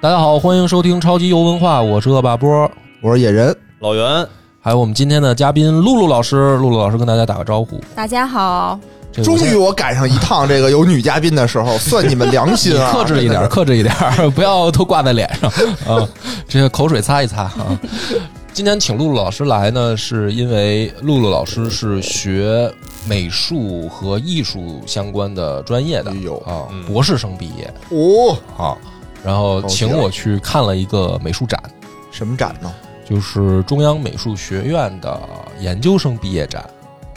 大家好，欢迎收听超级游文化，我是恶霸波，我是野人，老袁，还有我们今天的嘉宾露露老师。露露老师跟大家打个招呼。大家好，这个终我现于我赶上一趟这个有女嘉宾的时 候，算你们良心在啊！克制一点，真的是，克制一点， 不要都挂在脸上啊，这些口水擦一擦啊。今天请露露老师来呢，是因为露露老师是学美术和艺术相关的专业的哎呦啊嗯，博士生毕业哦，啊，然后请我去看了一个美术展。什么展呢？就是中央美术学院的研究生毕业展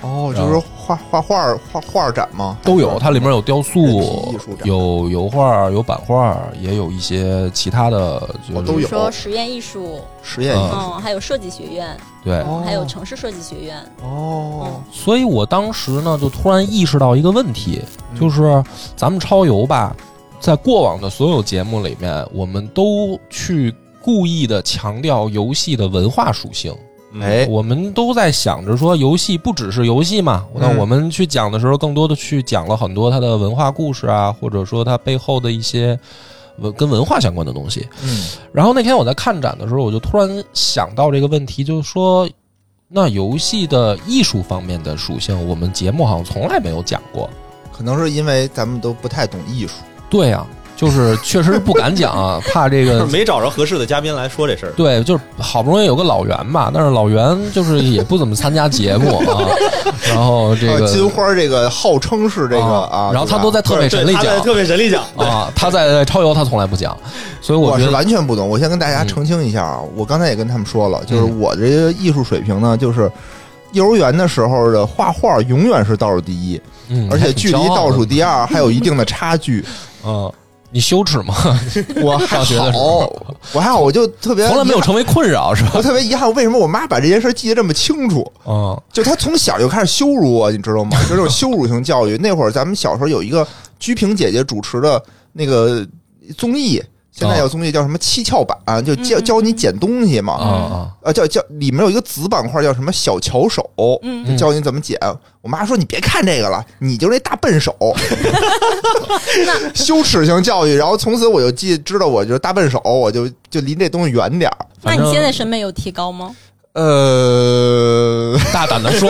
哦，就是画画画画画展吗？嗯都有，它里面有雕人体塑艺术，展有油画，有版画，也有一些其他的，就哦是都有说实验艺术，实验艺术啊嗯，还有设计学院，对。哦还有城市设计学院，哦，所以我当时呢，就突然意识到一个问题，嗯就是咱们超游吧，在过往的所有节目里面，我们都去故意的强调游戏的文化属性。嗯哎，我们都在想着说，游戏不只是游戏嘛。那嗯我们去讲的时候，更多的去讲了很多它的文化故事啊，或者说它背后的一些文跟文化相关的东西。嗯，然后那天我在看展的时候，我就突然想到这个问题，就是说，那游戏的艺术方面的属性，我们节目好像从来没有讲过。可能是因为咱们都不太懂艺术，对啊，就是确实不敢讲啊， 怕这就个是嗯 没找着合适的嘉宾来说这事儿。对，就是好不容易有个老袁吧，但是老袁就是也不怎么参加节目啊， 然后这个啊金花这个号称是这个啊，然后他对吧都在特对美神里他在讲特别神力奖，啊，他在超游他从来不讲，所以我我觉是得完全不懂。我先跟大家澄清一下啊，我刚才也跟他们说了，就是嗯我这个艺术水平呢，就是幼儿园的时候的画画永远是倒数第一，嗯，而且距离倒数第二还有一定的 差距。嗯，你羞耻 吗？我还上学的时 好候，我还好，我就特别从来没有成为困扰是吧？我特别遗憾，为什么我妈把这件事记得这么清楚？嗯就她从小就开始羞辱我，你知道吗？就这种羞辱性教育。那会儿咱们小时候有一个鞠萍姐姐主持的那个综艺，现哦在有综艺叫什么七窍板，就教嗯嗯教你捡东西嘛。啊啊，啊，叫叫里面有一个子板块叫什么小巧手，嗯，就教你怎么捡。我妈说你别看这个了，你就是那大 笨手， 羞耻性教育。然后从此我就记知道我就是大笨手，我就就离这东西远点儿。那反正你现在审美有提高吗？呃，大胆的说，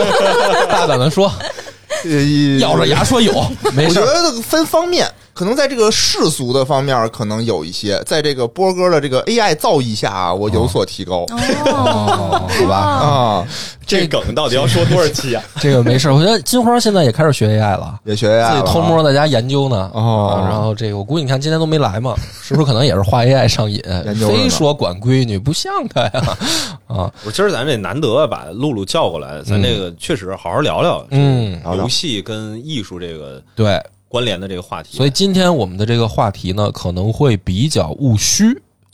大胆的说， 咬着牙说有，没我事觉儿。得分方面，可能在这个世俗的方面可能有一些，在这个波哥的这个 AI 造诣下啊，我哦有所提高。哦，好吧，啊，这梗到底要说多少期啊？ 这个没事儿。我觉得金花现在也开始学 AI 了，也学 AI 自了己啊偷摸在家研究呢。哦啊然后这个我估计你看今天都没来嘛，是不是可能也是画 AI 上瘾究着，呢非说管闺女不像她呀？啊，我今儿咱这难得把露露叫过来，咱这个确实好好聊聊，嗯，游戏跟艺术这个对，关联的这个话题。所以今天我们的这个话题呢，可能会比较务虚，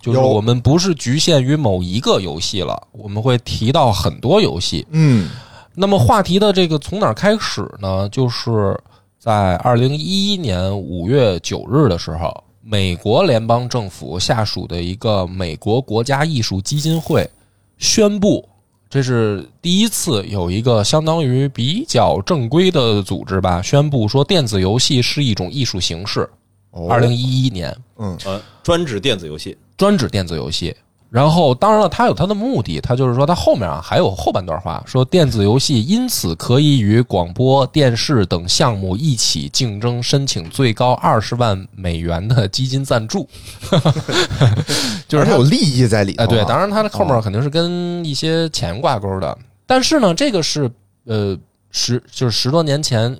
就是有我们不是局限于某一个游戏了，我们会提到很多游戏。嗯，那么话题的这个从哪儿开始呢？就是在二零一一年五月九日的时候，美国联邦政府下属的一个美国国家艺术基金会宣布。这是第一次有一个相当于比较正规的组织吧，宣布说电子游戏是一种艺术形式，二零一一年哦嗯呃，专指电子游戏，专指电子游戏。然后，当然了，它有它的目的，它就是说，它后面啊还有后半段话，说电子游戏因此可以与广播电视等项目一起竞争申请最高二十万美元的基金赞助， 就是而且它有利益在里头哎，啊。对，当然它的后面肯定是跟一些钱挂钩的。但是呢，这个是呃十就是十多年前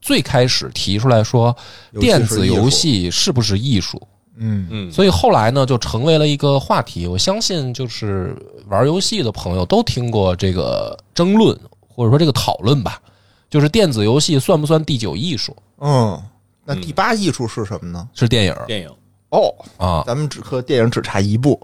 最开始提出来说尤其是电子艺术游，戏是不是艺术，嗯嗯，所以后来呢就成为了一个话题。我相信就是玩游戏的朋友都听过这个争论或者说这个讨论吧，就是电子游戏算不算第九艺术？嗯。那第八艺术是什么呢？是电影电影哦，啊，咱们只和电影只差一步。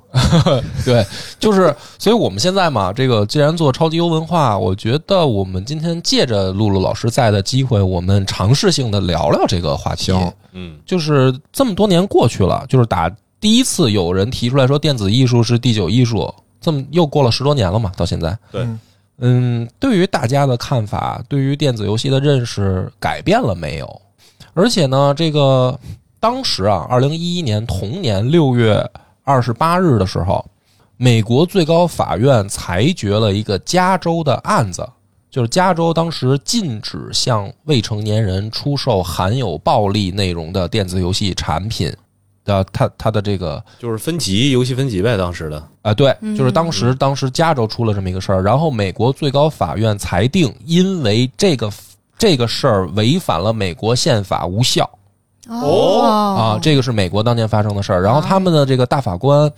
对，就是，所以我们现在嘛，这个既然做超级优文化，我觉得我们今天借着露露老师在的机会，我们尝试性的聊聊这个话题。行嗯，就是这么多年过去了，就是打第一次有人提出来说电子艺术是第九艺术，这么又过了十多年了嘛，到现在。对嗯嗯，对于大家的看法，对于电子游戏的认识改变了没有？而且呢，这个当时啊，二零一一年同年六月。二十八日的时候，美国最高法院裁决了一个加州的案子，就是加州当时禁止向未成年人出售含有暴力内容的电子游戏产品的，它它的这个就是分级游戏分级呗，当时的啊，对，嗯就是当时当时加州出了这么一个事儿，然后美国最高法院裁定，因为这个这个事儿违反了美国宪法，无效哦啊，这个是美国当年发生的事儿。然后他们的这个大法官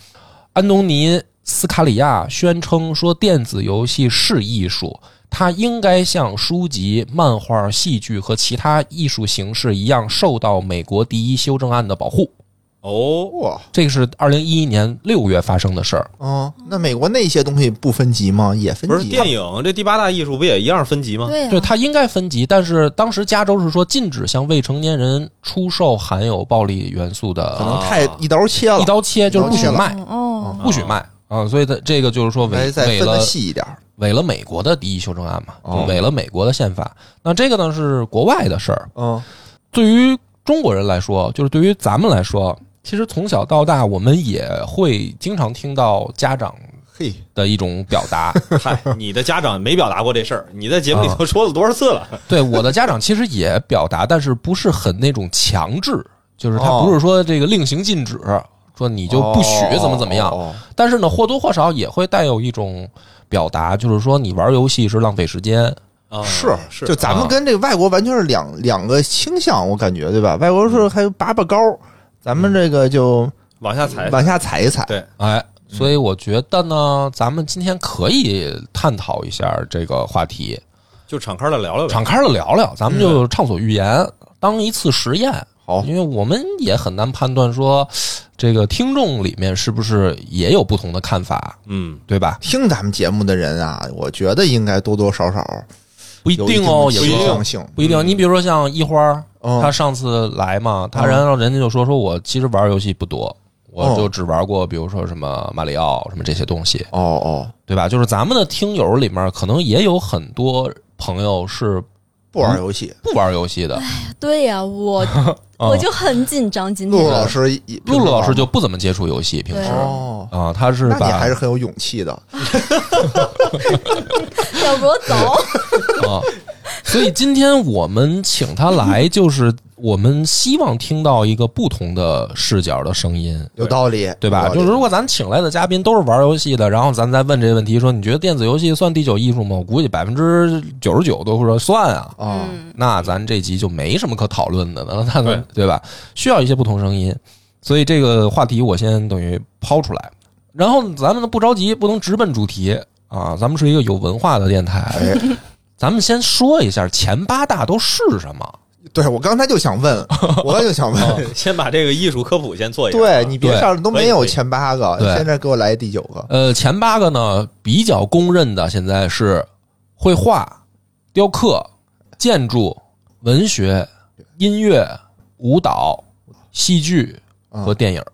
安东尼斯卡里亚宣称说，电子游戏是艺术。它应该像书籍、漫画、戏剧和其他艺术形式一样，受到美国第一修正案的保护。哦，哇，这个是二零一一年六月发生的事儿。哦，那美国那些东西不分级吗？也分不是级啊电影这第八大艺术不也一样分级吗？对呀啊对，它应该分级，但是当时加州是说禁止向未成年人出售含有暴力元素可的，能太一刀切了一，刀切就是不许卖，哦不许卖啊、所以它这个就是说还违哎再违分的了细一点儿。违了美国的第一修正案嘛，哦就违了美国的宪法。那这个呢是国外的事儿，嗯，对于中国人来说，就是对于咱们来说，其实从小到大我们也会经常听到家长嘿，的一种表达，嗨，你的家长没表达过这事儿，你在节目里头说了多少次了？对我的家长其实也表达，但是不是很那种强制，就是他哦不是说这个令行禁止，说你你就不许怎么怎么样。哦但是呢，或多或少也会带有一种表达，就是说你玩游戏是浪费时间。啊，是是，就咱们跟这个外国完全是两两个倾向，我感觉对吧？外国是还拔拔高，咱们这个就往下踩，往下踩一踩。对哎，所以我觉得呢，咱们今天可以探讨一下这个话题，就敞开了聊聊呗。敞开了聊聊，咱们嗯就畅所欲言，当一次实验。好因为我们也很难判断说，这个听众里面是不是也有不同的看法，嗯，对吧？听咱们节目的人啊，我觉得应该多多少少不一有定哦，一也定不一的倾定向性。不一定。你比如说像一花儿，嗯她上次来嘛，她嗯然后人家就说说我其实玩游戏不多，我哦就只玩过比如说什么马里奥什么这些东西，哦哦，对吧？就是咱们的听友里面可能也有很多朋友是不嗯玩游戏。不玩游戏的，对呀，我嗯哎我就很紧张，今陆天老师一，陆陆老师就平不怎么接触游戏，平时时玩吗哦，啊，他是那你把还是很有勇气的。要不我走？啊，所以今天我们请他来，就是我们希望听到一个不同的视角的声音。有道理，对吧？有道理就是如果咱请来的嘉宾都是玩游戏的，然后咱再问这个问题，说你觉得电子游戏算第九艺术吗？我估计百分之九十九都会说算啊。啊，嗯那咱这集就没什么可讨论的了，那对对吧？需要一些不同声音，所以这个话题我先等于抛出来，然后咱们呢不着急，不能直奔主题啊，咱们是一个有文化的电台，哎，咱们先说一下前八大都是什么。对我刚才就想 问，我就想问，先把这个艺术科普先做一 下。啊对你别哦对上都没可有以前八个对，现在给我来第九个。呃，前八个呢比较公认的现在是绘画、雕刻、建筑、文学、音乐、舞蹈、戏剧和电影儿、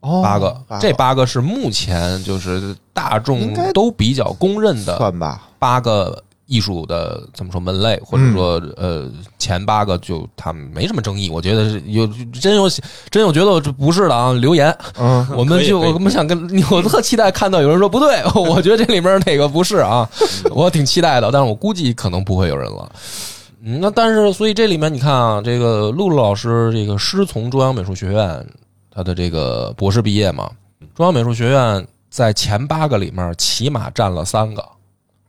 嗯哦八个。这八个是目前就是大应众该都比较公认的算吧，八个艺术的怎么说门类，或者嗯说呃前八个就他们没什么争议。我觉得是有真有真有觉得这不是的啊，留言。嗯，我们可以就可以我们想跟 你，我特期待看到有人说 不对，我觉得这里面哪个不是啊， 我挺期待的，但是我估计可能不会有人了。嗯，那但是所以这里面你看啊，这个陆陆老师这个师从中央美术学院，他的这个博士毕业嘛，中央美术学院在前八个里面起码占了三个，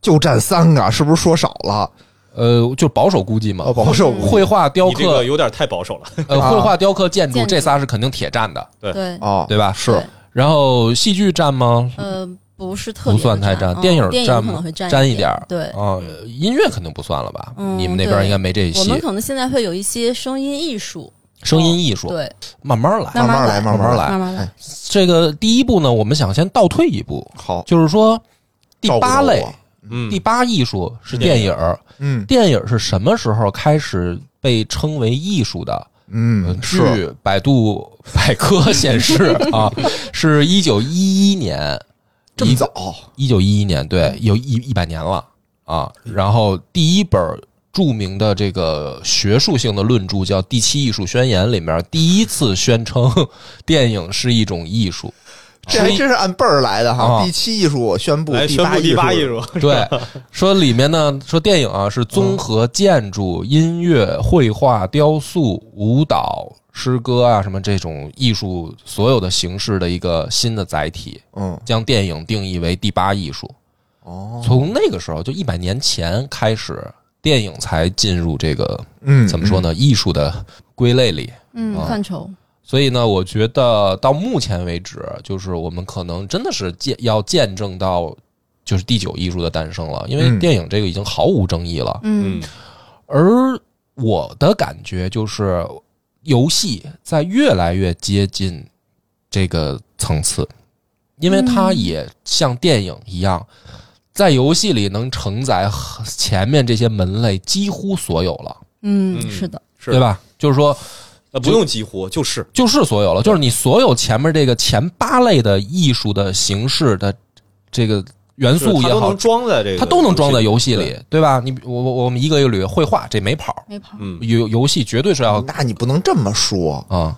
就占三个，是不是说少了？呃，就保守估计嘛哦，，保守嗯绘画、雕你这个刻，有点太保守了。呃，啊绘画、雕刻、建筑建筑这仨是肯定铁占的，对，哦，对吧？是对然后戏剧占吗？呃，不是特别不算太占占，电影嗯电影占可能会占占一一点点儿儿，对。啊，音乐肯定不算了吧？嗯你们那边应该没这我戏们，可能现在会有一些声音艺术，声音艺术，哦对，慢慢来。慢慢来，慢来慢慢慢来。来慢慢来哎。这个第一步呢，我们想先倒退一步，好，就是说第照顾八到类，我嗯第八艺术是电影儿。嗯电影儿是什么时候开始被称为艺术的？呃嗯，是据百度百科显 示啊，是一九一一年，这么早，一九一一年，嗯对，有一一百年了啊。然后第一本著名的这个学术性的论著叫《第七艺术宣言》，里面第一次宣称电影是一种艺术。 这还是一真是按辈儿来的哈。啊哎第七艺术宣布，来宣布第第八艺艺术，对，说里面呢，说电影啊是综合建筑、音乐、绘画、雕塑、舞蹈、诗歌啊什么这种艺术所有的形式的一个新的载体，嗯，将电影定义为第八艺术。哦，从那个时候，就一百年前开始，电影才进入这个嗯，怎么说呢？呢，艺术的归类里。嗯，啊范畴，所以呢，我觉得到目前为止，就是我们可能真的是见要见证到就是第九艺术的诞生了，因为嗯电影这个已经毫无争议了。嗯，而我的感觉就是，游戏在越来越接近这个层次，因为它嗯也像电影一样，在游戏里能承载很前面这些门类几乎所有了，嗯，嗯是的，是对？吧？就是说，呃，不用几乎就是就是所有了，就是你所有前面这个前八类的艺术的形式的这个元就是素它也都好能，装在这个，它都能装在游戏里，对吧？你我我我们一个一个捋，绘画这没跑，没跑，嗯，游游戏绝对是要嗯哦那你不能这么说，啊，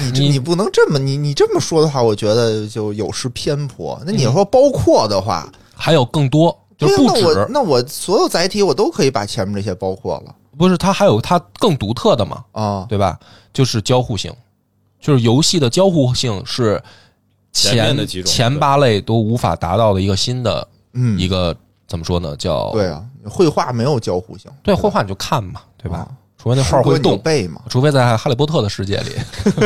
你这你不能这么你你这么说的话，我觉得就有失偏颇。那你要说包括的话，还有更多，嗯就对是呀不那我止，那我所有载体我都可以把前面这些包括了不是它还有它更独特的嘛，啊。对吧？就是交互性，就是游戏的交互性是前面前的几种前八类都无法达到的一个新的嗯一，个怎么说呢？叫对啊，绘画没有交互性，对绘画你就看嘛，对对吧？？除非那画诗歌会你有动，背嘛？除非在《哈利波特》的世界里，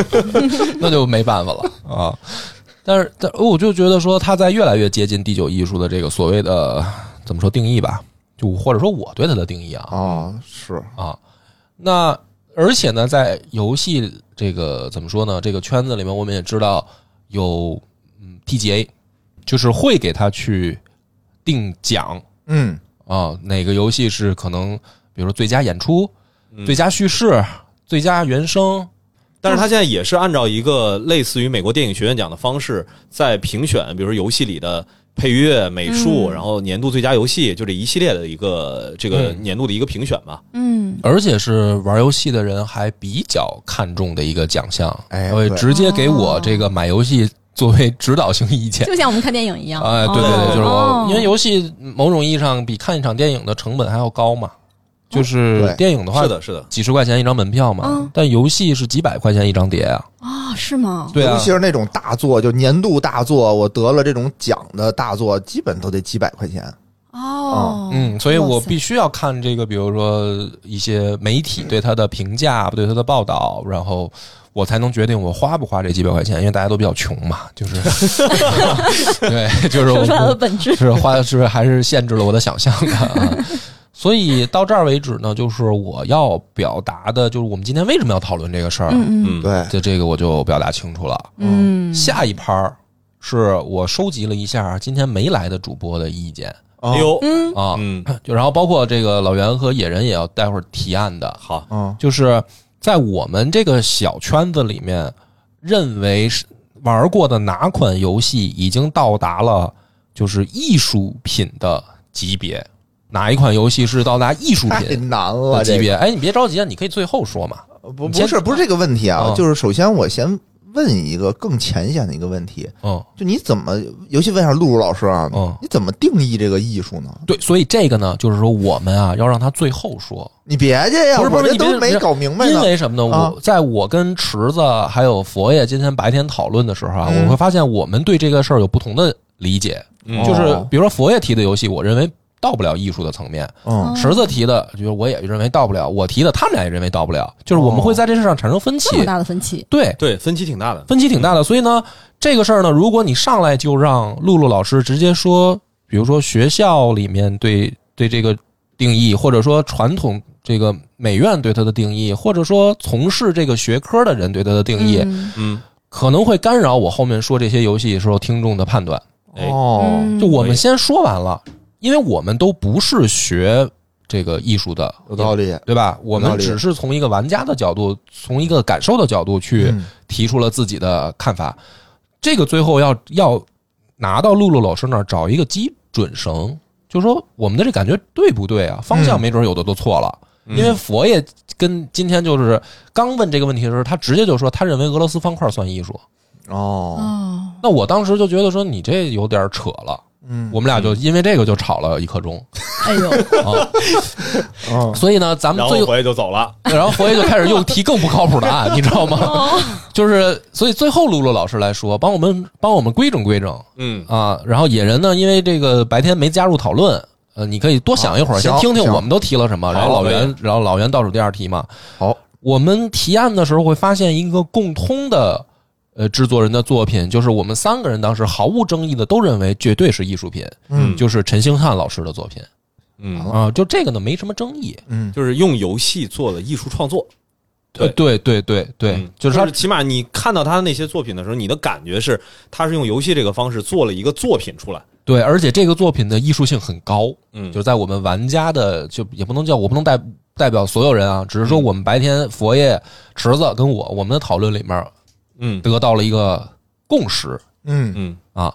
那就没办法了啊。但是，但我就觉得说，它在越来越接近第九艺术的这个所谓的怎么说定义吧，就或者说我对它的定义啊啊，是，啊。那而且呢，在游戏这个怎么说呢？这个圈子里面，我们也知道有嗯 PGA，就是会给他去定奖嗯啊，哪个游戏是可能，比如说最佳演出、嗯最佳叙事、最佳原声，但是它现在也是按照一个类似于美国电影学院奖的方式，在评选，比如说游戏里的配乐、美术，嗯然后年度最佳游戏，就这一系列的一个这个嗯年度的一个评选吧。嗯，而且是玩游戏的人还比较看重的一个奖项，哎会对直接给我这个买游戏作为指导性意见。就像我们看电影一样，哎，对对哦对，就是我哦，因为游戏某种意义上比看一场电影的成本还要高哦嘛，就是对电影的话是，的，是的，几十块钱一张门票嘛嗯，但游戏是几百块钱一张碟啊，啊，是吗？对尤啊其，是那种大作，就年度大作，我得了这种奖的大作，基本都得几百块钱。哦，嗯，所以我哇塞必须要看这个，比如说一些媒体对它的评价、对它的报道，然后我才能决定我花不花这几百块钱，因为大家都比较穷嘛，就是， 对，就是说我出来了本质，是花是不是还是限制了我的想象的啊。 所以到这儿为止呢，就是我要表达的，就是我们今天为什么要讨论这个事儿，嗯嗯嗯，对，就这个我就表达清楚了。嗯，下一盘儿是我收集了一下今天没来的主播的意见啊哎呦，嗯啊，嗯，就然后包括这个老袁和野人也要待会儿提案的，好，啊，就是在我们这个小圈子里面，认为是玩过的哪款游戏已经到达了就是艺术品的级别？哪一款游戏是到达艺术太品难了，的级这别？哎，你别着急啊，你可以最后说嘛。个不你先不是不是这个问题啊啊，就是首先我先问一个更浅显的一个问题，嗯，就你怎么，尤其问一下露露老师啊嗯，你怎么定义这个艺术呢？对，所以这个呢，就是说我们啊要让他最后说，你别介呀，不是不我是这你别都没搞明白因呢。为什么呢？啊我在我跟池子还有佛爷今天白天讨论的时候啊，嗯我会发现我们对这个事儿有不同的理解。嗯就是哦比如说佛爷提的游戏，我认为到不了艺术的层面；嗯，池子提的，就是我也认为到不了；我提的，他们俩也认为到不了。就是我们会在这事上产生分这歧么，大的分歧，对，对，分歧挺大的。分歧挺大的。所以呢，这个事儿呢，如果你上来就让露露老师直接说，比如说学校里面对对这个定义，或者说传统这个美院对它的定义，或者说从事这个学科的人对它的定义，嗯嗯，可能会干扰我后面说这些游戏时候听众的判断。哎，哦，嗯就我们对先说完了，因为我们都不是学这个艺术的，有道理。对吧？我道们理只是从一个玩家的角度，从一个感受的角度去嗯提出了自己的看法。这个最后要要拿到露露老师那儿找一个基准绳，就是说我们的这感觉对不对啊？方向嗯没准有的都错了。嗯因为佛爷跟今天就是刚问这个问题的时候，他直接就说他认为俄罗斯方块算艺术，哦，哦，那我当时就觉得说你这有点扯了，嗯我们俩就因为这个就吵了一刻钟哎呦，啊。嗯所以呢，咱们然最后回去就走了。然后回去就开始又提更不靠谱的案，你知道吗？哦，就是所以最后露露老师来说，帮我们帮我们规整规整嗯，啊。然后野人呢，因为这个白天没加入讨论。呃，你可以多想一会儿，啊先行听听行我们都提了什么。然后好老袁，然后老袁倒数第二题嘛。好，我们提案的时候会发现一个共通的，呃，制作人的作品，就是我们三个人当时毫无争议的都认为绝对是艺术品，嗯就是陈星汉老师的作品嗯，啊。就这个呢，没什么争议。嗯，就是用游戏做的艺术创作。对呃对对对对嗯，就是就他是起码你看到他的那些作品的时候，你的感觉是他是用游戏这个方式做了一个作品出来。对，而且这个作品的艺术性很高，嗯，就是在我们玩家的，就也不能叫我不能代代表所有人啊，只是嗯说我们白天佛爷、池子跟我我们的讨论里面嗯得到了一个共识嗯嗯啊。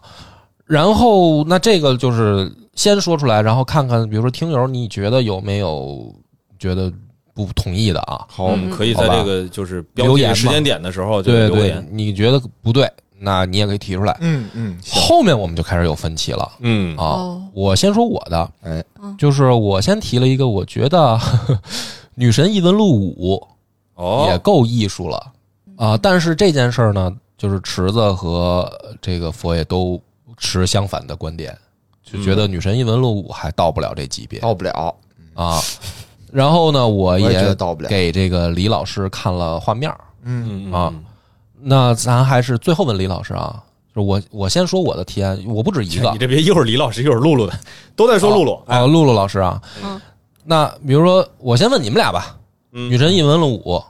然后那这个就是先说出来，然后看看，比如说听友你觉得有没有觉得不同意的啊？好，我们可以好在吧这个就是标留言记嘛时间点的时候就对留对言。，你觉得不对，那你也可以提出来。嗯嗯，行后面我们就开始有分歧了。嗯啊哦，我先说我的，哎嗯就是我先提了一个，我觉得 呵呵《女神异闻录五》也哦，够艺术了啊，但是这件事儿呢，就是池子和这个佛爷都持相反的观点，就觉得《嗯女神异闻录五》还到不了这级别到不了，啊。然后呢，我哦 我也觉得也到不了。给这个李老师看了画面儿，嗯嗯啊，嗯那咱还是最后问李老师啊，就是我我先说我的提案，我不止一个，你这别一会儿李老师一会儿露露 的，都在说露露。啊，露露老师啊，嗯那比如说我先问你们俩吧，嗯女神异闻录五》，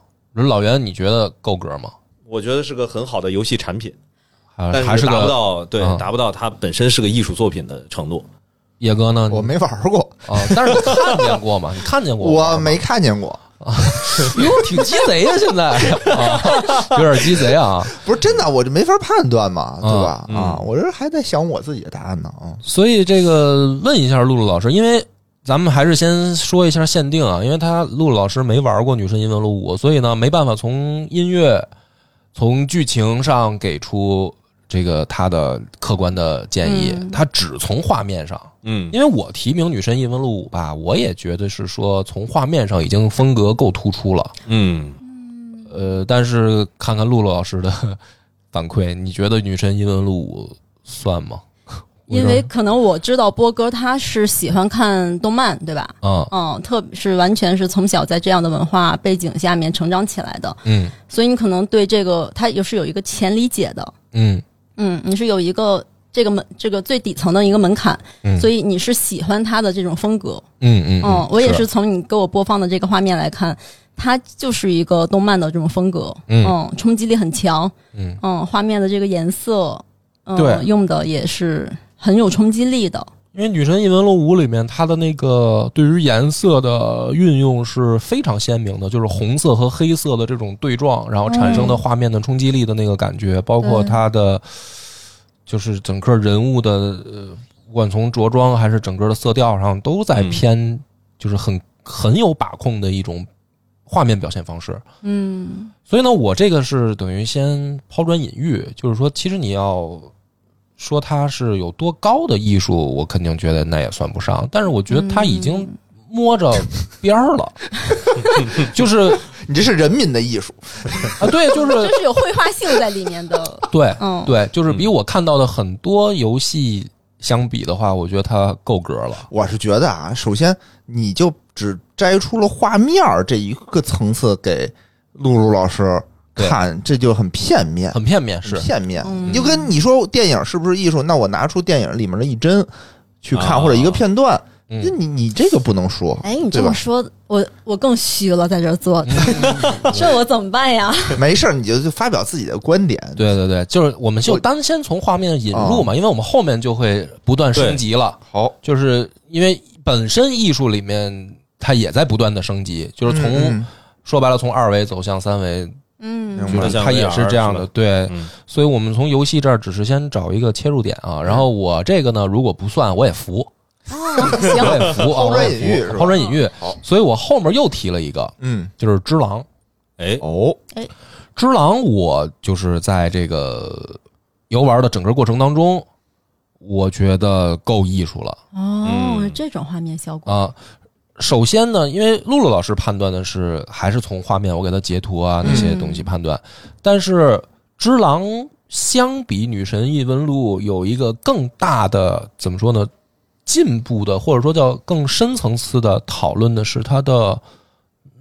老袁你觉得够格吗？我觉得是个很好的游戏产品，还但还啊是是啊达不个到对嗯达不到它本身是个艺术作品的程度。野哥呢？我没玩 过，啊，但是你看见过吗？你看见过吗我没看见过，哟，挺鸡贼呀，现 在啊，有点鸡贼啊。不是真的，我就没法判断嘛，对吧？嗯啊，我这还在想我自己的答案呢啊。所以这个问一下露露老师，因为咱们还是先说一下限定啊，因为他露露老师没玩过《女神异闻录五》，所以呢没办法从音乐、从剧情上给出这个他的客观的建议，嗯他只从画面上。嗯因为我提名《女神异闻录五》吧，我也觉得是说从画面上已经风格够突出了。嗯，呃，但是看看露露老师的反馈，你觉得《女神异闻录五》算吗？因为可能我知道波哥他是喜欢看动漫，对吧？啊，嗯，特别是完全是从小在这样的文化背景下面成长起来的，嗯所以你可能对这个他也是有一个前理解的，嗯嗯，你是有一个这个门这个最底层的一个门槛，嗯，所以以你是喜欢他的这种风格，嗯嗯嗯，我也是是从你给我播放的这个画面来看，它就是一个动漫的这种风格，嗯冲击力很强，嗯嗯，画面的这个颜色，嗯，对用的也是很有冲击力的，因为《女神异闻录五》里面它的那个对于颜色的运用是非常鲜明的，就是红色和黑色的这种对撞，然后产生的画面的冲击力的那个感觉，包括它的就是整个人物的，呃，不管从着装还是整个的色调上，都在嗯偏就是很很有把控的一种画面表现方式。嗯所以呢，我这个是等于先抛砖引玉，就是说，其实你要说它是有多高的艺术，我肯定觉得那也算不上。但是我觉得它已嗯经嗯摸着边儿 了，就是你这是人民的艺术，啊，对，就就是 是有绘画性在里面的，对嗯，对，就是比我看到的很多游戏相比的话，我觉得它够格了。我是觉得啊，首先你就只摘出了画面儿这一个层次给露露老师对看，这就很片面，很片面是很，片面。嗯你就跟你说电影是不是艺术，那我拿出电影里面的一帧去看，啊或者一个片段，嗯那你你这个不能说， 哎，你对这吧么？说，我我更虚了，在这儿坐，嗯 这我怎么办呀？没事儿，你就就发表自己的观点。对对对，就是我们就我哦单先从画面引入嘛，因为我们后面就会不断对升级了。好，就是因为本身艺术里面它也在不断的升级，就是从、嗯嗯说白了从二维走向三维，嗯明白就是它也是这样的。是吧对，嗯所以我们从游戏这儿只是先找一个切入点啊。然后我这个呢，如果不算，我也服， 我哦，行，也服啊，抛我砖也引玉是服，吧抛砖引玉好。所以我后面又提了一个，嗯就是《只狼》。哎，哦，只狼，我就是在这个游玩的整个过程当中，我觉得够艺术了哦，嗯这种画面效果，啊、首先呢，因为露露老师判断的是还是从画面，我给她截图啊那些东西判断，但是只狼相比女神异闻录有一个更大的怎么说呢？进步的或者说叫更深层次的讨论的是它的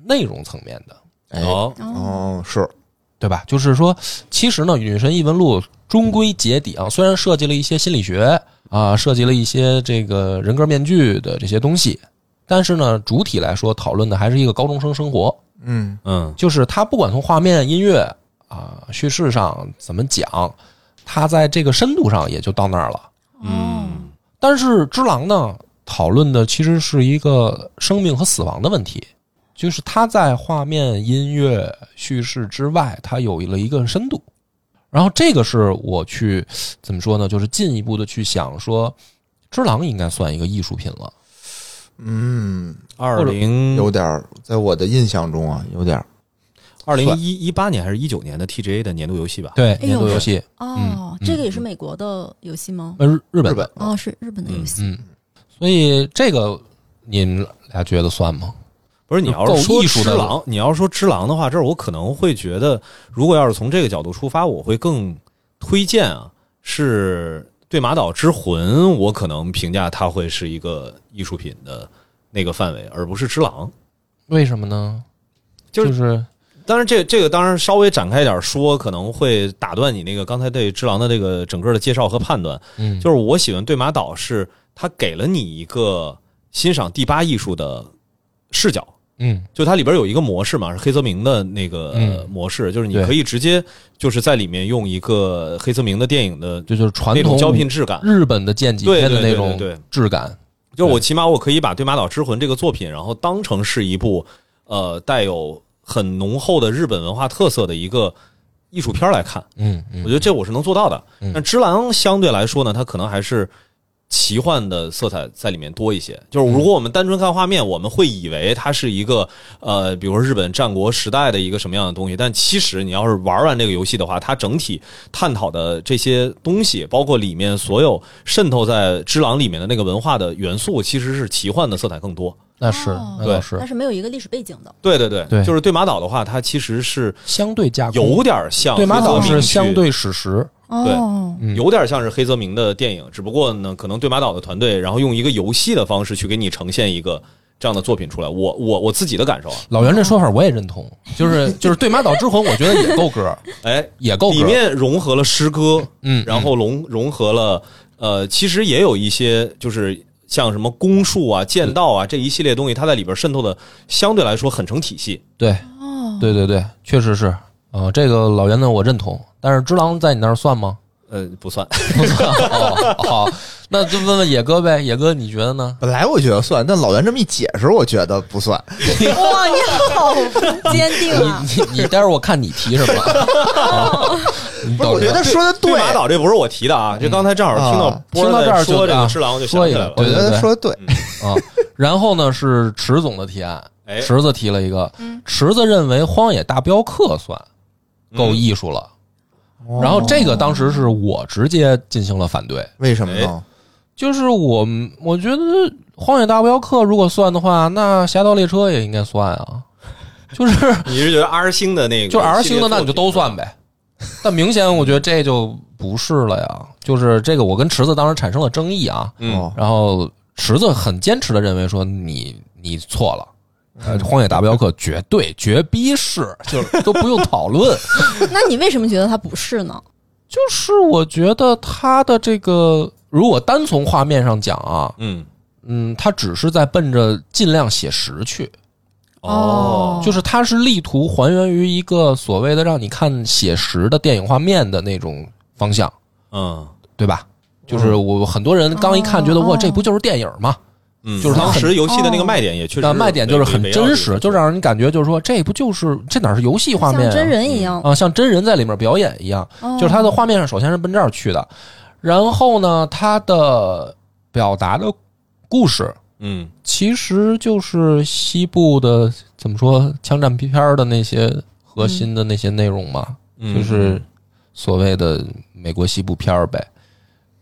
内容层面的。哎，哦，哦，哦，是，对吧？就是说，其实呢，《女神异闻录》终归结底啊，虽然涉及了一些心理学啊，涉及了一些这个人格面具的这些东西，但是呢，主体来说讨论的还是一个高中生生活，嗯，嗯就是他不管从画面、音乐啊、叙事上怎么讲，他在这个深度上也就到那儿了。嗯但是《只狼》呢，讨论的其实是一个生命和死亡的问题，就是它在画面、音乐、叙事之外，它有了一个深度。然后这个是我去怎么说呢？就是进一步的去想说，《只狼》应该算一个艺术品了。嗯，二零有点儿，在我的印象中啊，有点儿，二零一一八年还是一九年的 TGA 的年度游戏吧？对，呦年度游戏，哦嗯，这个也是美国的游戏吗？呃，日日本，本，哦，是日本的游戏。嗯，所以这个你们俩觉得算吗？不是你要是够说艺术只的狼，你要是说只狼的话，这儿我可能会觉得，如果要是从这个角度出发，我会更推荐啊，是对马岛之魂，我可能评价它会是一个艺术品的那个范围，而不是只狼。为什么呢？就是是当然这，这个当然稍微展开一点说，可能会打断你那个刚才对只狼的这个整个的介绍和判断。嗯，就是我喜欢对马岛是它给了你一个欣赏第八艺术的视角，嗯就它里边有一个模式嘛，是黑泽明的那个嗯呃模式，就是你对可以直接就是在里面用一个黑泽明的电影的这就是传那种统胶片质感。日本的剑戟对片对的对那对种对，质感。就是我起码我可以把《对马岛之魂》这个作品，然后当成是一部呃带有很浓厚的日本文化特色的一个艺术片来看。嗯嗯，我觉得这我是能做到的嗯。但只狼相对来说呢，它可能还是奇幻的色彩在里面多一些。就是如果我们单纯看画面，我们会以为它是一个呃，比如说日本战国时代的一个什么样的东西，但其实你要是玩完这个游戏的话，它整体探讨的这些东西，包括里面所有渗透在只狼里面的那个文化的元素，其实是奇幻的色彩更多。那是哦那倒对是但是没有一个历史背景的。对对对，对就是对马岛的话，它其实是相对架空，有点像对马岛黑泽是明去相对史实，哦，嗯有点像是黑泽明的电影，只不过呢，可能对马岛的团队，然后用一个游戏的方式去给你呈现一个这样的作品出来。我我我自己的感受啊，老袁这说法我也认同，就是就是对马岛之魂，我觉得也够格，哎，也够格。里面融合了诗歌，嗯，然后融融合了呃，其实也有一些就是像什么弓术啊、剑道啊这一系列东西，它在里边渗透的相对来说很成体系。对对对对，确实是啊、呃这个老袁呢我认同，但是只狼在你那儿算吗？ 呃， 不算，不算哦，好，那就问问野哥呗，野哥你觉得呢？本来我觉得算，但老袁这么一解释，我觉得不算。 哇，你好坚定啊！你你待会儿我看你提什么。啊你不是，等我觉着得说的对马岛这不是我提的啊，这刚才正好听到啊波儿听到在这儿就说这啊个只狼，我就说想一起个来了我。觉对对得对说的对，啊，然后呢是池总的提案，哎，池子提了一个 嗯，池子认为《荒野大镖客》算够嗯艺术了。然后这个当时是我直接进行了反对，哦为什么呢？哎就是我我觉得《荒野大镖客》如果算的话，那《侠盗猎车》也应该算啊，就是嗯你是觉得 R 星的那个就 R 系列星的那你就作品都算呗。但明显我觉得这就不是了呀，就是这个我跟池子当时产生了争议啊，嗯哦然后池子很坚持的认为说你你错了。嗯呃，《荒野大镖客》绝对绝逼是，就是都不用讨论。那你为什么觉得它不是呢？就是我觉得它的这个，如果单从画面上讲啊，嗯，嗯，它只是在奔着尽量写实去，哦就是它是力图还原于一个所谓的让你看写实的电影画面的那种方向，嗯对吧？就是我很多人刚一看觉得哦哇，这不就是电影吗？嗯，就是它当很时游戏的那个哦卖点也确实那，卖点就是很真实，就是让人感觉就是说这不就是这哪是游戏画像面啊真人一样，啊，像真人在里面表演一样。哦就是它的画面上首先是奔这儿去的，然后呢，它的表达的故事嗯其实就是西部的怎么说枪战片儿的那些核心的那些内容嘛，嗯就是所谓的美国西部片儿呗。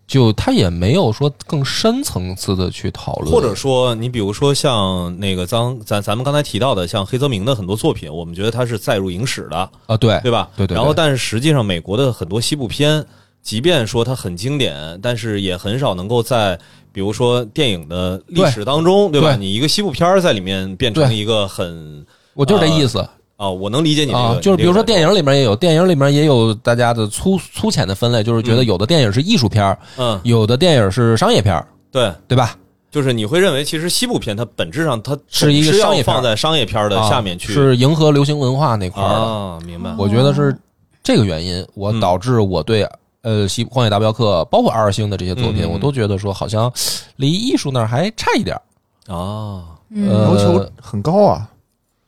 就他也没有说更深层次的去讨论，或者说，你比如说像那个咱咱咱们刚才提到的，像黑泽明的很多作品，我们觉得他是载入影史的，啊，对对吧？对对对然后，但是实际上，美国的很多西部片，即便说它很经典，但是也很少能够在比如说电影的历史当中，对吧？对你一个西部片儿在里面变成对一个很我就是这意思啊，我能理解你这个，啊，你就是比如这说个感电影里面也有，电影里面也有大家的粗粗浅的分类，就是觉得嗯有的电影是艺术片儿，受，嗯，有的电影是商业片儿，对，对吧？就是你会认为，其实西部片它本质上它是一个总商要业片儿放在商业片儿的啊下面去，是迎合流行文化那块儿的。啊，明哦白，我觉得是这个原因，我嗯导致我对呃《西荒野大镖客》包括二星的这些作品，嗯我都觉得说好像离艺术那儿还差一点儿。啊，嗯呃要求很高啊。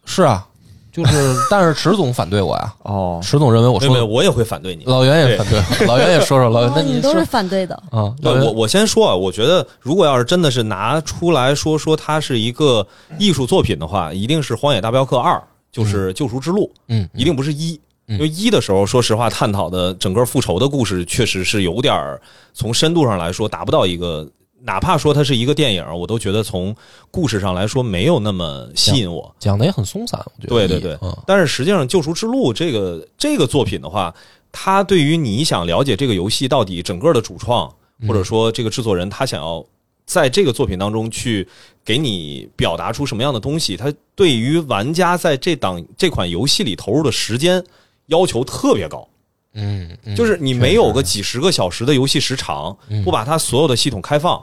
是啊，就是， 但是池总反对我呀，哦，池总认为我我说没的，有，我也会反对你。老袁也反对，老袁也说说，老袁，那哦你都说是反对的，啊，对老我，袁我先说啊，我觉得如果要是真的是拿出来说说它是一个艺术作品的话，一定是《荒野大镖客二》，就是《救赎之路》，嗯，一定不是一。嗯因为一的时候，说实话，探讨的整个复仇的故事确实是有点儿从深度上来说达不到一个，哪怕说它是一个电影，我都觉得从故事上来说没有那么吸引我。讲的也很松散，我觉得对对对嗯但是实际上，《救赎之路》这个这个作品的话，它对于你想了解这个游戏到底整个的主创，或嗯者说这个制作人，他想要在这个作品当中去给你表达出什么样的东西，他对于玩家在这档这款游戏里投入的时间要求特别高。嗯，嗯就是你没有个几十个小时的游戏时长嗯，不把它所有的系统开放，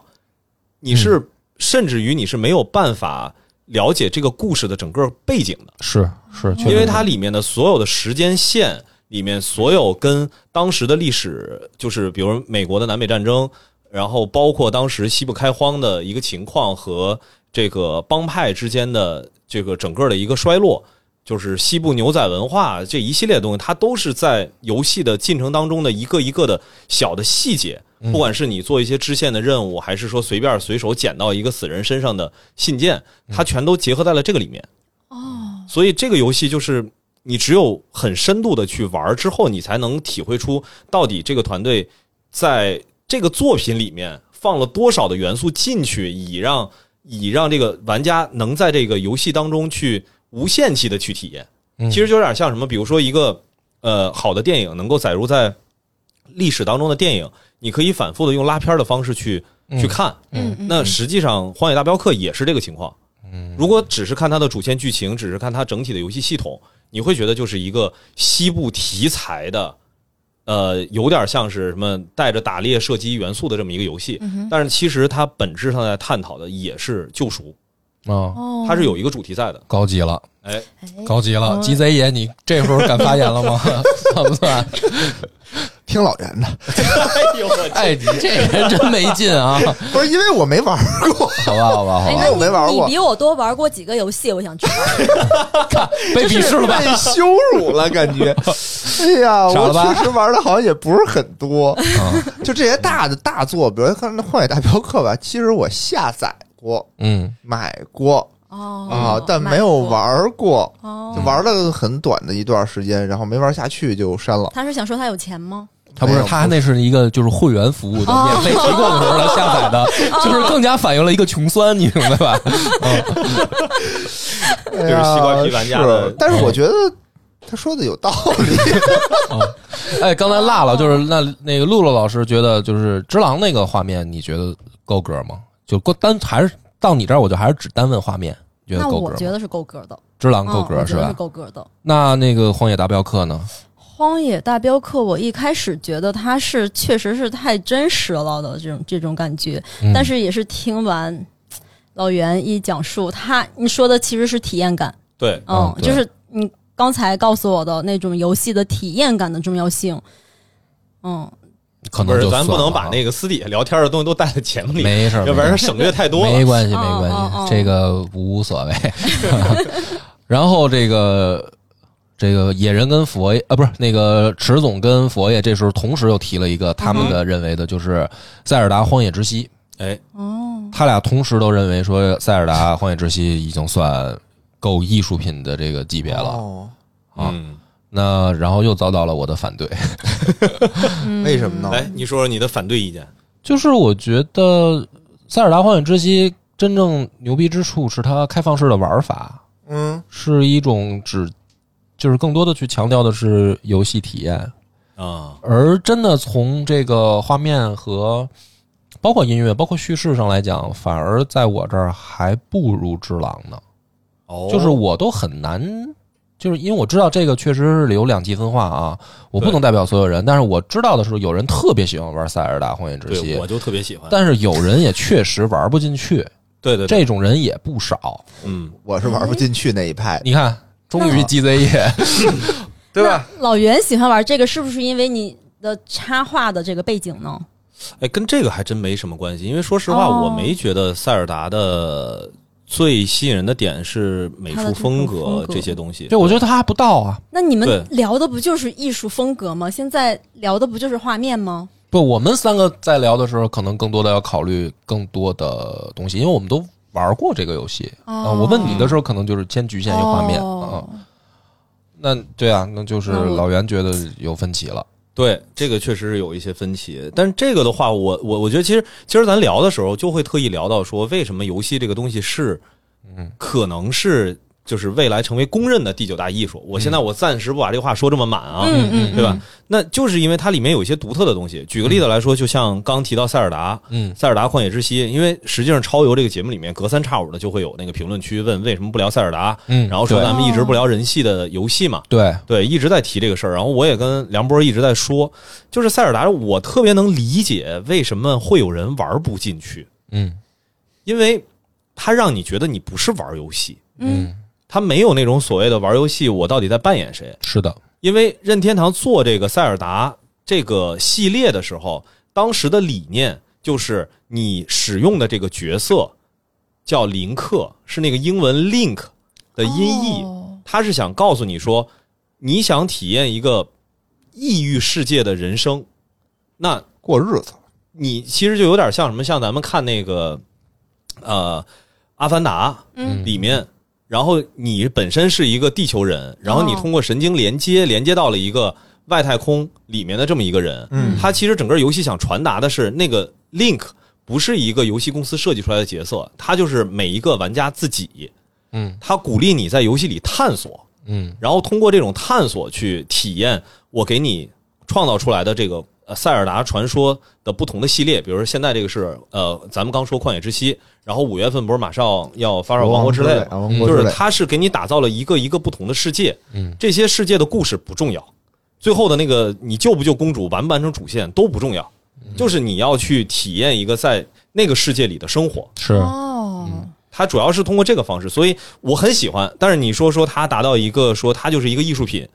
你是甚至于你是没有办法了解这个故事的整个背景的。是是，确实因为是它里面的所有的时间线里面，所有跟当时的历史，就是比如美国的南北战争，然后包括当时西部开荒的一个情况和这个帮派之间的这个整个的一个衰落，就是西部牛仔文化这一系列的东西，它都是在游戏的进程当中的一个一个的小的细节。嗯不管是你做一些支线的任务，还是说随便随手捡到一个死人身上的信件，它全都结合在了这个里面。哦，所以这个游戏就是你只有很深度的去玩儿之后，你才能体会出到底这个团队在这个作品里面放了多少的元素进去，以让以让这个玩家能在这个游戏当中去无限期的去体验。嗯其实就有点像什么，比如说一个呃好的电影能够载入在历史当中的电影，你可以反复的用拉片儿的方式去去嗯看。嗯嗯，那实际上，《荒野大镖客》也是这个情况。嗯如果只是看它的主线剧情，只是看它整体的游戏系统，你会觉得就是一个西部题材的，呃，有点像是什么带着打猎射击元素的这么一个游戏。嗯但是其实它本质上在探讨的也是救赎，啊，哦，它是有一个主题在的。高级了。哎，哎高级了，嗯鸡贼爷，你这时候敢发言了吗？ 算不算？听老袁的，哎呦我哎，你 这人真没劲 啊！不是因为我没玩过，好吧，好吧，好哎，吧，那我没玩你过你比我多玩过几个游戏，我想知道。被鄙视了吧？被羞辱了，感 觉。哎呀，傻了我吧确实玩的好像也不是很多，啊就这些大的大作，比如看那《荒野大镖客》吧，其实我下载过、嗯买过哦啊，但没有。玩过，哦就，玩了很短的一段时间，然后没玩下去就删了。他是想说他有钱吗？他不是，没有他那是一个就是会员服务的，哦免费提供的时候来下载的，就是更加反映了一个穷酸，你明白吧？ 就是西瓜皮玩家的嗯但哎是我觉得他说的有道理。哎，刚才哦落了，就是那那个露露老师觉得就是只狼那个画面，你觉得够格吗？就够单还是到你这儿，我就还是只单问画面，你觉得那够我格觉吗？得是够格的，只狼够格、嗯我是觉得吧？是够格的。那那个荒野大镖客呢？荒野大镖客，我一开始觉得它是确实是太真实了的这种这种感觉，嗯但是也是听完老袁一讲述，他你说的其实是体验感，对，嗯嗯，对就是你刚才告诉我的那种游戏的体验感的重要性，嗯，可不能是就咱不算能了把啊那个私底下聊天的东西都带在节目里，没事儿，要不没事儿然省略太多没了。关系，嗯没关系，嗯嗯这个无所谓。 然后这个这个野人跟佛爷啊，不是那个池总跟佛爷，这时候同时又提了一个他们的认为的，就是《塞尔达荒野之息》，哎，哦，他俩同时都认为说《塞尔 达荒野之息》已经算够艺术品的这个级别了。哦，啊嗯，那然后又遭到了我的反对，嗯为什么呢啊来，哎你说说你的反对意见。就是我觉得《塞尔达荒野之息》真正牛逼之处是它开放式的玩法，嗯是一种只就是更多的去强调的是游戏体验，啊，而真的从这个画面和包括音乐、包括叙事上来讲，反而在我这儿还不如《只狼》呢。哦就是我都很难，就是因为我知道这个确实是有两极分化啊，我不对能代表所有人，但是我知道的是，有人特别喜欢玩《塞尔达荒野之息对，》我，就特别喜欢。但是有人也确实玩不进去，对对，对这种人也不少。嗯，我是玩不进去那一派。你看，终于 GZA，对吧？？那老袁喜欢玩这个，是不是因为你的插画的这个背景呢？哎，跟这个还真没什么关系，因为说实话，哦我没觉得塞尔达的最吸引人的点是美它的术这种风风格格这些东西。对，我觉得他还不到啊。那你们对聊的不就是艺术风格吗？现在聊的不就是画面吗？不，我们三个在聊的时候，可能更多的要考虑更多的东西，因为我们都玩过这个游戏啊、哦我问你的时候，可能就是先局限于画面啊、哦那对啊，那就是那我老袁觉得有分歧了。对，这个确实是有一些分歧，但是这个的话，我我我觉得其实其实咱聊的时候就会特意聊到说，为什么游戏这个东西是，嗯，可能是就是未来成为公认的第九大艺术。我现在我暂时不把这话说这么满啊，嗯嗯，对吧？那就是因为它里面有一些独特的东西。举个例子来说，就像刚提到塞尔达，嗯，塞尔达旷野之息，因为实际上超游这个节目里面隔三差五的就会有那个评论区问为什么不聊塞尔达，嗯然后说对咱们一直不聊人系的游戏嘛，对，对，一直在提这个事儿。然后我也跟梁波一直在说，就是塞尔达，我特别能理解为什么会有人玩不进去，嗯因为它让你觉得你不是玩游戏，嗯，它没有那种所谓的玩游戏我到底在扮演谁。是的，因为任天堂做这个塞尔达这个系列的时候，当时的理念就是你使用的这个角色叫林克，是那个英文 link 的呃音译，哦他是想告诉你说，你想体验一个异域世界的人生，那过日子，你其实就有点像什么，像咱们看那个呃《阿凡达》嗯里面，然后你本身是一个地球人，然后你哦通过神经连接连接到了一个外太空里面的这么一个人，嗯他其实整个游戏想传达的是那个 Link。不是一个游戏公司设计出来的角色，他就是每一个玩家自己，嗯他鼓励你在游戏里探索，嗯然后通过这种探索去体验我给你创造出来的这个呃塞尔达传说的不同的系列，比如说现在这个是呃咱们刚说旷野之息，然后五月份不是马上要发售王国之泪啊，吗，王国就之是泪，它是给你打造了一个一个不同的世界，嗯这些世界的故事不重要，最后的那个你救不救公主，完不完成主线都不重要，就是你要去体验一个在那个世界里的生活。是嗯哦，它主要是通过这个方式，所以我很喜欢。但是你说说它达到一个说它就是一个艺术品，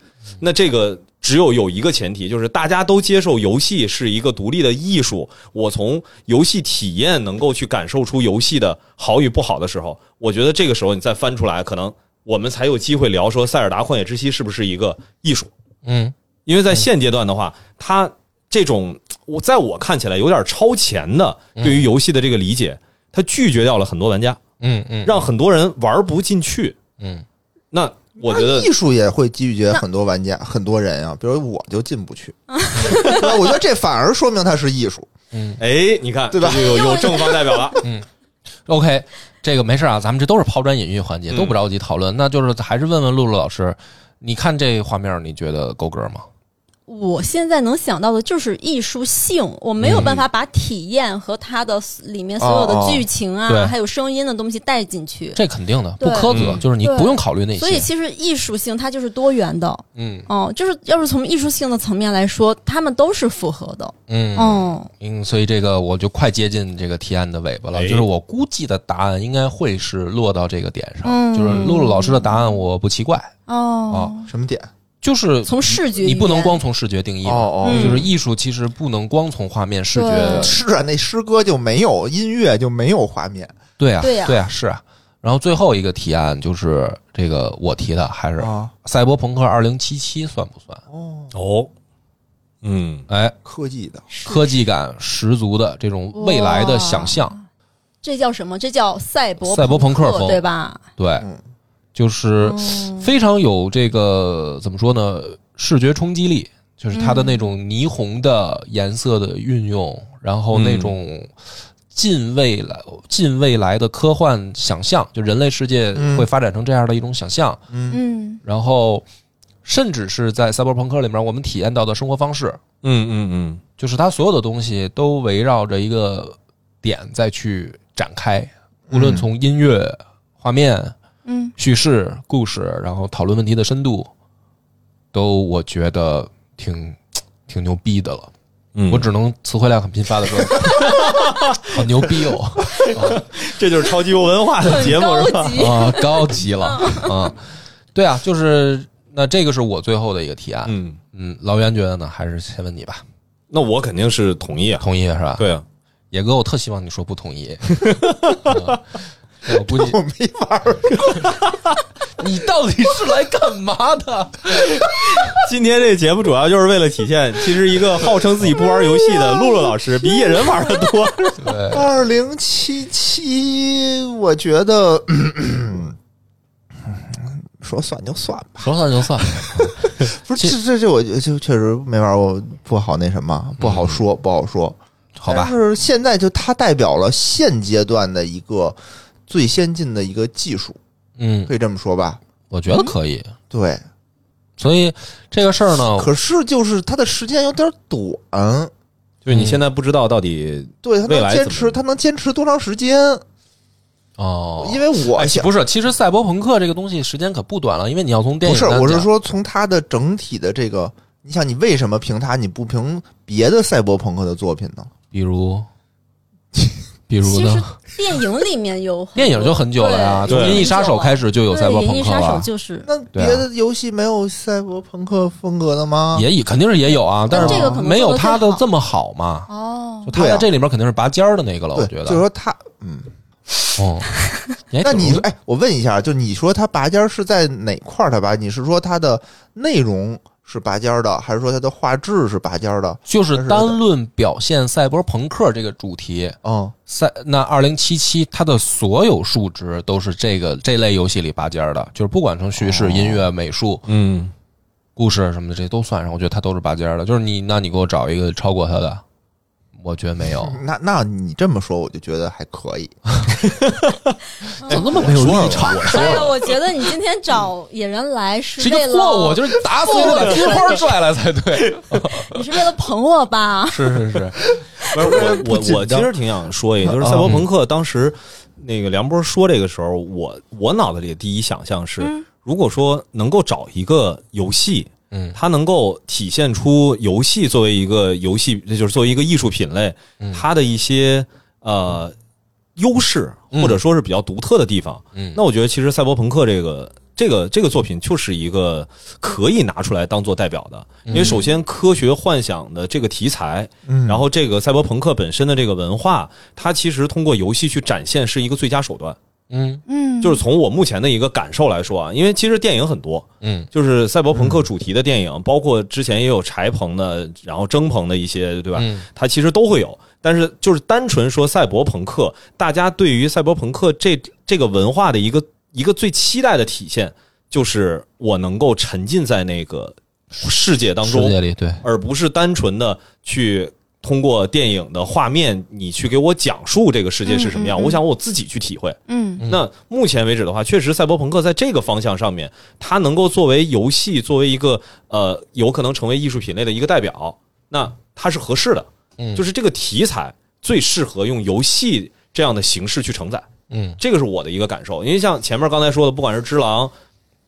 那这个只有有一个前提，就是大家都接受游戏是一个独立的艺术。我从游戏体验能够去感受出游戏的好与不好的时候，我觉得这个时候你再翻出来，可能我们才有机会聊说《塞尔达旷野之息》是不是一个艺术。嗯因为在现阶段的话，它这种我在我看起来有点超前的对于游戏的这个理解，它拒绝掉了很多玩家。嗯嗯，让很多人玩不进去。嗯，那我觉那得艺术也会拒绝很多玩家、很多人啊，比如我就进不去。对我觉得这反而说明它是艺术。哎，你看对吧这就有有正方代表了。 OK，这个没事啊，咱们这都是抛砖引玉环节，嗯都不着急讨论。那就是还是问问露露老师，你看这画面，你觉得够格吗？我现在能想到的就是艺术性，我没有嗯办法把体验和它的里面所有哦哦的剧情啊，对还有声音的东西带进去。这肯定的，不对苛责，嗯就是你对不用考虑那所以些。其实艺术性它就是多元的，嗯哦，就是要是从艺术性的层面来说，他们都是符合的，嗯嗯，嗯，所以这个我就快接近这个提案的尾巴了，哎就是我估计的答案应该会是落到这个点上，嗯就是露露老师的答案我不奇怪，哦，什么点？就是从视觉你不能语言光从视觉定义嘛，哦嗯就是艺术其实不能光从画面视觉对是啊，那诗歌就没有音乐，就没有画面。对啊，对呀啊，是啊。然后最后一个提案就是这个我提的，还是《啊，赛博朋克2077》算不算？哦，哦，嗯，哎，科技的科技感十足的这种未来的想象，这叫什么？这叫赛博赛博朋克克风对吧？对嗯，就是嗯非常有这个怎么说呢？视觉冲击力，就是它的那种霓虹的颜色的运用，然后那种近未来、近未来的科幻想象，就人类世界嗯会发展成这样的一种想象，嗯嗯然后甚至是在赛博朋克里面我们体验到的生活方式，嗯嗯嗯，就是它所有的东西都围绕着一个点再去展开，嗯无论从音乐、画面、嗯叙事、故事，然后讨论问题的深度，都我觉得挺挺牛逼的了。嗯我只能词汇量很贫乏的说， 好牛逼哦！ 这就是超级有文化的 节目是很吧？高级，啊，高级了啊！对啊，就是那这个是我最后的一个提案。嗯，嗯，老袁觉得呢？还是先问你吧，那我肯定是同意啊。同意是吧？对啊，野哥，我特希望你说不同 意。啊我估计 我没法儿，你到底是来干嘛的？今天这节目主要就是为了体现，其实一个号称自己不玩游戏的露露老师比野人玩的多。对，二零七七，我觉得。 说算就算吧，说算就算。不是这这这我就就确实没法儿，我不好那什么，不好说，不好说。好但吧，是现在就它代表了现阶段的一个最先进的一个技术，嗯，可以这么说吧？我觉得可以。对。所以这个事儿呢，可是就是它的时间有点短，就是你现在不知道到底对，它未能来坚怎么持，它能坚持多长时间？哦，因为我哎想。不是，其实赛博朋克这个东西时间可不短了，因为你要从电不影是，上我是讲，说从它的整体的这个，你想你为什么评它，你不评别的赛博朋克的作品呢？比如， 比如其实呢， 电影里面有很多电影就很久了呀，从对《银翼杀手》开始始就 有赛博银朋翼克杀手了，就是，那对别啊的游戏没有赛博朋克风格的吗？也有肯定是也有啊，但但是这个可能没有做得他更的好这么好嘛。 哦就他在这里面肯定是拔尖儿的那个了，我啊对，觉就是得。说它，嗯，哦，你还 那你挺哎，我问一下，就你说它拔尖儿是在哪块儿？它拔？你是说它的内容是拔尖儿的，还是说它的画质是拔尖儿的？就是单论表现赛博朋克这个主题，嗯，赛那二零七七它的所有数值都是这个这类游戏里拔尖儿的，就是不管从叙事、音乐、美术、嗯故事什么的这些都算上，我觉得它都是拔尖儿的。就是你，那你给我找一个超过它的，我觉得没有。那那你这么说，我就觉得还可以。怎么那么没有立场？哎呀，我觉得你今天找野人来是谁为就了过我，就是打死你把贴花拽来才对。你是为了捧我吧？是 是是，不是我不紧我我其张实挺想说一个，就是赛博朋克当时那个梁波说这个时候，我我脑子里的第一想象是，如果说能够找一个游戏，嗯它能够体现出游戏作为一个游戏，就是作为一个艺术品类，它的一些呃优势，嗯或者说是比较独特的地方。嗯那我觉得其实赛博朋克这个这个这个作品就是一个可以拿出来当做代表的，因为首先科学幻想的这个题材，嗯然后这个赛博朋克本身的这个文化，它其实通过游戏去展现是一个最佳手段。嗯 嗯，就是从我目前的一个感受来说啊，因为其实电影很多，嗯就是赛博朋克主题的电影，包括之前也有柴棚的，然后蒸棚的一些，对吧？嗯它其实都会有。但是就是单纯说赛博朋克，大家对于赛博朋克这这个文化的一个一个最期待的体现，就是我能够沉浸在那个世界当世界中，里对，而不是单纯的去。通过电影的画面，你去给我讲述这个世界是什么样，嗯嗯嗯我想我自己去体会。嗯嗯那目前为止的话，确实赛博朋克在这个方向上面，它能够作为游戏，作为一个呃，有可能成为艺术品类的一个代表，那它是合适的。嗯就是这个题材最适合用游戏这样的形式去承载，嗯这个是我的一个感受。因为像前面刚才说的，不管是《只狼》，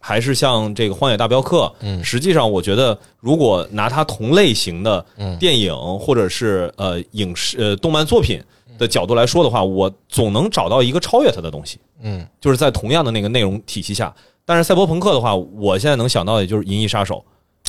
还是像这个《荒野大镖客》，嗯实际上我觉得，如果拿它同类型的嗯电影或者是呃影视呃动漫作品的角度来说的话，我总能找到一个超越它的东西。嗯就是在同样的那个内容体系下。但是赛博朋克的话，我现在能想到的也就是《银翼杀手》，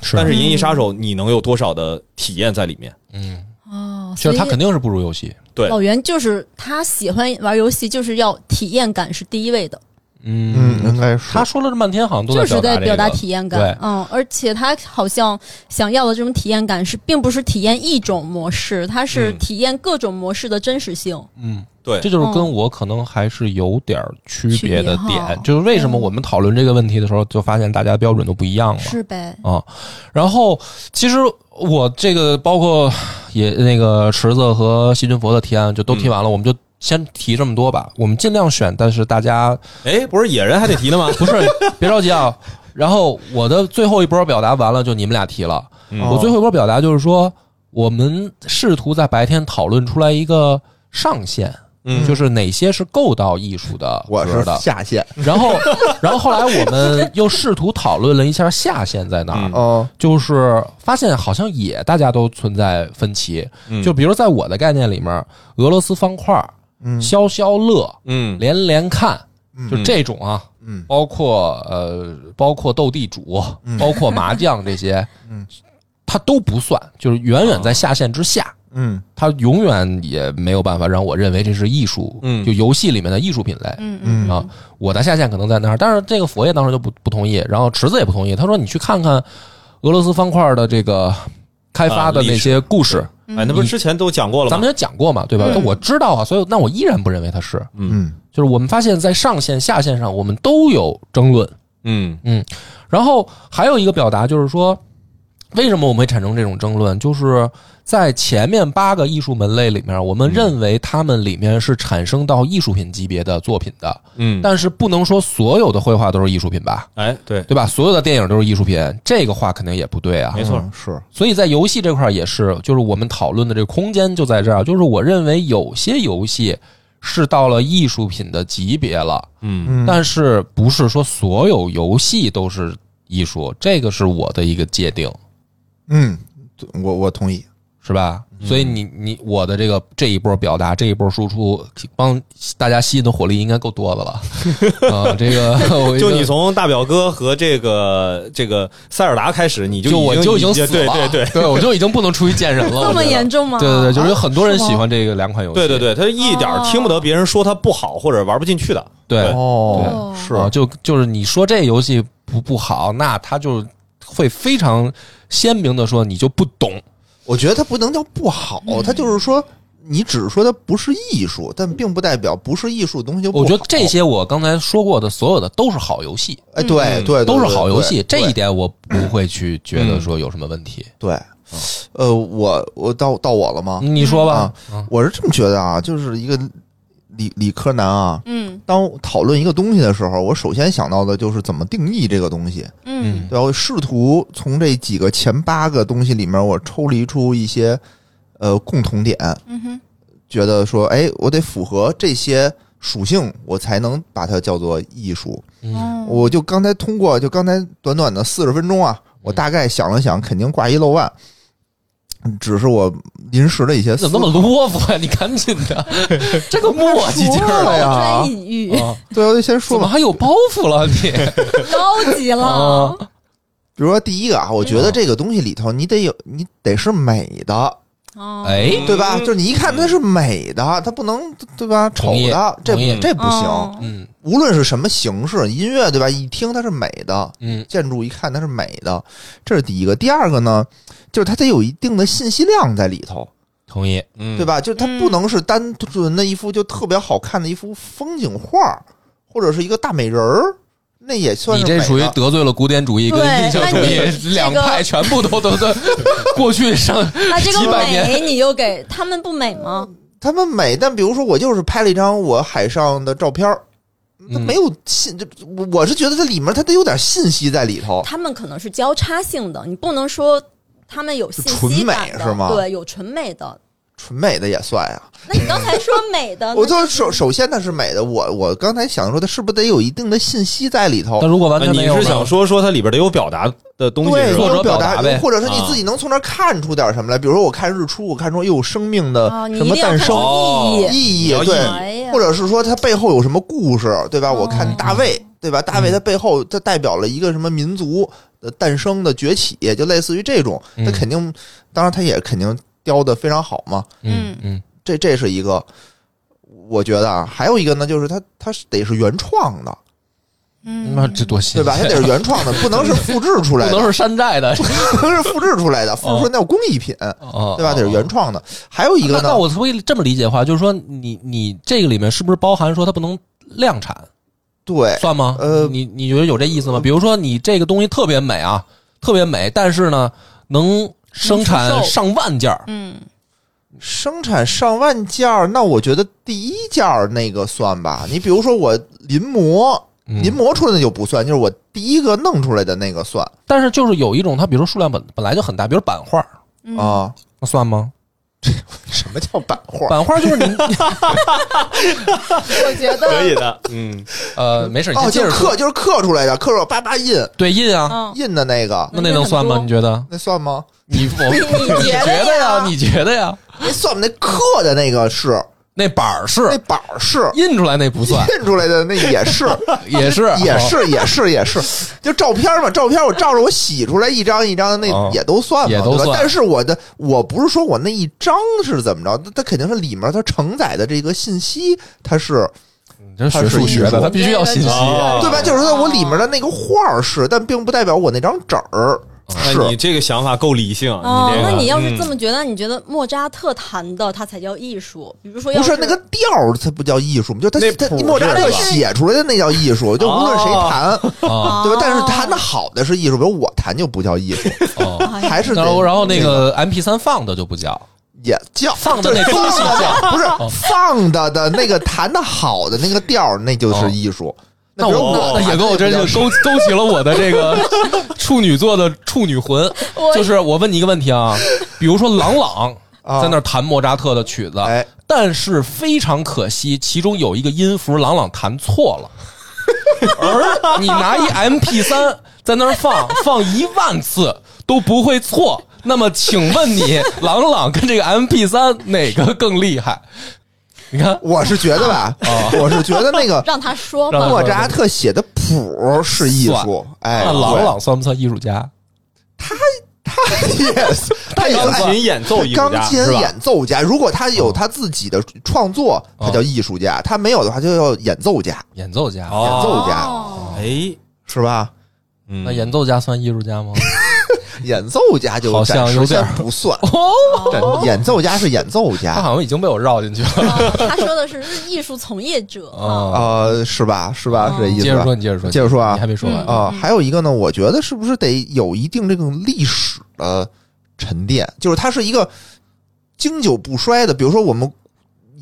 是但是《银翼杀手》你能有多少的体验在里面？嗯，哦，其实他所以肯定是不如游戏。对老袁就是他喜欢玩游戏，就是要体验感是第一位的。嗯嗯，应该是他说了这半天，好像都就是在在表表达这个体验感对，嗯，而且他好像想要的这种体验感是，并不是体验一种模式，它是嗯体验各种模式的真实性。嗯，对这就是跟嗯我可能还是有点儿区别的区别哈嗯点，就是为什么我们讨论这个问题的时候，就发现大家标准都不一样了。是呗？啊，然后其实我这个包括也那个池子和细菌佛的提案就都提完了，我们就先提这么多吧。我们尽量选，但是大家哎，不是野人还得 提呢吗？不是别着急啊。 然后我的最后一波表达完了，就你们俩提了。嗯我最后一波表达就是说，我们试图在白天讨论出来一个上限，嗯就是哪些是够到艺术的我格是的。下线然后， 然后后来我们又试图讨论了一下下限在哪儿。嗯哦，就是发现好像也大家都存在分歧。嗯就比如在我的概念里面，俄罗斯方块、嗯消消乐、嗯连连看，嗯就这种啊，嗯包括呃，包括斗地主，嗯包括麻将这些，嗯，它都不算，就是远远在下限之下。嗯它永远也没有办法让我认为这是艺术，嗯就游戏里面的艺术品类。嗯嗯啊，我的下限可能在那儿。但是这个佛爷当时就不不同意，然后池子也不同意，他说你去看看俄罗斯方块的这个开发的那些故事，哎，那不是之前都讲过了咱吗们？也讲过嘛，对吧？嗯但我知道啊，所以那我依然不认为它是。嗯就是我们发现，在上限、下限上，我们都有争论。嗯然后还有一个表达就是说，为什么我们会产生这种争论？就是在前面八个艺术门类里面，我们认为它们里面是产生到艺术品级别的作品的，嗯，但是不能说所有的绘画都是艺术品吧？哎，对，对吧？所有的电影都是艺术品，这个话肯定也不对啊没。错嗯是所以在游戏这块儿也是，就是我们讨论的这个空间就在这儿，就是我认为有些游戏是到了艺术品的级别了，嗯嗯但是不是说所有游戏都是艺术，这个是我的一个界定，嗯，我我同意，是吧？嗯所以你你我的这个这一波表达，这一波输出，帮大家吸引的火力应该够多的 了。啊、这个 我就你从大表哥和这个这个塞尔达开始，你就我就就已经对死了，对对对，我就已经不能出去见人了。这我觉么得严重吗？对对对，就是有很多人是吗喜欢这个两款游戏。对对对，他一点啊儿听不得别人说他不好或者玩不进去的。对，哦对是啊就就是你说这游戏不不好，那他就会非常鲜明的说你就不懂。我觉得它不能叫不好，它就是说，你只是说它不是艺术，但并不代表不是艺术的东西就不好。我觉得这，些我刚才说过的所有的都是好游戏，哎，对嗯对，对都是好游戏，这对嗯一点我不会去觉得说有什么问题。对，呃，我我到到我了吗？你说吧啊，我是这么觉得啊，就是一个理理科男啊，嗯当讨论一个东西的时候，我首先想到的就是怎么定义这个东西，嗯对吧？我试图从这几个前八个东西里面，我抽离出一些呃共同点，嗯哼觉得说，哎，我得符合这些属性，我才能把它叫做艺术。嗯，哦我就刚才通过就刚才短短的四十分钟嗯啊，我大概想了想，肯定挂一漏万，只是我临时的一些你思怎考。么那么啰嗦呀？你赶紧的， 这个磨叽劲儿了呀抛砖引玉，啊，对，我就先怎说么吧。还有包袱了你？高 级了啊，哦比如说第一个啊，我觉得这个东西里头，你得有，你得是美的，哦 哎对吧？嗯就是你一看它是美的，它不能对吧？丑同意的，这同意这不行。哦嗯无论是什么形式，音乐对吧？一听它是美的，嗯建筑一看它是美的，这是第一个。第二个呢，就是它得有一定的信息量在里头，同意。嗯对？吧？就是它嗯不能是单纯的一幅就特别好看的一幅风景画，或者是一个大美人儿，那也算你是这美属于的得罪了古典主义跟对印象主那你这义个两派，全部都都都过去上哦那这几个百年美你又给他们不美 吗？他们美，但比如说我就是拍了一张我海上的照片儿，那嗯没有信，这我我是觉得它里面它得有点信息在里头。他们可能是交叉性的，你不能说他们有信息感纯的，美是吗对，有纯美的。纯美的也算呀、那你刚才说美的， 我就首首先它是美的，我我刚才想说它是不是得有一定的信息在里头那？如果完呃全你没有呢，是想说说它里边得有表达的东西对，是吧作？者有表表达呗或者是你自己能从那儿看出点什么来。比如说，我看日出，我看出哟，生命的啊，你什一么定要诞看生、出意义。意你义，要对意义，哎呀哦或者是说它背后有什么故事，对吧？我看大卫，对吧？大卫他背后他代表了一个什么民族的诞生的崛起，就类似于这种，嗯他肯定，当然他也肯定雕的非常好嘛，嗯嗯这这是一个，我觉得啊，还有一个呢，就是它它是得是原创的，嗯那这多新对鲜，吧？它得是原创的，不能是复制出来 不的，能是山寨 的，不能是复制出来的，复制出来那有工艺品，对哦吧？得是原创的。还有一个嗯那呢那，我可不可以这么理解的话，就是说你你这个里面是不是包含说它不能量产，对，算吗？呃你你觉得有这意思吗？比如说你这个东西特别美啊，特别美，但是呢，能生能产出售上万件儿，嗯，生产上万件儿，那我觉得第一件儿那个算吧。你比如说我临摹，嗯临摹出来的就不算，就是我第一个弄出来的那个算但是就是有一种它，比如说数量本本来就很大，比如版画，嗯，啊。那算吗？什么叫版画？版画就是 你我觉可以得，的，嗯，呃，没事，你哦，先接就着是说。刻，就是刻出来的，刻出来叭叭印对印啊，嗯，印的那个，那那能算吗？嗯你觉 得？那算吗？你我你觉觉得得呀？呀你觉得呀？那算吗？那刻的那个是，那板儿是那板儿是。印出来那不算，印出来的那也是，也是 也是，也是，也是，就照片嘛，照片我照着我洗出来一张一张的，哦那也都算嘛，也都对吧算但是我的我不是说我那一张是怎么着，它它肯定是里面它承载的这个信息，它是你这它学是数艺学的，术他必须要信息。啊哦对吧？就是说我里面的那个画儿是，但并不代表我那张纸儿哦是那。你这个想法够理性，哦，这个那你要是这嗯么觉得，你觉得莫扎特弹的它才叫艺术？比如说，不要是那个调儿，它不叫艺术嘛，就它那它谱儿莫扎特是吧写出来的那叫艺术，就无论谁哦弹，啊对吧？但是哦弹的好的是艺术，比如我弹就不叫艺术，哦， 哎还是然得后然后那这个 M P 三放的就不叫，也叫放的那就是东西放的叫哦 不是放的的那个弹的好的那个调儿，那就是艺术。哦那比如我我那也跟我这就就勾勾起了我的这个处女座的处女魂。我就是我问你一个问题啊，比如说郎朗啊在那儿弹莫扎特的曲子，哎但是非常可惜，其中有一个音符郎朗弹错了，而你拿一 M P 三在那儿放放一万次都不会错。那么，请问你郎朗跟这个 M P 三哪个更厉害？你看，我是觉得吧，哦我是觉得 那个让他说让他吧，莫扎特写的谱儿是艺术，哎，那郎对朗算不算艺术家？ yes，他也嗯哎钢琴演奏艺术钢家琴是吧？演奏家，如果他有他自己的创作，他叫艺术哦家；他没有的话，就叫演奏家，演奏家，哦演奏家哦哎，是吧？嗯那演奏家算艺术家吗？演奏家就好像暂时有点先不 算，哦但演奏家是演 奏他家，好像已经被我绕进去 了。哦他说的是是艺术从业者啊，啊，呃，是吧？是吧？是这意接思着吧说，？你接着说，接着说啊你还没说完嗯啊、还有一个呢，我觉得是不是得有一定这种历史的沉淀，就是它是一个经久不衰的。比如说我们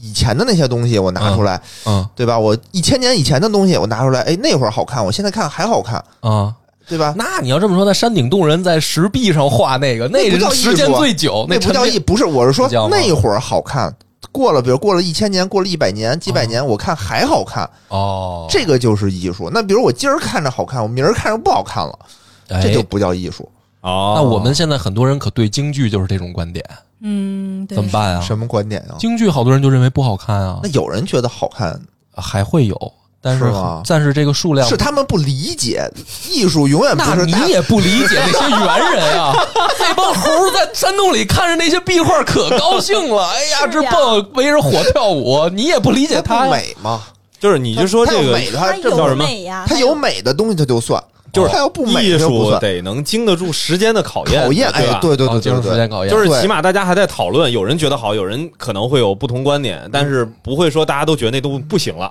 以前的那些东西，我拿出来，嗯对吧？我一千年以前的东西，我拿出来，哎，那会儿好看，我现在看还好看，啊。对吧？那你要这么说，那山顶洞人在石壁上画那个，那那不叫啊人时间最久，那哦不沉叫淀一，不是，我是说不叫吗那会儿好看。过了，比如过了一千年，过了一百年、几百年，我看还好看，哦，这个就是艺术。那比如我今儿看着好看，我明儿看着不好看了，这就哎。不叫艺术。哦，那我们现在很多人可对京剧就是这种观点，嗯，对怎么？办啊？什么观点啊？京剧好多人就认为不好看啊那，有人觉得好看，还会有，但是是吗但是这个数量啊是他们不理解，艺术永远不那是你大也不理解那些猿人啊，那帮猴儿在山洞里看着那些壁画可高兴了，哎呀，是这呀蹦围着火跳舞，你也不理解它他不呀。美吗？就是你就说它这有个美的，他它这叫有什么美啊呀，它有美的东西，它就算；就是它要不美，艺它就不术算。得能经得住时间的考验，考验，哎对吧，？哦对对对接对哦受时对间，考验，就是对起码大家还在讨论，有人觉得好，有人可能会有不同观点，但是嗯不会说大家都觉得那都不行了。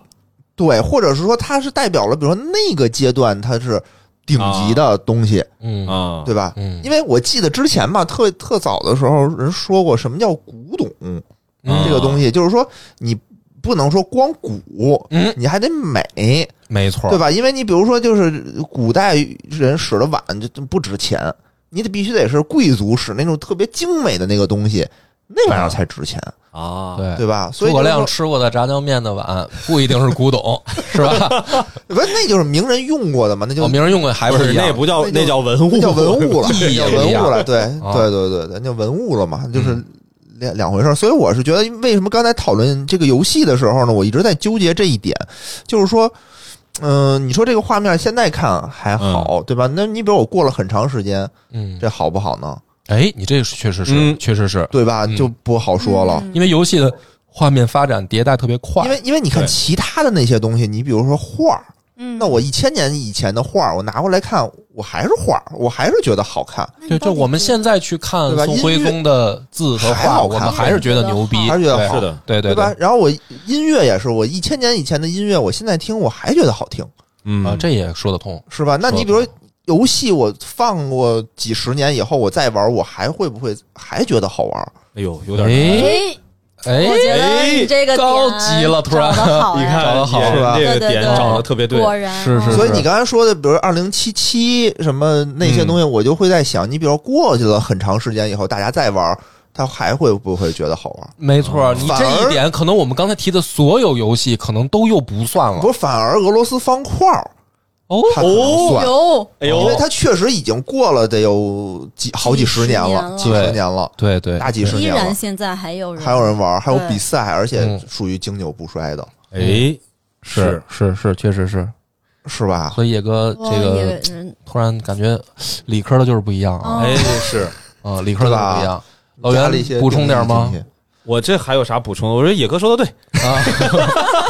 对，或者是说它是代表了，比如说那个阶段它是顶级的东西，嗯啊，对吧？嗯因为我记得之前吧，特特早的时候，人说过什么叫古董、啊嗯这个东西，就是说你不能说光古，嗯你还得美，没错对吧？因为你比如说，就是古代人使的碗就就不值钱，你得必须得是贵族使那种特别精美的那个东西，那玩意儿才值钱，啊，对对吧？所哎诸以就葛是亮说吃过的炸酱面的碗不一定是古董， 是吧？不是，那就是名人用过的嘛，那就我哦名人用的还不不是一那也样。不叫那就那叫文物，那叫文物了，意义那 叫也不一文样物了，对啊嗯对对对对，那叫文物了嘛，就是两两回事儿。所以我是觉得，为什么刚才讨论这个游戏的时候呢，我一直在纠结这一点，就是说。嗯，你说这个画面现在看还好，对吧？那你比如我过了很长时间，嗯，这好不好呢？哎，你这是确实是，嗯确实是对吧？嗯就不好说了。嗯因为游戏的画面发展迭代特别快因，为因为你看对其他的那些东西，你比如说画儿，嗯，那我一千年以前的画儿，我拿过来看，我还是画儿，我还是觉得好看，那你对，到就底我们现在去看对吧宋徽宗的字和还画，好我看们还是觉得牛逼，还是觉得对好，是的，对对吧？然后我音乐也是，我一千年以前的音乐，我现在听我还觉得好听，嗯啊，这也说得通。是吧？那你说比如说游戏，我放过几十年以后，我再玩，我还会不会还觉得好玩？哎呦有点难。哎哎，哎我，觉得你这个点高级了突然找得好你呀看找得好也是吧这个对对点对找的特别对，果然是是嗯是所以你刚才说的，比如二零七七什么那些嗯东西，我就会在想，你比如过去了很长时间以后，大家再玩，他还会不会觉得好玩？没错，嗯你反这而一点可能我们刚才提的所有游戏可能都又不算了不。是，反而俄罗斯方块儿哦它可能算，有哎因为呦，它确实已经过了得有几好几十年了，几几十年了十年了，对对，大几十依年然了，现在还有人还有人玩，还有对比赛，而且嗯属于经久不衰的，哎，是是是，确实是。是吧？所以野哥哇这也个嗯突然感觉理科的就是不一样啊，哦哎是。嗯啊，理科的就是不一样。老袁加了一些补充点吗定义进去？我这还有啥补充？我说野哥说的对，啊，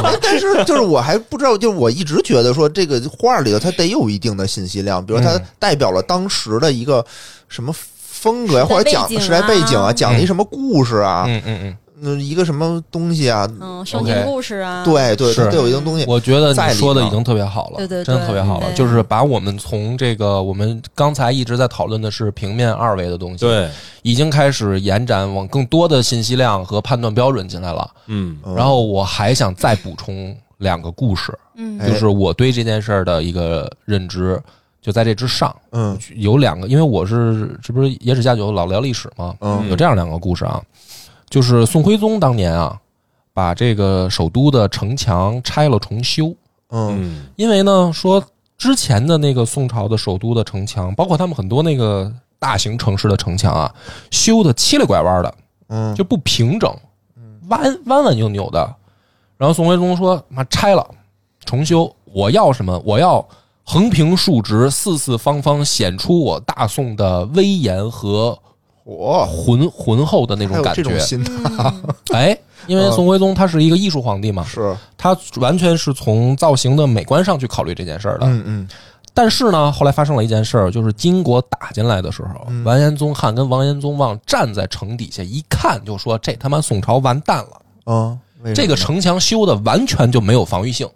哎但是就是我还不知道，就是我一直觉得说这个画里头它得有一定的信息量，比如它嗯代表了当时的一个什么风格呀，时代或者讲背景啊时代背景啊，讲了一什么故事啊，嗯嗯那一个什么东西啊，嗯，圣经 OK 故事啊，对对，是它得有一定嗯，东西。我觉得在你理说的呢已经特别好了，对对对真的特别好了，对就是把我们从这个我们刚才一直在讨论的是平面二维的东西，，对，已经开始延展往更多的信息量和判断标准进来了。嗯嗯然后我还想再补充两个故事，嗯，哎就是我对这件事儿的一个认知，就在这之上嗯有两个，因为我是这不是野史下酒老聊历史吗？嗯有这样两个故事啊，就是宋徽宗当年啊，把这个首都的城墙拆了重修，嗯嗯因为呢说之前的那个宋朝的首都的城墙，包括他们很多那个大型城市的城墙啊，修的七里拐弯的，嗯，就不平整，弯弯弯扭扭的。然后宋徽宗说：“妈拆了，重修。我要什么？我要横平竖直，四四方方，显出我大宋的威严和我浑浑厚的那还种有感这种觉。心态嗯哎，因为嗯宋徽宗他是一个艺术皇帝嘛，是，他完全是从造型的美观上去考虑这件事儿的。嗯嗯但是呢，后来发生了一件事儿，就是金国打进来的时候，嗯完颜宗翰跟王延宗望站在城底下，一看就说：这他妈宋朝完蛋了。”嗯，为什这么个呢城墙修的完全就没有防御性。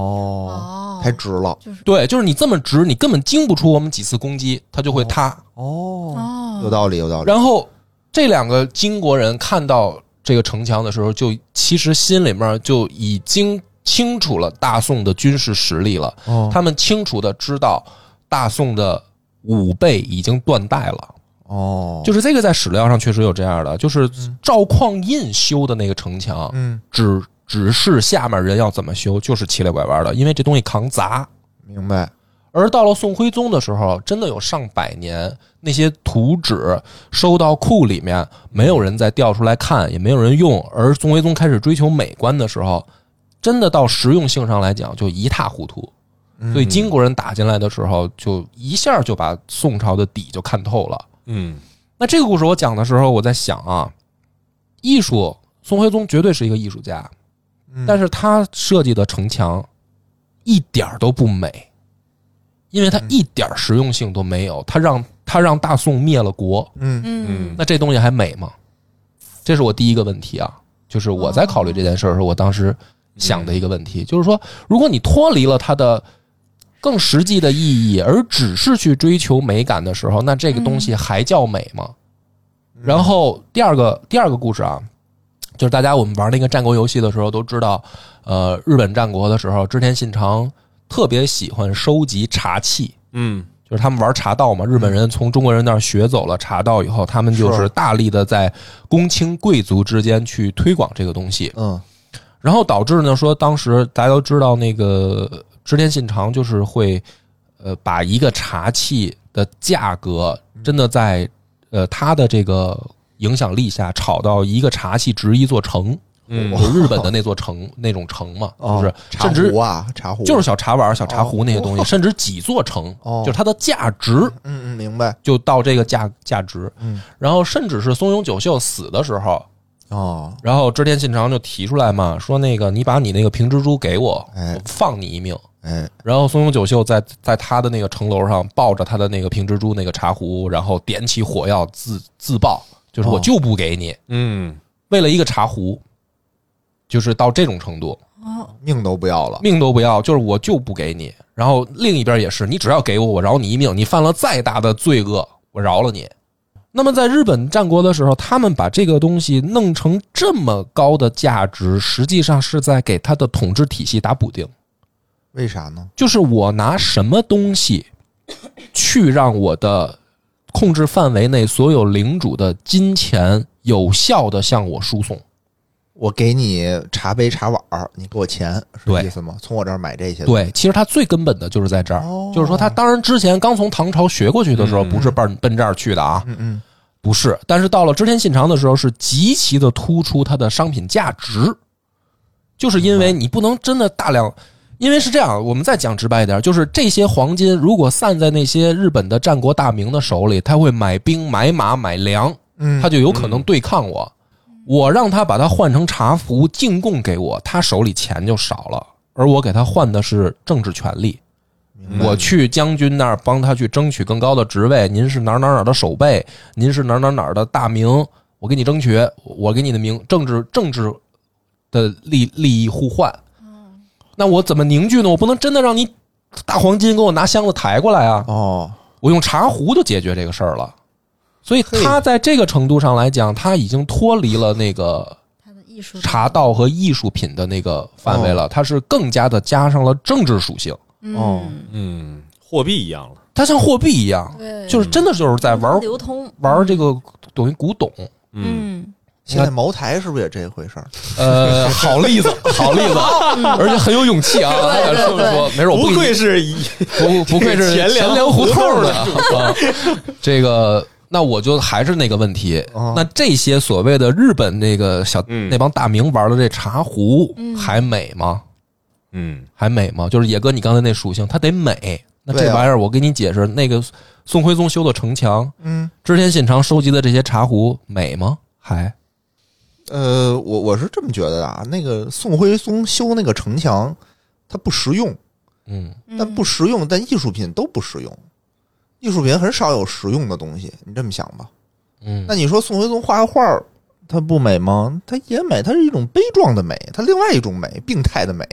哦哦，太直了对，就是你这么直，你根本经不出我们几次攻击，它就会塌。哦，有哦，道理有道理，然后这两个金国人看到这个城墙的时候，就其实心里面就已经清楚了大宋的军事实力了。哦他们清楚的知道大宋的武备已经断代了。哦就是这个在史料上确实有这样的，就是赵匡胤修的那个城墙，嗯，只只是下面人要怎么修，就是七里拐弯的，因为这东西扛砸。明白，而到了宋徽宗的时候，真的有上百年那些图纸收到库里面，没有人再调出来看，也没有人用。而宋徽宗开始追求美观的时候，真的到实用性上来讲就一塌糊涂。嗯所以金国人打进来的时候，就一下就把宋朝的底就看透了。嗯那这个故事我讲的时候，我在想啊，艺术，宋徽宗绝对是一个艺术家，嗯但是他设计的城墙一点儿都不美，因为它嗯一点儿实用性都没有。他让他让大宋灭了国，嗯嗯，那这东西还美吗？这是我第一个问题啊，就是我在考虑这件事儿的时候，我当时想的一个问题，就是说，如果你脱离了它的更实际的意义，而只是去追求美感的时候，那这个东西还叫美吗？然后第二个第二个故事啊，就是大家我们玩那个战国游戏的时候都知道，呃，日本战国的时候，织田信长特别喜欢收集茶器，嗯就是他们玩茶道嘛。日本人嗯从中国人那儿学走了茶道以后，他们就是是大力的在公卿贵族之间去推广这个东西，嗯然后导致呢说当时大家都知道那个织田信长就是会，呃，把一个茶器的价格真的在呃他的这个影响力下炒到一个茶器值一座城，嗯就哇日本的那座城那种城嘛，哦就是茶甚至壶啊茶壶就是小茶碗、小茶壶那些东 西，哦甚至几座城，哦就是它的价值嗯嗯明白就到这个价价值。嗯然后甚至是松永久秀死的时候，哦，然后织田信长就提出来嘛，说那个你把你那个平蜘蛛给我，哎我放你一命。哎，然后松永久秀在在他的那个城楼上抱着他的那个平蜘蛛那个茶壶，然后点起火药自自爆，就是我哦就不给你，嗯，为了一个茶壶，就是到这种程度，哦，命都不要了，命都不要，就是我就不给你。然后另一边也是，你只要给我，我饶你一命，你犯了再大的罪恶，我饶了你。那么在日本战国的时候，他们把这个东西弄成这么高的价值，实际上是在给他的统治体系打补丁。为啥呢？就是我拿什么东西去让我的控制范围内所有领主的金钱有效的向我输送。我给你茶杯茶碗儿，你给我钱，是这对意思吗？从我这儿买这些，，对，其实它最根本的就是在这儿，哦就是说他当然之前刚从唐朝学过去的时候，嗯不是奔奔这儿去的啊，嗯嗯，不是。但是到了织田信长的时候，是极其的突出它的商品价值，就是因为你不能真的大量。因为是这样，我们再讲直白一点，就是这些黄金如果散在那些日本的战国大名的手里，他会买兵、买马、买粮，嗯，他就有可能对抗我。我让他把它换成茶服进贡给我，他手里钱就少了，而我给他换的是政治权利。明白嗯我去将军那儿帮他去争取更高的职位。您是哪儿哪儿哪儿的守备，您是哪儿哪儿哪儿的大名，我给你争取，我给你的名政治政治的利利益互换。那我怎么凝聚呢？我不能真的让你大黄金给我拿箱子抬过来啊！哦，我用茶壶就解决这个事儿了。所以他在这个程度上来讲，他已经脱离了那个他的艺术茶道和艺术品的那个范哦围了，他是更加的加上了政治属性，哦嗯，嗯，货币一样了，它像货币一样，对，就是真的就是在玩流通玩这个等于古 董。嗯，现在茅台是不是也这回事儿？呃，好例子，好 例子，而且很有勇气啊！对对对说说，没准我不不愧是不不愧是钱粮钱粮胡同的啊。这个，那我就还是那个问题，哦那这些所谓的日本那个小、嗯那帮大明玩的这茶壶嗯还美吗？嗯还美吗？就是野哥，你刚才那属性，它得美。那这对啊玩意儿，我给你解释，那个宋徽宗修的城墙，嗯，织田信长收集的这些茶壶美吗？还呃，我我是这么觉得的啊，那个宋徽宗修那个城墙，它不实用，嗯，但不实用，但艺术品都不实用。艺术品很少有实用的东西，你这么想吧？嗯，那你说宋徽宗画个画儿，它不美吗？它也美，它是一种悲壮的美，它另外一种美，病态的美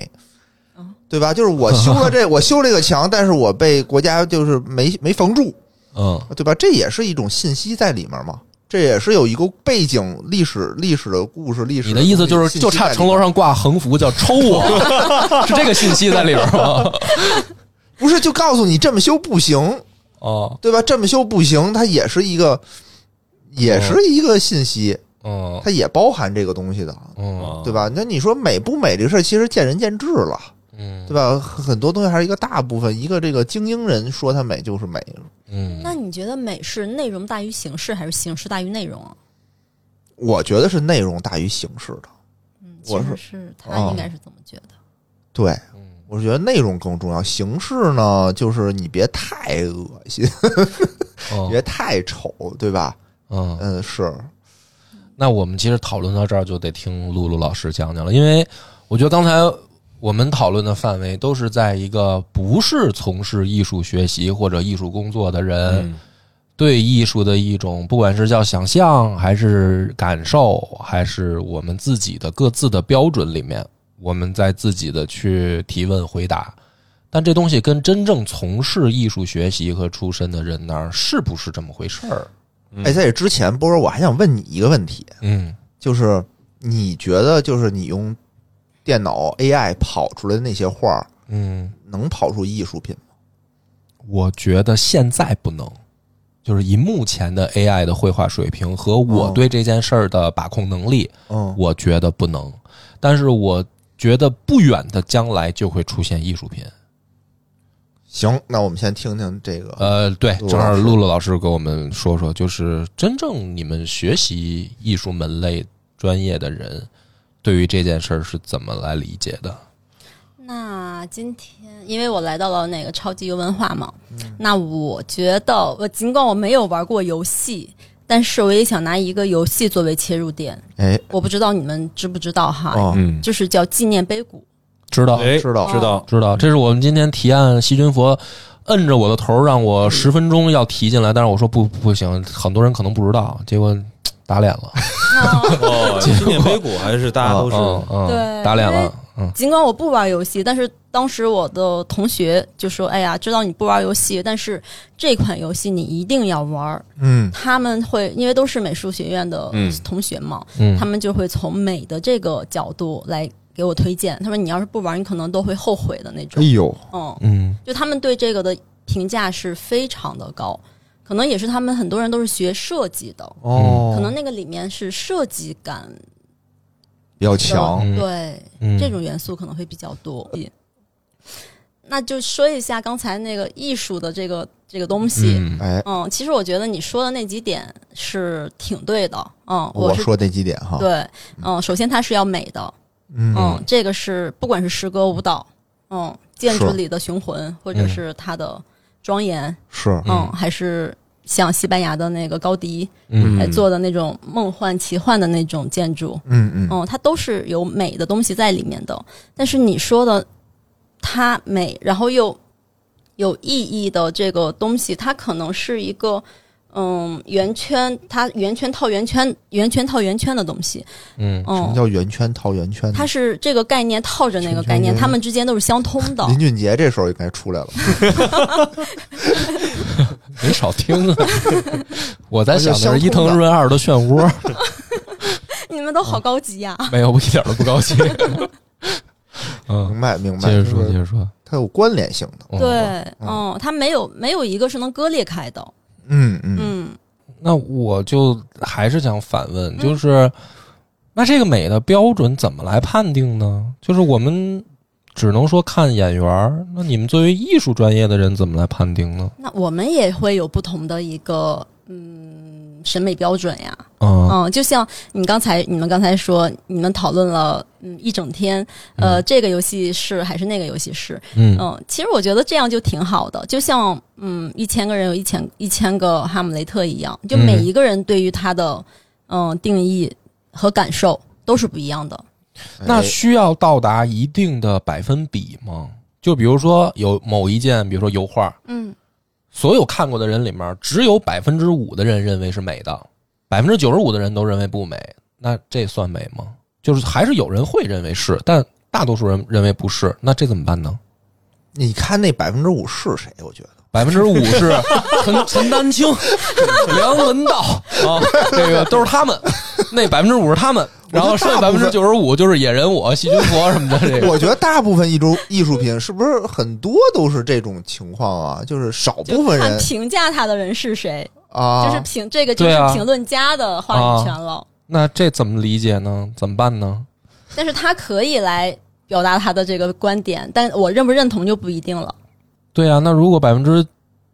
嗯，对吧？就是我修了 这，我修这个墙，但是我被国家就是没没防住，嗯对吧？这也是一种信息在里面嘛，这也是有一个背景、历史、历史的故事、历史你的意思就东是西就差城楼，信息在里面上挂横幅叫抽我， 是这个信息在里边吗？不是就告诉你这么修不行，哦，对吧？这么修不行，它也是一个，也哦是一个信息，嗯它也包含这个东西的，啊嗯对吧？那你说美不美这个事儿，其实见仁见智了，嗯对吧？很很多东西还是一个大部分，一个这个精英人说它美就是美，嗯，那你觉得美是内容大于形式，还是形式大于内容啊？我觉得是内容大于形式的，嗯，我其实是是哦他应该是这么觉得。对。嗯我觉得内容更重要，形式呢，就是你别太恶心，哦别太丑，对吧？嗯，嗯，是，那我们其实讨论到这儿就得听露露老师讲讲了，因为我觉得刚才我们讨论的范围都是在一个不是从事艺术学习或者艺术工作的人、嗯对艺术的一种，不管是叫想象还是感受，还是我们自己的各自的标准里面，我们在自己的去提问回答。但这东西跟真正从事艺术学习和出身的人那儿是不是这么回事儿？嗯哎，在这之前，波儿，我还想问你一个问题，嗯就是你觉得，就是你用电脑 AI 跑出来的那些画儿，嗯，能跑出艺术品吗？我觉得现在不能，就是以目前的 AI 的绘画水平和我哦对这件事儿的把控能力，嗯，我觉得不能。但是我觉得不远的将来就会出现艺术品。哦行，那我们先听听这个。呃，对，陆正好老师露露老师给我们说说，就是真正你们学习艺术门类专业的人，对于这件事儿是怎么来理解的？那今天，因为我来到了那个嗯超级游文化嘛，那我觉得，我尽管我没有玩过游戏，但是我也想拿一个游戏作为切入点，哎，我不知道你们知不知道哈，哦，嗯，就是叫纪念 碑谷。知道哎，知道知道，哦知道，这是我们今天提案细菌佛。摁着我的头，让我十分钟要提进来，但是我说不不行，很多人可能不知道，结果打脸了， 哦，纪念碑谷还是大家都嗯是嗯，对打脸因为了，嗯，尽管我不玩游戏，但是当时我的同学就说：“哎呀，知道你不玩游戏，但是这款游戏你一定要玩儿。”嗯他们会因为都是美术学院的嗯同学嘛，嗯他们就会从美的这个角度来给我推荐。他说：“你要是不玩，你可能都会后悔的那哎种。呦，”嗯，嗯就他们对这个的评价是非常的高，可能也是他们很多人都是学设计的，哦，可能那个里面是设计感比较的强，嗯对，嗯，这种元素可能会比较多。那就说一下刚才那个艺术的这个这个东西，嗯哎，嗯，其实我觉得你说的那几点是挺对的，嗯，我是说那几点哈，对，嗯，首先它是要美的，嗯，嗯这个是不管是诗歌、舞蹈，嗯，建筑是里的雄浑，或者嗯是它的庄严，是，嗯，还是像西班牙的那个高迪嗯来嗯哎做的那种梦幻奇幻的那种建筑，嗯嗯嗯，它都是有美的东西在里面的。但是你说的它美，然后又有意义的这个东西，它可能是一个嗯圆圈，它圆圈套圆圈，圆圈套圆圈的东西。嗯什么嗯，叫圆圈套圆圈呢？它是这个概念套着那个概念，它们之间都是相通的。林俊杰这时候应该出 来了，没少 听啊！我在想的而是且伊相藤通的润二的漩涡， 你们都好高级呀、没有，我一点都不高 兴。嗯，明白明白，接着说，就接是着说。它有关联性的，嗯，对，嗯嗯，它没有没有一个是能割裂开的。嗯嗯嗯，那我就还是想反问，就是那这个美的标准怎么来判定呢？就是我们只能说看眼缘儿，那你们作为艺术专业的人怎么来判定呢？那我们也会有不同的一个嗯审美标准呀。嗯嗯，就像你刚才你们刚才说，你们讨论了嗯一整天，呃，这个游戏是还是那个游戏是，嗯嗯，其实我觉得这样就挺好的，就像嗯一千个人有一千一千个哈姆雷特一样，就每嗯一个人对于他的嗯定义和感受都是不一样的。那哎需要到达一定的百分比吗？就比如说有某一件，比如说油画，嗯，所有看过的人里面，只有百分之五的人认为是美的，百分之九十五的人都认为不美。那这算美吗？就是还是有人会认为是，但大多数人认为不是。那这怎么办呢？你看那百分之五是谁？我觉得百分之五是陈 陈丹青、梁文道啊，这个都是他们。那百分之五是他们，然后剩下百分之九十五就是野人我、细菌佛什么的。这个我觉得大部分艺术艺术品是不是很多都是这种情况啊？就是少部分看人评价他的人是谁，啊，就是评这个就对是啊评论家的话语权了，那这怎么理解呢？怎么办呢？但是他可以来表达他的这个观点，但我认不认同就不一定了。对啊，那如果百分之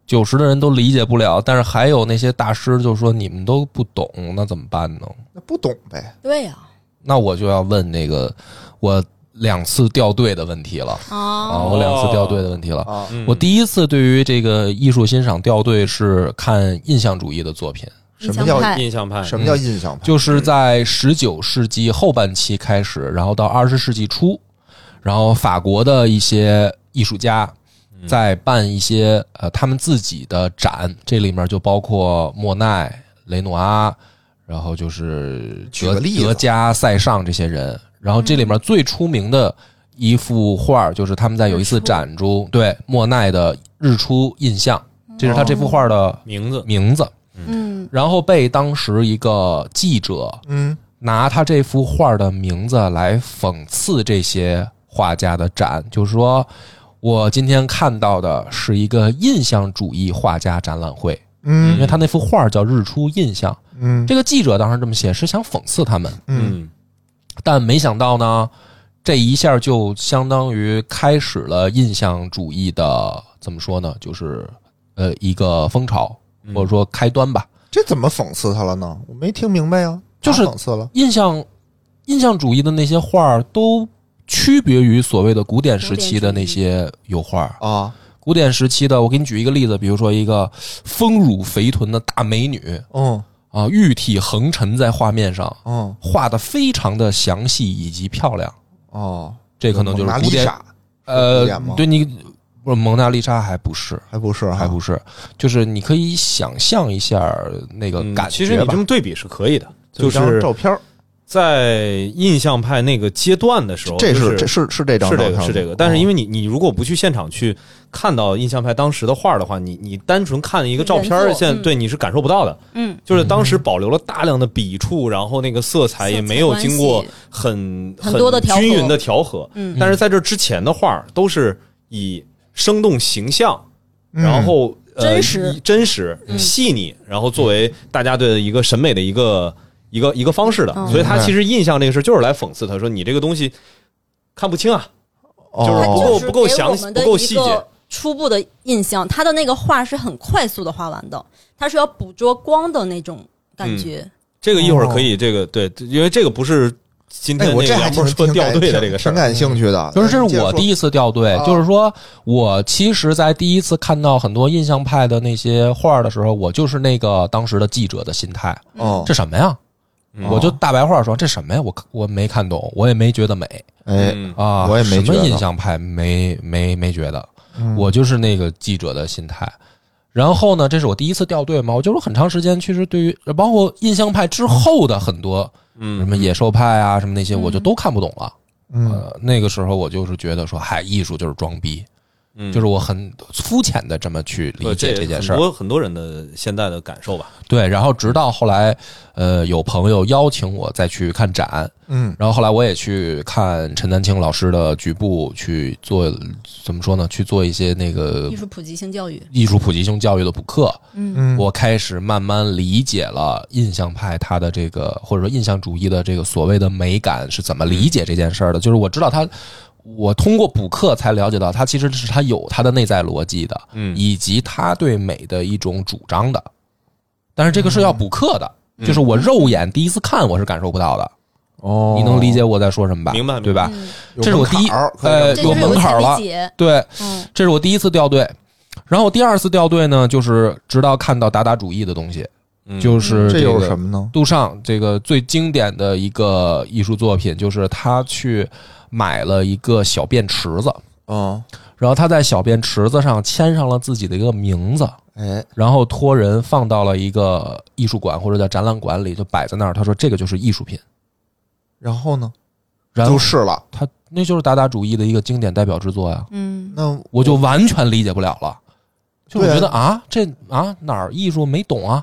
九十的人都理解不了，但是还有那些大师就说你们都不懂，那怎么办呢？那不懂呗。对呀、那我就要问那个我两次掉队的问题了啊，哦，我两次掉队的问题了。啊，嗯我第一次对于这个艺术欣赏掉队是看印象主义的作品，什么叫印象派印象派什么叫印象派？就是在十九世纪后半期开始，然后到二十世纪初，然后法国的一些艺术家嗯在办一些呃他们自己的展，这里面就包括莫奈、雷诺阿，然后就是举个德例子德加、塞尚这些人。然后这里面最出名的一幅画儿就是他们在有一次日出展中对莫奈的《日出印象》，这是他这幅画的名字名字。嗯，然后被当时一个记者嗯，拿他这幅画的名字来讽刺这些画家的展，就是说我今天看到的是一个印象主义画家展览会，因嗯为他那幅画叫《日出印象》。嗯这个记者当时这么写是想讽刺他们，嗯，但没想到呢，这一下就相当于开始了印象主义的怎么说呢，就是呃一个风潮嗯或者说开端吧。这怎么讽刺他了呢？我没听明白啊，就是哪讽刺了。印象印象主义的那些画儿都区别于所谓的古典时期的那些油画儿。啊，古典时期的，我给你举一个例子，比如说一个丰乳肥臀的大美女嗯，啊，玉体横陈在画面上，嗯画的非常的详细以及漂亮。哦，这可能就是蒙娜古丽典莎，古呃典吗，对你不是蒙娜丽莎还不是，还不是哈还不是，就是你可以想象一下那个嗯感其实你觉吧这。么对比是可以的，就啊就一张是照片儿，在印象派那个阶段的时候，这就是这是是这张是照这片个吗是这个，但是哦因为你你如果不去现场去看到印象派当时的画的话，你你单纯看一个照片儿，原作现在嗯对你是感受不到的。嗯，就是当时保留了大量的笔触，然后那个色彩也没有经过色彩关系很很多的调和均匀的调和。嗯但是在这之前的画儿都是以生动形象，嗯然后呃真实以真实、嗯细腻，然后作为大家对一个审美的一个一个一个方式的。嗯所以他其实印象这个事儿就是来讽刺他说你这个东西看不清啊，哦就是它不就够是不够给我详们细的不够一细个节初步的印象，他的那个画是很快速的画完的，他是要捕捉光的那种感觉。这个一会儿可以，这个对，因为这个不是今天哎，那我个这还梁挺博说挺掉感队的挺这个事挺儿。感哎兴趣的。不嗯是，这接是着我说第一次掉队，啊就是说我其实，在第一次看到很多印象派的那些画儿的时候，我就是那个当时的记者的心态。哦，这什么呀？嗯我就大白话说，这什么呀？我我没看懂，我也没觉得美哎，嗯啊，我也没什么觉得印象派，没没没觉得，嗯我就是那个记者的心态。然后呢，这是我第一次掉队嘛，我就是很长时间，其实对于包括印象派之后的很多什嗯，么野兽派啊，什么那些，我就都看不懂了。嗯呃，那个时候我就是觉得说，嗨，艺术就是装逼，嗯就是我很肤浅的这么去嗯理对解这这件事儿很。多很多人的现在的感受吧。对，然后直到后来，呃，有朋友邀请我再去看展，嗯然后后来我也去看陈丹青老师的局部去做，怎么说呢？去做一些那个艺术普及性教育，艺术普及性教育的补课。嗯嗯，我开始慢慢理解了印象派它的这个或者说印象主义的这个所谓的美感是怎么理解这件事儿的。就是我知道它，我通过补课才了解到它其实是它有它的内在逻辑的，嗯以及它对美的一种主张的。但是这个是要补课的，嗯就是我肉眼第一次看我是感受不到的。哦，你能理解我在说什么吧？明白明白对吧？嗯，有这是我门槛第一儿可以呃这这啊有么说就是门槛儿了有一些理解对，嗯这是我第一次掉队。然后我第二次掉队呢，就是直到看到达达主义的东西，嗯就是这有个什么呢？杜尚这个最经典的一个艺术作品，就是他去买了一个小便池子，嗯，然后他在小便池子上签上了自己的一个名字，哎，然后托人放到了一个艺术馆或者叫展览馆里，就摆在那儿。他说这个就是艺术品，然后呢？然后就是了。他那就是达达主义的一个经典代表之作呀，嗯，那我就完全理解不了了，就我对啊觉得啊，这啊哪儿艺术没懂啊？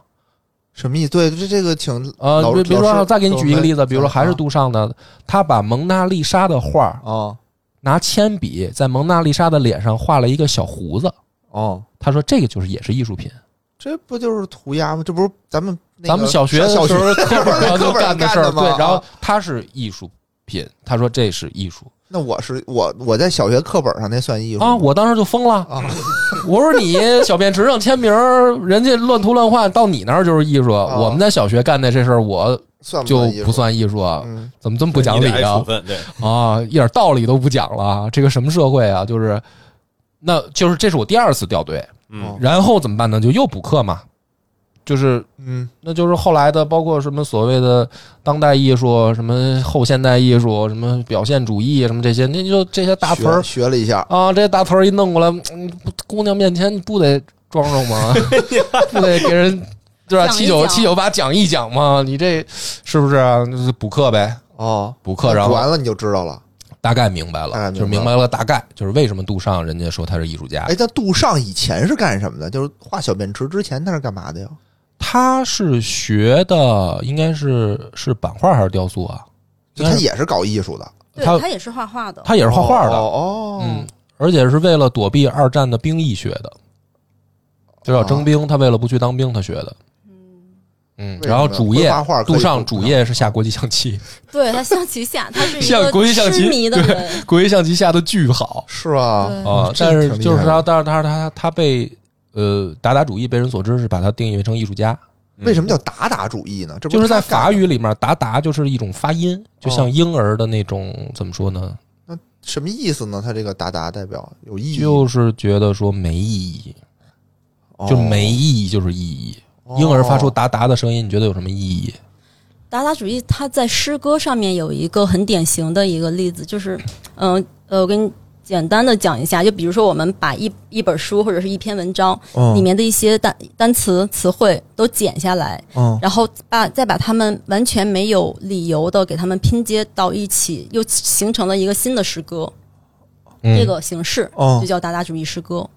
什么意思？对，这这个请呃，老比比如老说师再给你举一个例给我子，们啊比如说还是杜尚的，他把蒙娜丽莎的画儿哦拿铅笔在蒙娜丽莎的脸上画了一个小胡子。哦，他说：“这个就是也是艺术品，这不就是涂鸦吗？这不是咱们那个咱们小学的时小候学课本上就干的事儿。课本上干的吗对，然后啊它是艺术品，他说这是艺术那我是我我在小学课本上那算艺术啊！吗我当时就疯了，啊，我说你小便池上签名儿，人家乱涂乱画，到你那儿就是艺术。啊我们在小学干的这事儿，我算就艺术不算艺术啊，嗯怎么这么不讲理你得挨啊处？分对，啊，一点道理都不讲了，这个什么社会啊？就是，那就是这是我第二次掉队，哦嗯然后怎么办呢？就又补课嘛，就是嗯那就是后来的，包括什么所谓的当代艺术、什么后现代艺术、什么表现主义、什么这些，那就这些大词儿学学了一下，啊，这些大词儿一弄过来，嗯不姑娘面前你不得装装 吗？不得给人对吧？讲一七九讲七九八讲一讲嘛，你这是不是啊、就是补课呗？哦，补课哎然补后完了你就知道了。大概明白了，大概明白了就是明白了大概，就是为什么杜尚人家说他是艺术家，哎，那杜尚以前是干什么的？就是画小便池之前他是干嘛的呀？他是学的应该是是版画还是雕塑啊？就他也是搞艺术的，对他他也是画画的，他也是画画的，哦，哦嗯，，而且是为了躲避二战的兵役学的，哦就是要征兵，他为了不去当兵，他学的。嗯，为什么然后主业会画画可以杜尚不主业是下国际象棋， 对他象棋下，他是一像国际象个棋痴迷的人，国际象棋下的巨 好是吧？对啊、嗯这但挺是厉就是害他，但是他他他被呃达达主义被人所知，是把他定义为成艺术家，为什么叫达达主义呢？这嗯不就是在他干法的哦语里面，达达就是一种发音，就像婴儿的那种怎么说呢？什么意思呢？他这个达达代表有意义，就是觉得说没意义，哦就没意义就是意义。婴儿发出哒哒的声音，你觉得有什么意义？达达主义它在诗歌上面有一个很典型的一个例子，就是，嗯呃我跟你简单的讲一下，就比如说我们把一一本书或者是一篇文章哦里面的一些单单词词汇都剪下来，嗯然后把再把它们完全没有理由的给它们拼接到一起，又形成了一个新的诗歌，嗯这个形式哦就，叫达达主义诗歌。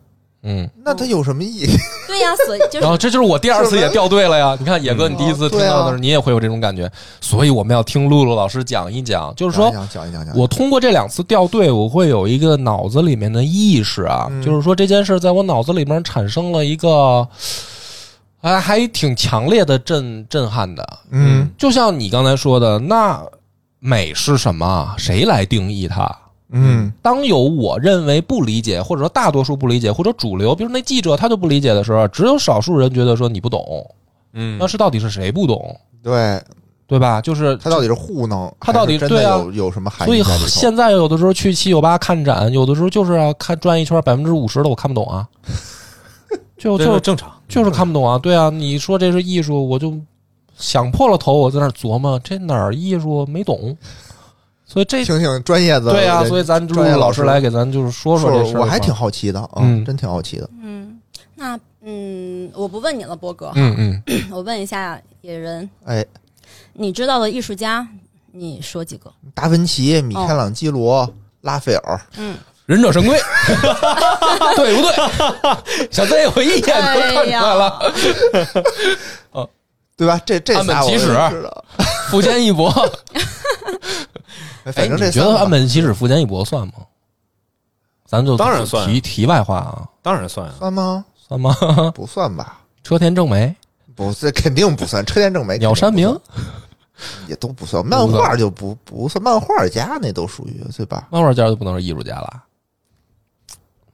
嗯，那它有什么意义？对呀、所以就然是后这就是我第二次也掉队了呀。你看野哥，嗯你第一次听对啊到的时候，你也会有这种感觉，所以我们要听露露老师讲一讲，就是说讲一讲讲一讲，我通过这两次掉队，我会有一个脑子里面的意识啊，嗯就是说这件事在我脑子里面产生了一个，哎，还挺强烈的震震撼的。嗯就像你刚才说的，那美是什么？谁来定义它？嗯当有我认为不理解，或者说大多数不理解，或者主流，比如那记者他就不理解的时候，只有少数人觉得说你不懂，嗯那是到底是谁不懂，对，对吧？就是它到底是糊弄，它到底还是真的对啊有有什么含所义以在里头？现在有的时候去七九八看展，有的时候就是要看转一圈百分之五十的我看不懂 啊，就这就正常，就是看不懂啊，对啊，你说这是艺术，我就想破了头，我在那儿琢磨这哪儿艺术没懂，所以这 听听专业的对啊，人所以咱朱专业老老师师来给咱就是说说说这事儿吧，我还挺好奇的啊，嗯真挺好奇的。嗯，那嗯，我不问你了，波哥， 嗯嗯，我问一下野人，哎，你知道的艺术家，你说几个？达芬奇、米开朗基罗、哦拉斐尔，嗯，忍者神龟，对不对？小曾也会一眼就看出哎来了，呀，对吧？这这岸本仨我齐都史知道。富坚义博。哎反正哎这你觉三得个岸本齐史、富坚义博算吗？咱就当然算题题外话啊，当然算啊。算吗？算吗？不算吧，车田正美、不是肯定不算。车间正美、鸟山明、也都不算，漫画就不不算，漫画家那都属于对吧？漫画家就不能是艺术家了。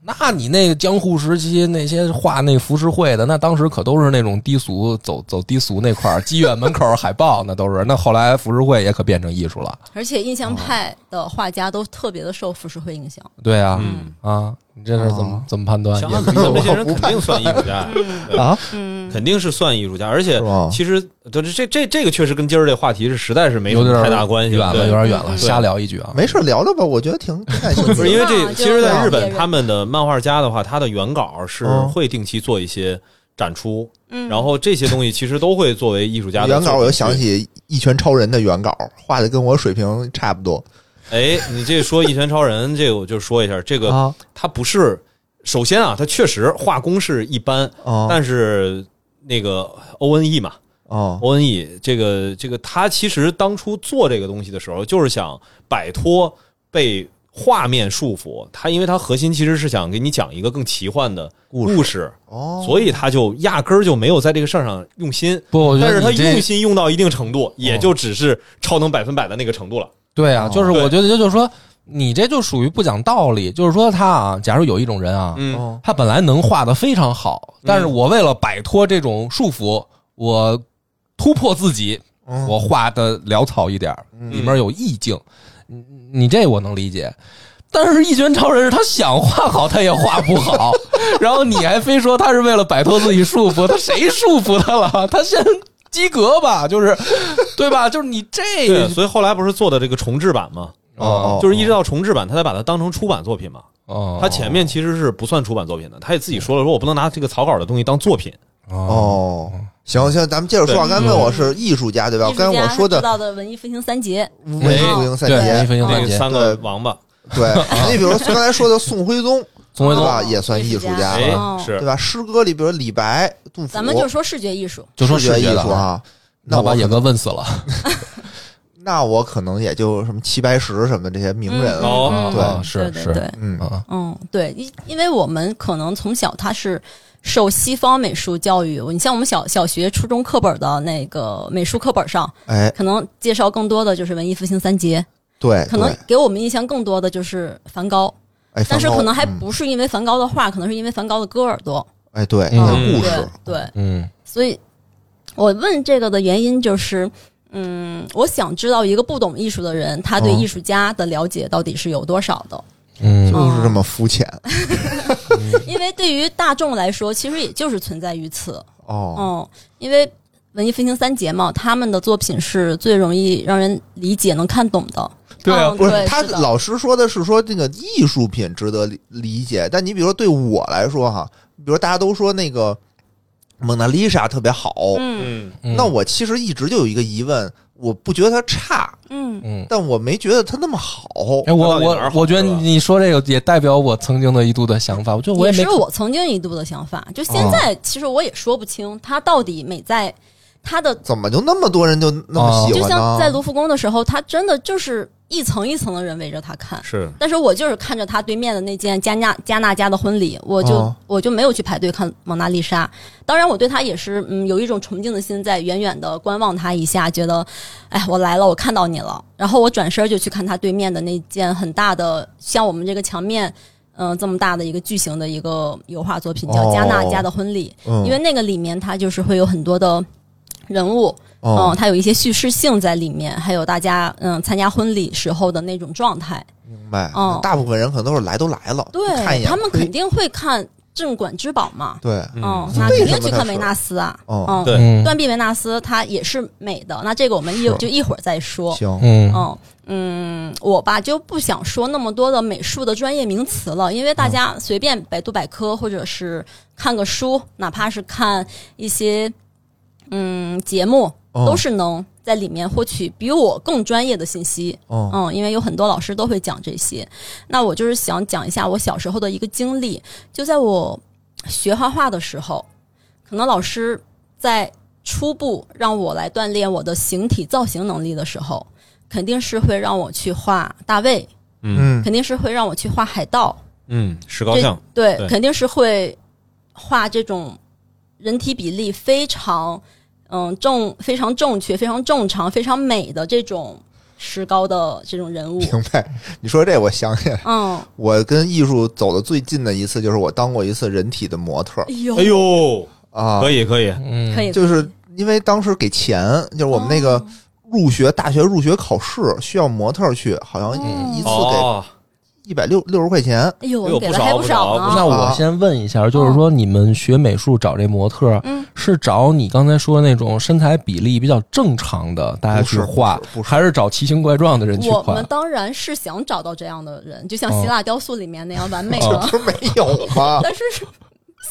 那你那个江户时期那些画那浮世绘的，那当时可都是那种低俗，走走低俗那块儿，妓院门口海报那都是。那后来浮世绘也可变成艺术了，而且印象派的画家都特别的受浮世绘影响。对啊，嗯，啊，你这事儿怎么、哦怎么判断？像也岸本这 些人肯定算艺术家，嗯对啊，嗯，肯定是算艺术家，而且是吧其实这这这这个确实跟今儿这话题是实在是没什有么点太大关系远了，对有点远了，对瞎聊一句啊。没事聊聊吧，我觉得挺挺感兴趣不不的是因为知道这，就其实在日是本，他们的漫画家的话，他的原稿是嗯会定期做一些展出，嗯，然后这些东西其实都会作为艺术家的原稿，我又作想品去。起《一拳超人》的原稿，画的跟我水平差不多哎，你这说《一拳超人》，这个我就说一下，这个啊他不是，首先啊，他确实画工是一般，啊但是那个 O N E 嘛，啊！ O N E 这个这个，他其实当初做这个东西的时候，就是想摆脱被画面束缚。他因为他核心其实是想给你讲一个更奇幻的故事，哦，所以他就压根儿就没有在这个事儿上用心。不，我觉但是得他你这哦用心用到一定程度，也就只是超能百分百的那个程度了。对啊，哦就是对我觉得就是说，你这就属于不讲道理。就是说他啊，假如有一种人啊，嗯，哦他本来能画的非常好，但是嗯我为了摆脱这种束缚，我突破自己，嗯我画的潦草一点儿，嗯里面有意境。你你这我能理解。但是，一拳超人是他想画好，他也画不好。 然后你还非说他是为了摆脱自己束缚，他谁束缚他了？ 他先及格吧，就是，对吧？就是你这对，所以后来不是做的这个重制版嘛，哦就是一直到重制版，他才把它当成出版作品嘛。哦，他前面其实是不算出版作品的，他也自己说了，说我不能拿这个草稿的东西当作品。哦，哦，行行，咱们接着说啊。对刚才问我是艺术家对吧？艺术家刚才我说知的道的文艺复兴三杰，文艺复兴三对，文艺杰，复兴对三那杰，三个王八，对，你比如说刚才说的宋徽 宗，宋徽对宗哦吧？也算艺术家哎了，哦对是吧？诗歌里，比如说李白、杜甫，咱们就说视觉艺术。就说视觉视艺觉的术，啊。那那我把野可哥问死了。那我可能也就什么齐白石什么这些名人啊哦了。嗯嗯对嗯是对是对对，嗯啊，嗯，对，因因为我们可能从小他是受西方美术教育，你像我们小小学、初中课本的那个美术课本上，哎，可能介绍更多的就是文艺复兴三杰，对，可能对给我们印象更多的就是梵高，哎，但是梵高可能还嗯不是因为梵高的画，可能是因为梵高的歌耳朵。哎，对，嗯他的故对事，对，嗯所以我问这个的原因就是，嗯，我想知道一个不懂艺术的人，他对嗯艺术家的了解到底是有多少的。 嗯就是这么肤浅因为对于大众来说，其实也就是存在于此。哦。嗯，因为文艺复兴三杰嘛，他们的作品是最容易让人理解、能看懂哦的。对啊嗯、不对是，他的老师说的是说这个艺术品值得理理解，但你比如说对我来说哈，比如大家都说那个蒙娜丽莎特别好，嗯嗯，嗯那我其实一直就有一个疑问，我不觉得它差，嗯，嗯。但我没觉得它那么好。哎，那我到底哪儿我好我觉得是吧你说这个也代表我曾经的一度的想法，我觉得我也没是看我曾经一度的想法。就现哦在，其实我也说不清他到底美在他的，怎么就那么多人就那哦么喜就欢像在呢？卢浮宫的时候，他真的就是一层一层的人围着他看。嗯是但是我就是看着他对面的那件加纳加纳加的婚礼，我就、哦我就没有去排队看蒙娜丽莎。当然，我对他也是嗯有一种崇敬的心，在远远的观望他一下，觉得哎，我来了，我看到你了。然后我转身就去看他对面的那件很大的，像我们这个墙面。嗯，这么大的一个巨型的一个油画作品叫《加纳加的婚礼》，哦嗯，因为那个里面它就是会有很多的人物，嗯，哦，它有一些叙事性在里面，还有大家嗯参加婚礼时候的那种状态，明白哦。大部分人可能都是来都来了，哦看一对眼他们亏肯定会看镇馆之宝嘛。对，嗯，嗯那为肯什定么去他看是维纳斯啊。哦嗯，对嗯断臂维纳斯它也是美的。那这个我们一是就一会儿再说。行，嗯嗯嗯，我吧就不想说那么多的美术的专业名词了，因为哦大家随便百度百科或者是看个书，哪怕是看一些嗯节目，嗯都是能在里面获取比我更专业的信息。嗯嗯，因为有很多老师都会讲这些。那我就是想讲一下我小时候的一个经历，就在我学画画的时候，可能老师在初步让我来锻炼我的形体造型能力的时候，肯定是会让我去画大卫，嗯嗯肯定是会让我去画海盗，嗯，石膏像对，对肯定是会画这种人体比例非常嗯正、非常正确、非常正常、非常美的这种石膏的这种人物。明白。你说这我想起来，嗯，我跟艺术走的最近的一次就是我当过一次人体的模特儿哎呦哎呦，啊可，以可以，嗯，可以，就是因为当时给钱，就是我们那个哦入学大学入学考试需要模特儿去，好像嗯一一次给哦，一百六六十块钱。哎呦，哎呦给不了少还不少啊少不呢。那我先问一下，就是说你们学美术找这模特，哦嗯，是找你刚才说的那种身材比例比较正常的大家去画不是不是，不是还是找奇形怪状的人去我画们？当然是想找到这样的人，就像嗯希腊雕塑里面那样完美这的，不是没有吗？ 但是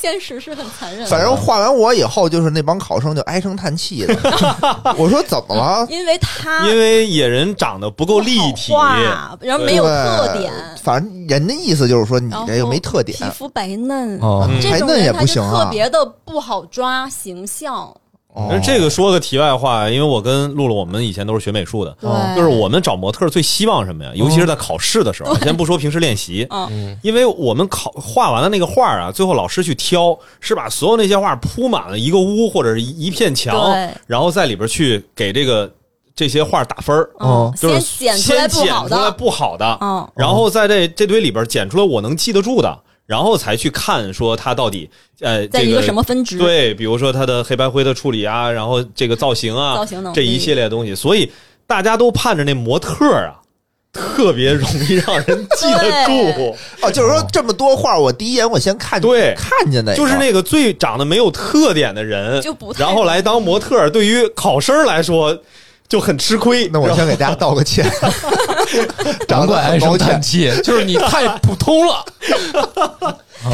现实是很残忍的。反正画完我以后，就是那帮考生就唉声叹气的。 我说怎么了？因为他因为野人长得不够立体不，好画然后没有对特点，反正人的意思就是说你然后这个没特点皮，肤白嫩，哦，嗯这白种嫩也人他不就行啊特。别的不好抓形象。哦那这个说个题外话，因为我跟露露，我们以前都是学美术的，哦对，就是我们找模特最希望什么呀？尤其是在考试的时候，先不说平时练习，嗯因为我们考画完了那个画啊，最后老师去挑，是把所有那些画铺满了一个屋或者是一一片墙对，然后在里边去给这个这些画打分儿，哦嗯，就是先剪出来先不剪好出来的，不好的，嗯，然后在这这堆里边捡出来我能记得住的，然后才去看说它到底呃在这一个什么分值？对，比如说它的黑白灰的处理啊，然后这个造型啊，造型能力这一系列的东西，所以大家都盼着那模特儿啊，特别容易让人记得住，哦，就是说这么多画，我第一眼我先看对看见的，就是那个最长得没有特点的人，就不太然后来当模特儿，对于考生来说就很吃亏。那我然后先给大家道个歉，难 长得怪唉很声抱叹歉。气，就是你太普通了。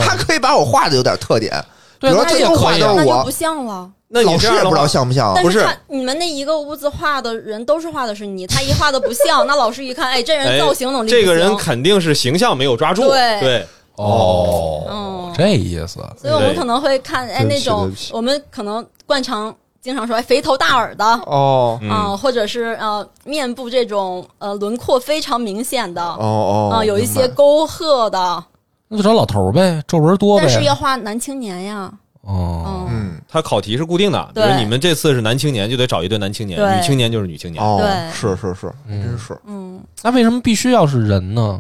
他可以把我画的有点特点，对比如那说这也都画可以的啊那是就不我，像了。那你老这师样也的不知道话，像不像啊。但不是他你们那一个屋子画的人都是画的是你，他一画的不像，那老师一看，哎，这人哎造型能力不行，这个人肯定是形象没有抓住，对对哦嗯这意思。所以我们可能会看哎对那对种不起我们可能惯常经常说哎肥头大耳的啊、哦嗯或者是呃面部这种呃轮廓非常明显的哦啊、哦，有一明白些沟壑的，那就找老头儿呗，皱纹多但是呗。要画男青年呀，哦，嗯，嗯他考题是固定的，比如对你们这次是男青年，就得找一对男青年，对女青年就是女青年。哦，嗯对是是是，还真是嗯，那为什么必须要是人呢？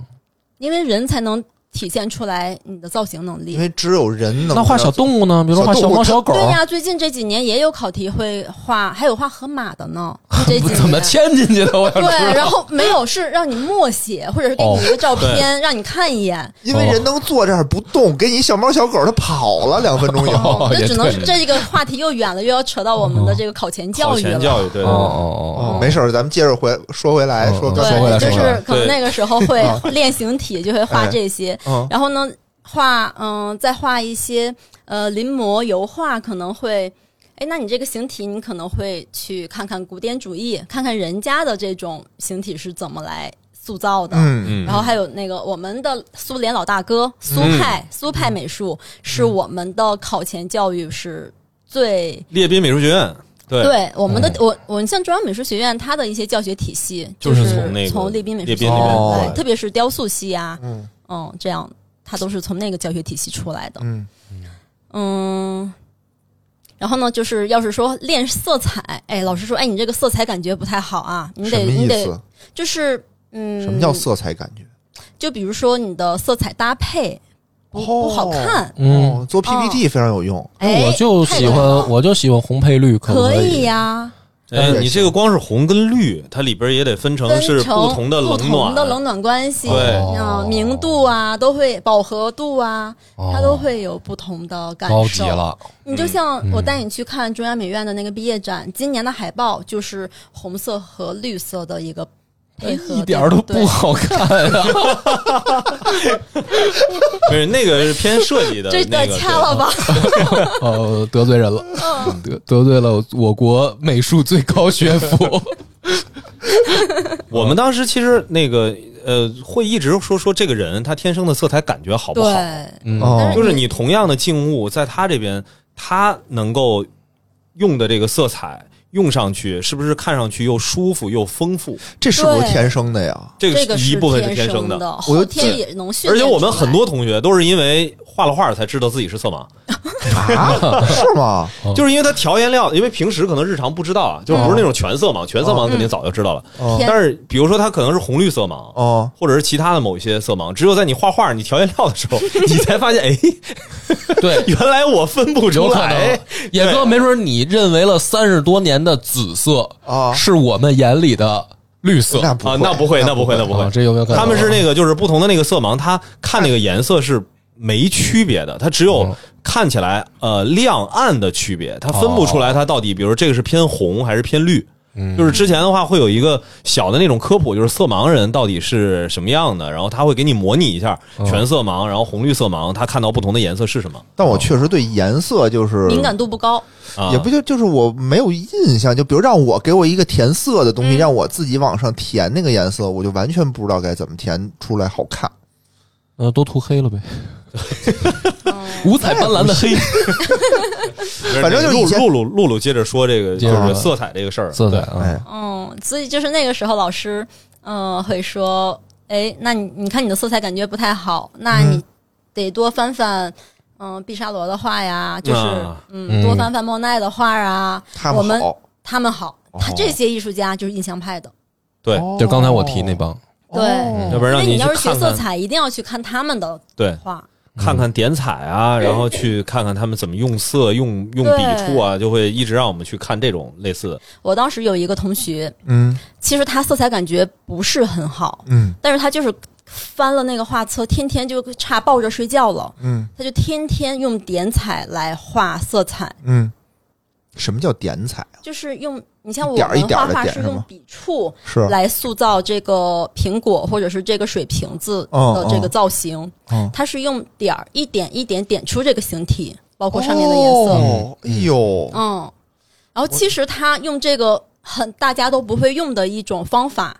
因为人才能体现出来你的造型能力因。为只有人能那画小动物呢？比如说画小猫、小狗，对呀、最近这几年也有考题会画，还有画河马的 呢。就这几不年怎么嵌进去的？我想对知道。，然后没有是让你默写，或者是给你一个照哦片、让你看一眼。因为人能坐这儿不动，给你小猫小狗它跑了两分钟以后， 哦哦，也那只能对是这个话题又远了，又要扯到我们的这个考前考教育前了。教育，哦对对对，哦哦，没事儿，咱们接着回说回来嗯说嗯刚才说回来对，就说回来嗯是可能对那个时候 会练形体，就会画这些。嗯然后呢，画嗯、再画一些呃临摹油画，可能会，哎，那你这个形体，你可能会去看看古典主义，看看人家的这种形体是怎么来塑造的。嗯嗯然后还有那个我们的苏联老大哥苏派，嗯苏派美术是我们的考前教育是最列宾美术学院，对哎嗯对我们的我我们像中央美术学院，它的一些教学体系就是是从那个列宾美术列学宾院那边哦来，特别是雕塑系呀，嗯嗯，这样它都是从那个教学体系出来的。嗯嗯，然后呢，就是要是说练色彩，哎，老师说，哎，你这个色彩感觉不太好啊，你什得么你意得思？就是嗯，什么叫色彩感觉？就比如说你的色彩搭配不、不好看，嗯，哦，做 PPT 非常有用。哎，我就太喜有欢，了我就喜欢红配绿，可不可以以？呀、哎，对你这个光是红跟绿，它里边也得分成分是成不同的不冷同暖，的冷暖关系，对哦嗯，明度啊，都会饱和度啊，哦它都会有不同的感受。高级了，你嗯就像我带你去看中央美院的那个毕业展，今年的海报就是红色和绿色的一个哎配合，一点儿都对不。好 看啊！不是那个是偏设 计的这那个个，掐了吧，呃，得罪人了，嗯，得得罪了我国美术最高学府。我们当时其实那个呃，会一直说说这个人他天生的色彩感觉好不好？对，嗯哦就是你同样的静物，在他这边，他能够用的这个色彩用上去，是不是看上去又舒服又丰富？这是不是天生的呀？这这个个是是一部分是天生的，我后天也能训而练且我出来。们很多同学都是因为画了画才知道自己是色盲，嗯啊，是吗？哦就是因为他调颜料，因为平时可能日常不知道啊，就不是那种全色嗯盲，全色盲肯定早就知道了。哦天但是比如说他可能是红绿色盲，嗯哦，或者是其他的某一些色盲，只有在你画画、你调颜料的时候，你才发现，哎， 对，原来我分不有出可能来。，野哥，没准你认为了三十多年的紫色啊是我们眼里的绿色那不啊，哦那不会，那不会，那不会啊，，这有没有可能？他们是那个就是不同的那个色盲，他看那个颜色是没区别的，他只有嗯看起来呃亮暗的区别，他分不出来它到底，比如这个是偏红还是偏绿。嗯就是之前的话会有一个小的那种科普，就是色盲人到底是什么样的，然后他会给你模拟一下嗯全色盲，然后红绿色盲，他看到不同的颜色是什么但我确实对颜色就是敏感度不高，啊？也不就就是我没有印象，就比如让我给我一个填色的东西，让我自己往上填那个颜色，我就完全不知道该怎么填出来好看。呃，都涂黑了呗，嗯， 五彩斑斓的黑反正就是以露前露露露露接着说这个接就着说是色彩这个事儿，色彩对啊，哎，嗯，所以就是那个时候，老师呃会说，哎，那你你看你的色彩感觉不太好，那嗯你得多翻翻。嗯，毕沙罗的画呀，就是、啊嗯，多翻翻莫奈的画啊，他我们们好，哦他们好，他这些艺术家就是印象派的，对，就刚才我提那帮，哦，对要不然因让为你哦你去要是学看色看，彩，一定要去看他们的对，画，看看点彩啊，然后去看看他们怎么用色、用用笔触啊，就会一直让我们去看这种类似的。我当时有一个同学，嗯其实他色彩感觉不是很好，嗯但是他就是翻了那个画册，天天就差抱着睡觉了，嗯他就天天用点彩来画色彩，嗯，什么叫点彩啊？就是用你像我一点儿一们点儿画的画点是是用吗笔触是来塑造这个苹果或者是这个水瓶子的这个造型，嗯它是用点儿一点一点点出这个形体，包括上面的颜色，哦，哎呦，嗯，然后其实他用这个很大家都不会用的一种方法，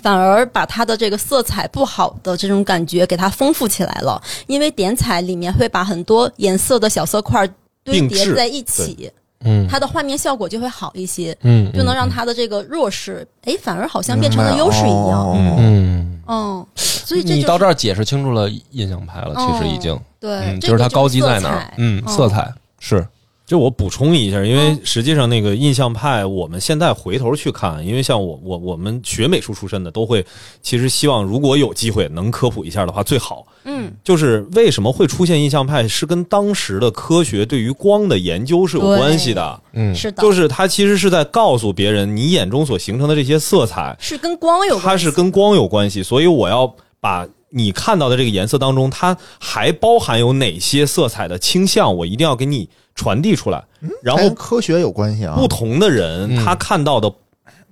反而把它的这个色彩不好的这种感觉给它丰富起来了。因为点彩里面会把很多颜色的小色块堆并置叠在一起，嗯它的画面效果就会好一些，嗯，就能让它的这个弱势，哎，反而好像变成了优势一样。明白了哦嗯，嗯，所以这你就到是这哦儿解释清楚了印象派了，其实已经，对嗯，，这就是个它高级在哪色儿嗯彩，哦嗯，色彩是就我补充一下，因嗯为实际上那个印象派，我们现在回头去看，因为像我我我们学美术出身的，都会其实希望如果有机会能科普一下的话最好。嗯，就是为什么会出现印象派，是跟当时的科学对于光的研究是有对关系的。嗯，是的，就是是它其实是在告诉别人，你眼中所形成的这些色彩，跟光有它关系，是跟光有关系，所以我要把你看到的这个颜色当中，它还包含有哪些色彩的倾向，我一定要给你传递出来。嗯然还后跟科学有关系啊不。同的人，嗯他看到的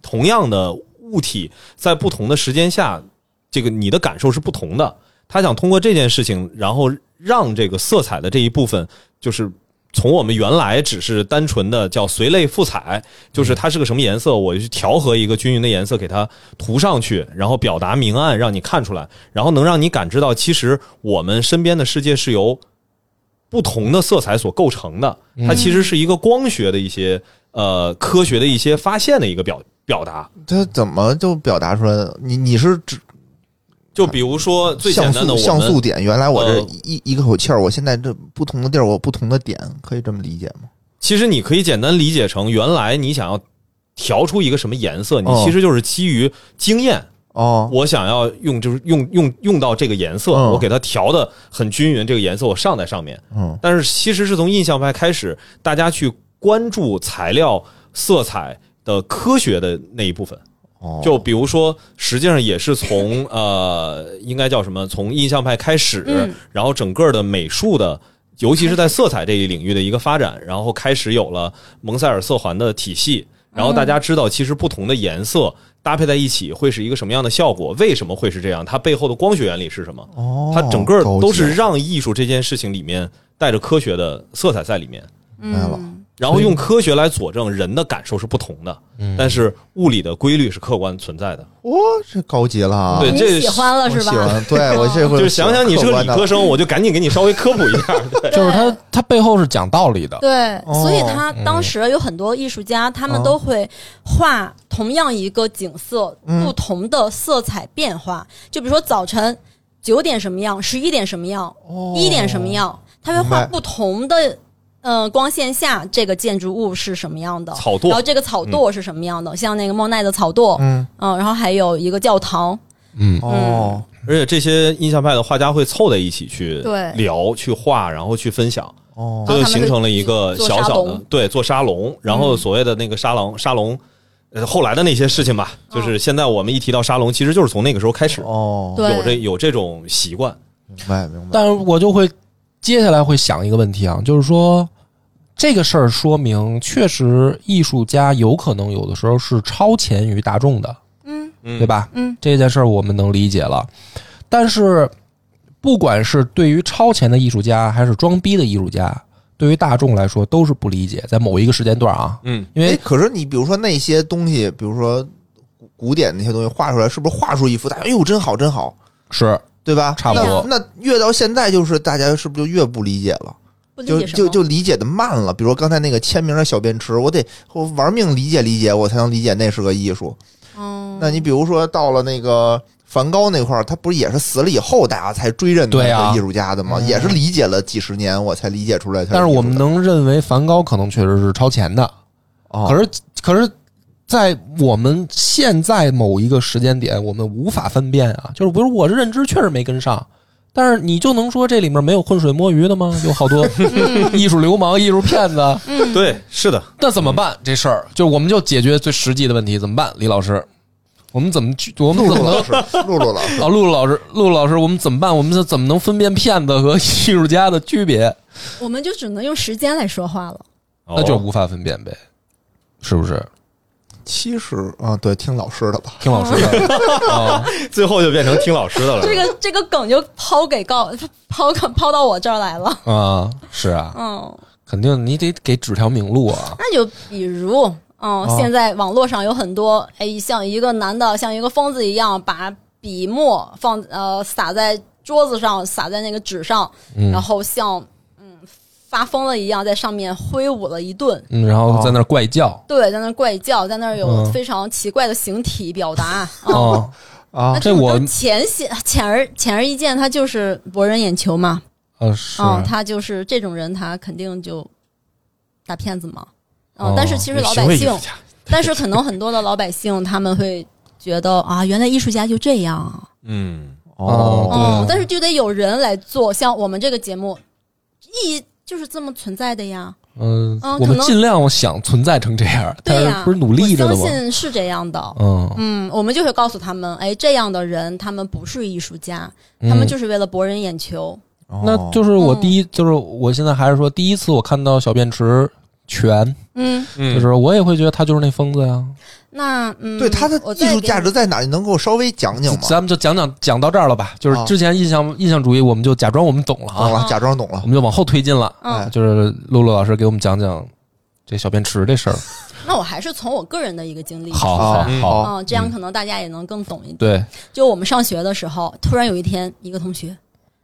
同样的物体，在不同的时间下，这个你的感受是不同的。他想通过这件事情，然后让这个色彩的这一部分，就是从我们原来只是单纯的叫随类赋彩，就是它是个什么颜色，我就去调和一个均匀的颜色给它涂上去，然后表达明暗，让你看出来，然后能让你感知到，其实我们身边的世界是由不同的色彩所构成的。它其实是一个光学的一些呃科学的一些发现的一个表表达。他怎么就表达出来的？你你是指就比如说最哎像简单的，素我像素们点？原来我这呃一一口气儿，我现在这不同的地儿，我有不同的点，可以这么理解吗？其实你可以简单理解成，原来你想要调出一个什么颜色，你哦其实就是基于经验，哦，我想要用就是用用用到这个颜色，嗯我给它调的很均匀，这个颜色我上在上面。嗯，但是其实是从印象派开始，大家去关注材料、色彩的科学的那一部分。哦，就比如说，实际上也是从呃，应该叫什么？从印象派开始，嗯然后整个的美术的，尤其是在色彩这一领域的一个发展，然后开始有了蒙塞尔色环的体系。然后大家知道，其实不同的颜色搭配在一起会是一个什么样的效果？为什么会是这样？它背后的光学原理是什么？哦，它整个高都级是让艺术这件事情里面带着科学的色彩在里面。来了嗯，然后用科学来佐证人的感受是不同的，嗯嗯但是物理的规律是客观存在的。哇，这高级了啊，对你这是喜欢了我是喜吧？欢， 对我这回就是想想你是个理科生，生，我就赶紧给你稍微科普一 下。对，就是它它背后是讲道理的，对，哦所以他嗯当时有很多艺术家，他们都会画同样一个景色，嗯不同的色彩变化。就比如说早晨九点什么样，十一点什么样，一、点什么样，他会哦明画白不同的。呃，光线下这个建筑物是什么样的？草垛嗯然后这个草垛是什么样的？像那个莫奈的草垛，嗯嗯，然后还有一个教堂，嗯，哦，而且这些印象派的画家会凑在一起去对聊、去画，然后去分享，哦，这就形成了一个小做沙小的龙嗯对做沙龙，然后所谓的那个沙龙沙龙。呃，后来的那些事情吧，就嗯是现在我们一提到沙龙，其实就是从那个时候开始哦，对有这有这种习惯。明白明白，但是我就会接下来会想一个问题啊，就是说这个事儿说明，确实艺术家有可能有的时候是超前于大众的，嗯嗯对吧？嗯，这件事儿我们能理解了，但是不管是对于超前的艺术家，还是装逼的艺术家，对于大众来说都是不理解，在某一个时间段啊，嗯，因哎为，可是你比如说那些东西，比如说古古典那些东西画出来，是不是画出一幅大家哎呦真好真好，是对吧？差不多那。那越到现在，就是大家是不是就越不理解了？不理就解什就么？就理解的慢了。比如说刚才那个签名的小便池，我得我玩命理解理解，我才能理解那是个艺术。嗯，那你比如说到了那个梵高那块儿，他不是也是死了以后大家才追认他对啊是艺术家的嗯吗？也是理解了几十年，我才理解出来他但是艺我术家们能认为梵高可能确实是超前的，哦可是可是，在我们现在某一个时间点，我们无法分辨啊，就是比如我的认知确实没跟上。但是你就能说这里面没有浑水摸鱼的吗？有好多艺术流氓、艺术骗子，对，是 的，那怎么办？这事儿就我们就解决最实际的问题，怎么办？李老师，我们怎么去？我们露怎么露能老师，露露老 师，啊？陆老师，陆老师，我们怎么办？我们怎么能分辨骗子和艺术家的区别？我们就只能用时间来说话了。那就哦无法分辨呗，是不是？七十啊，对，听老师的吧。听老师的啊，最后就变成听老师的了。这个这个梗就抛给告抛抛到我这儿来了。 啊，是啊，嗯，肯定你得给指条明路啊。那就比如，嗯，啊现在网络上有很多，哎，像一个男的像一个疯子一样，把笔墨放呃撒在桌子上，撒在那个纸上，嗯然后像嗯发疯了一样在上面挥舞了一顿。嗯，然后在那儿怪叫对，在那儿怪叫，在那儿有嗯非常奇怪的形体表达。嗯啊啊，那这种我就浅显浅而浅而易见，它就是博人眼球嘛。呃是哦嗯，他就是这种人，他肯定就大骗子嘛。哦嗯，但是其实老行百为艺姓术，家但是可能很多的老百姓他们会觉得啊，原来艺术家就这样啊。嗯，哦对啊嗯，但是就得有人来做，像我们这个节目，意义就是这么存在的呀。嗯，嗯我可们能尽量想存在成这样，但对呀、是不是努力着我呢吗相？信是这样的。嗯，嗯，我们就会告诉他们，哎，这样的人他们不是艺术家，他们嗯就是为了博人眼球。那哦就是我嗯第一，就是我现在还是说，第一次我看到小便池全，嗯，就就是我也会觉得他就是那疯子呀。啊那嗯，对它的我艺再术给价你值在哪？你能给我稍微讲讲吗？咱们就讲讲讲到这儿了吧，就是啊之前印象印象主义，我们就假装我们懂了懂啊，了，假装懂了我。们就往后推进了。嗯哦哎就是露露老师给我们讲讲这小便池这事儿。那我还是从我个人的一个经历。好，好好，嗯好，嗯，这样可能大家也能更懂一点。哦对，就我们上学的时候，突然有一天，一个同学，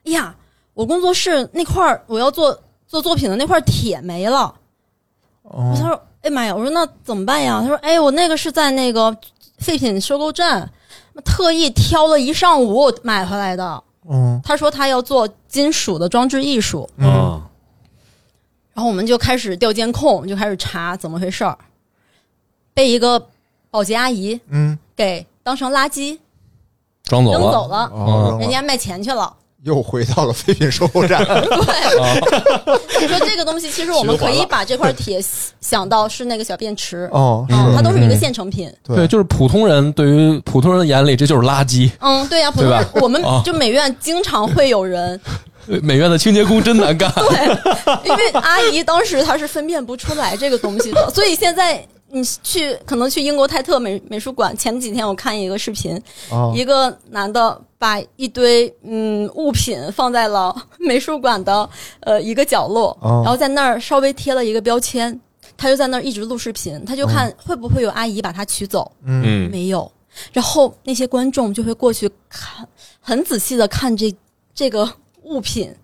哎呀，我工作室那块儿我要做做作品的那块铁没了。哦他说：“哎妈呀！”我说：“那怎么办呀？”他说：“哎，我那个是在那个废品收购站，特意挑了一上午买回来的。嗯”他说他要做金属的装置艺术，嗯，嗯然后我们就开始调监控，就开始查怎么回事儿，被一个保洁阿姨嗯，给当成垃圾装走扔了。走了，哦嗯扔人了家卖钱去了。又回到了废品收购站。对，你说这个东西，其实我们可循环以了把这块铁想到是那个小便池，哦，嗯，它是，都是一个现成品。对，，就是普通人对于普通人眼里，这就是垃圾。嗯，对呀、普通对吧人我们啊就美院经常会有人，呃美院的清洁工真难干。对，因为阿姨当时她是分辨不出来这个东西的，所以现在你去可能去英国泰特美美术馆，前几天我看一个视频，哦一个男的把一堆嗯物品放在了 美术馆的呃一个角落，哦然后在那儿稍微贴了一个标签，他就在那儿一直录视频，他就看会不会有阿姨把他取走，嗯，嗯，没有。然后那些观众就会过去看，很仔细的看这这个物品，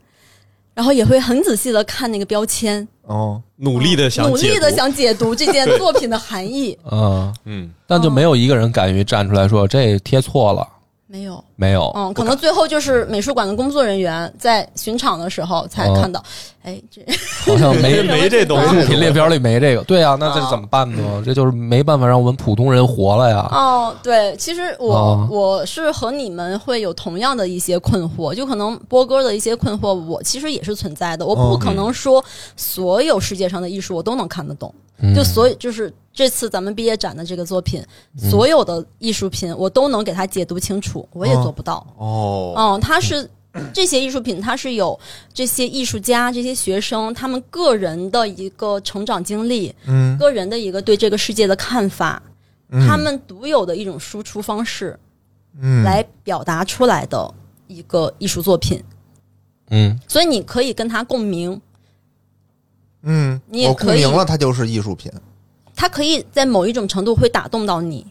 然后也会很仔细的看那个标签，哦，努力的想，努力的，想解读这件作品的含义。 嗯，嗯，但就没有一个人敢于站出来说这贴错了，没有，没有。嗯，可能最后就是美术馆的工作人员在巡场的时候才哦看到，哎，这好像没 没哎这东美术西，品列表里没这个。对啊，那这怎么办呢？这就是没办法让我们普通人活了呀。哦，对，其实我、哦我是和你们会有同样的一些困惑，就可能波哥的一些困惑，我其实也是存在的。我不哦可能说所有世界上的艺术我都能看得懂，嗯就所以就是这次咱们毕业展的这个作品，所有的艺术品我都能给它解读清楚，我也哦做不到。哦，嗯，它是这些艺术品，它是有这些艺术家、这些学生他们个人的一个成长经历，嗯，个人的一个对这个世界的看法，嗯他们独有的一种输出方式嗯来表达出来的一个艺术作品，嗯，所以你可以跟他共鸣，嗯，你也我可共以鸣了，它就是艺术品。他可以在某一种程度会打动到你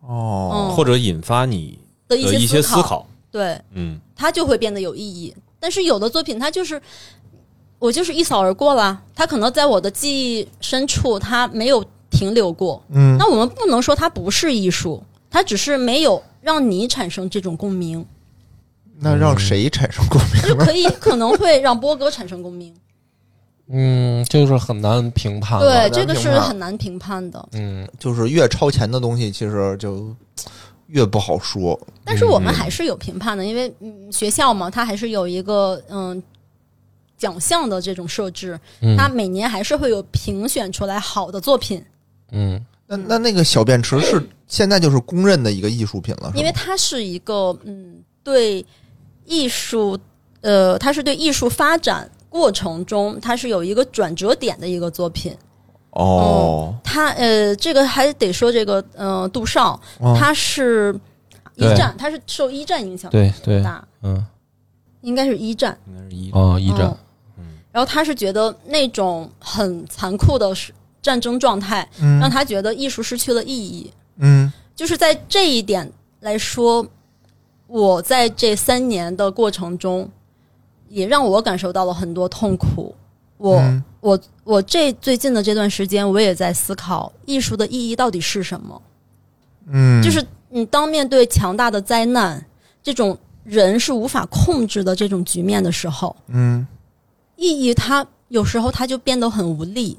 哦，嗯或者引发你的的一一些些思，考，对，嗯它就会变得有意义。但是有的作品，它就是我就是一扫而过啦，它可能在我的记忆深处，它没有停留过。嗯，那我们不能说它不是艺术，它只是没有让你产生这种共鸣，那让谁产生共鸣？它 就可以可能会让波哥产生 共鸣。嗯，就是很难评判了。对，这个评是判很难评判的。嗯，就是越超前的东西，其实就越不好说。但是我们嗯还是有评判的，因为嗯学校嘛，它还是有一个嗯奖项的这种设置，嗯它每年还是会有评选出来好的作品。嗯那那那个小便池是现在就是公认的一个艺术品了，是吗因为它是一个嗯，对艺术，呃，它是对艺术发展过程中，它是有一个转折点的一个作品。哦，它呃，这个还得说这个呃，杜尚，嗯他是一哦对战，他是受一战影响对对很，大，嗯应该是一战。应该是一，哦，一战嗯。然后他是觉得那种很残酷的是战争状态，让嗯他觉得艺术失去了意义。嗯就是在这一点来说，我在这三年的过程中，也让我感受到了很多痛苦。我、嗯我我这最近的这段时间，我也在思考艺术的意义到底是什么。嗯，就是你当面对强大的灾难，这种人是无法控制的这种局面的时候，嗯意义它有时候它就变得很无力。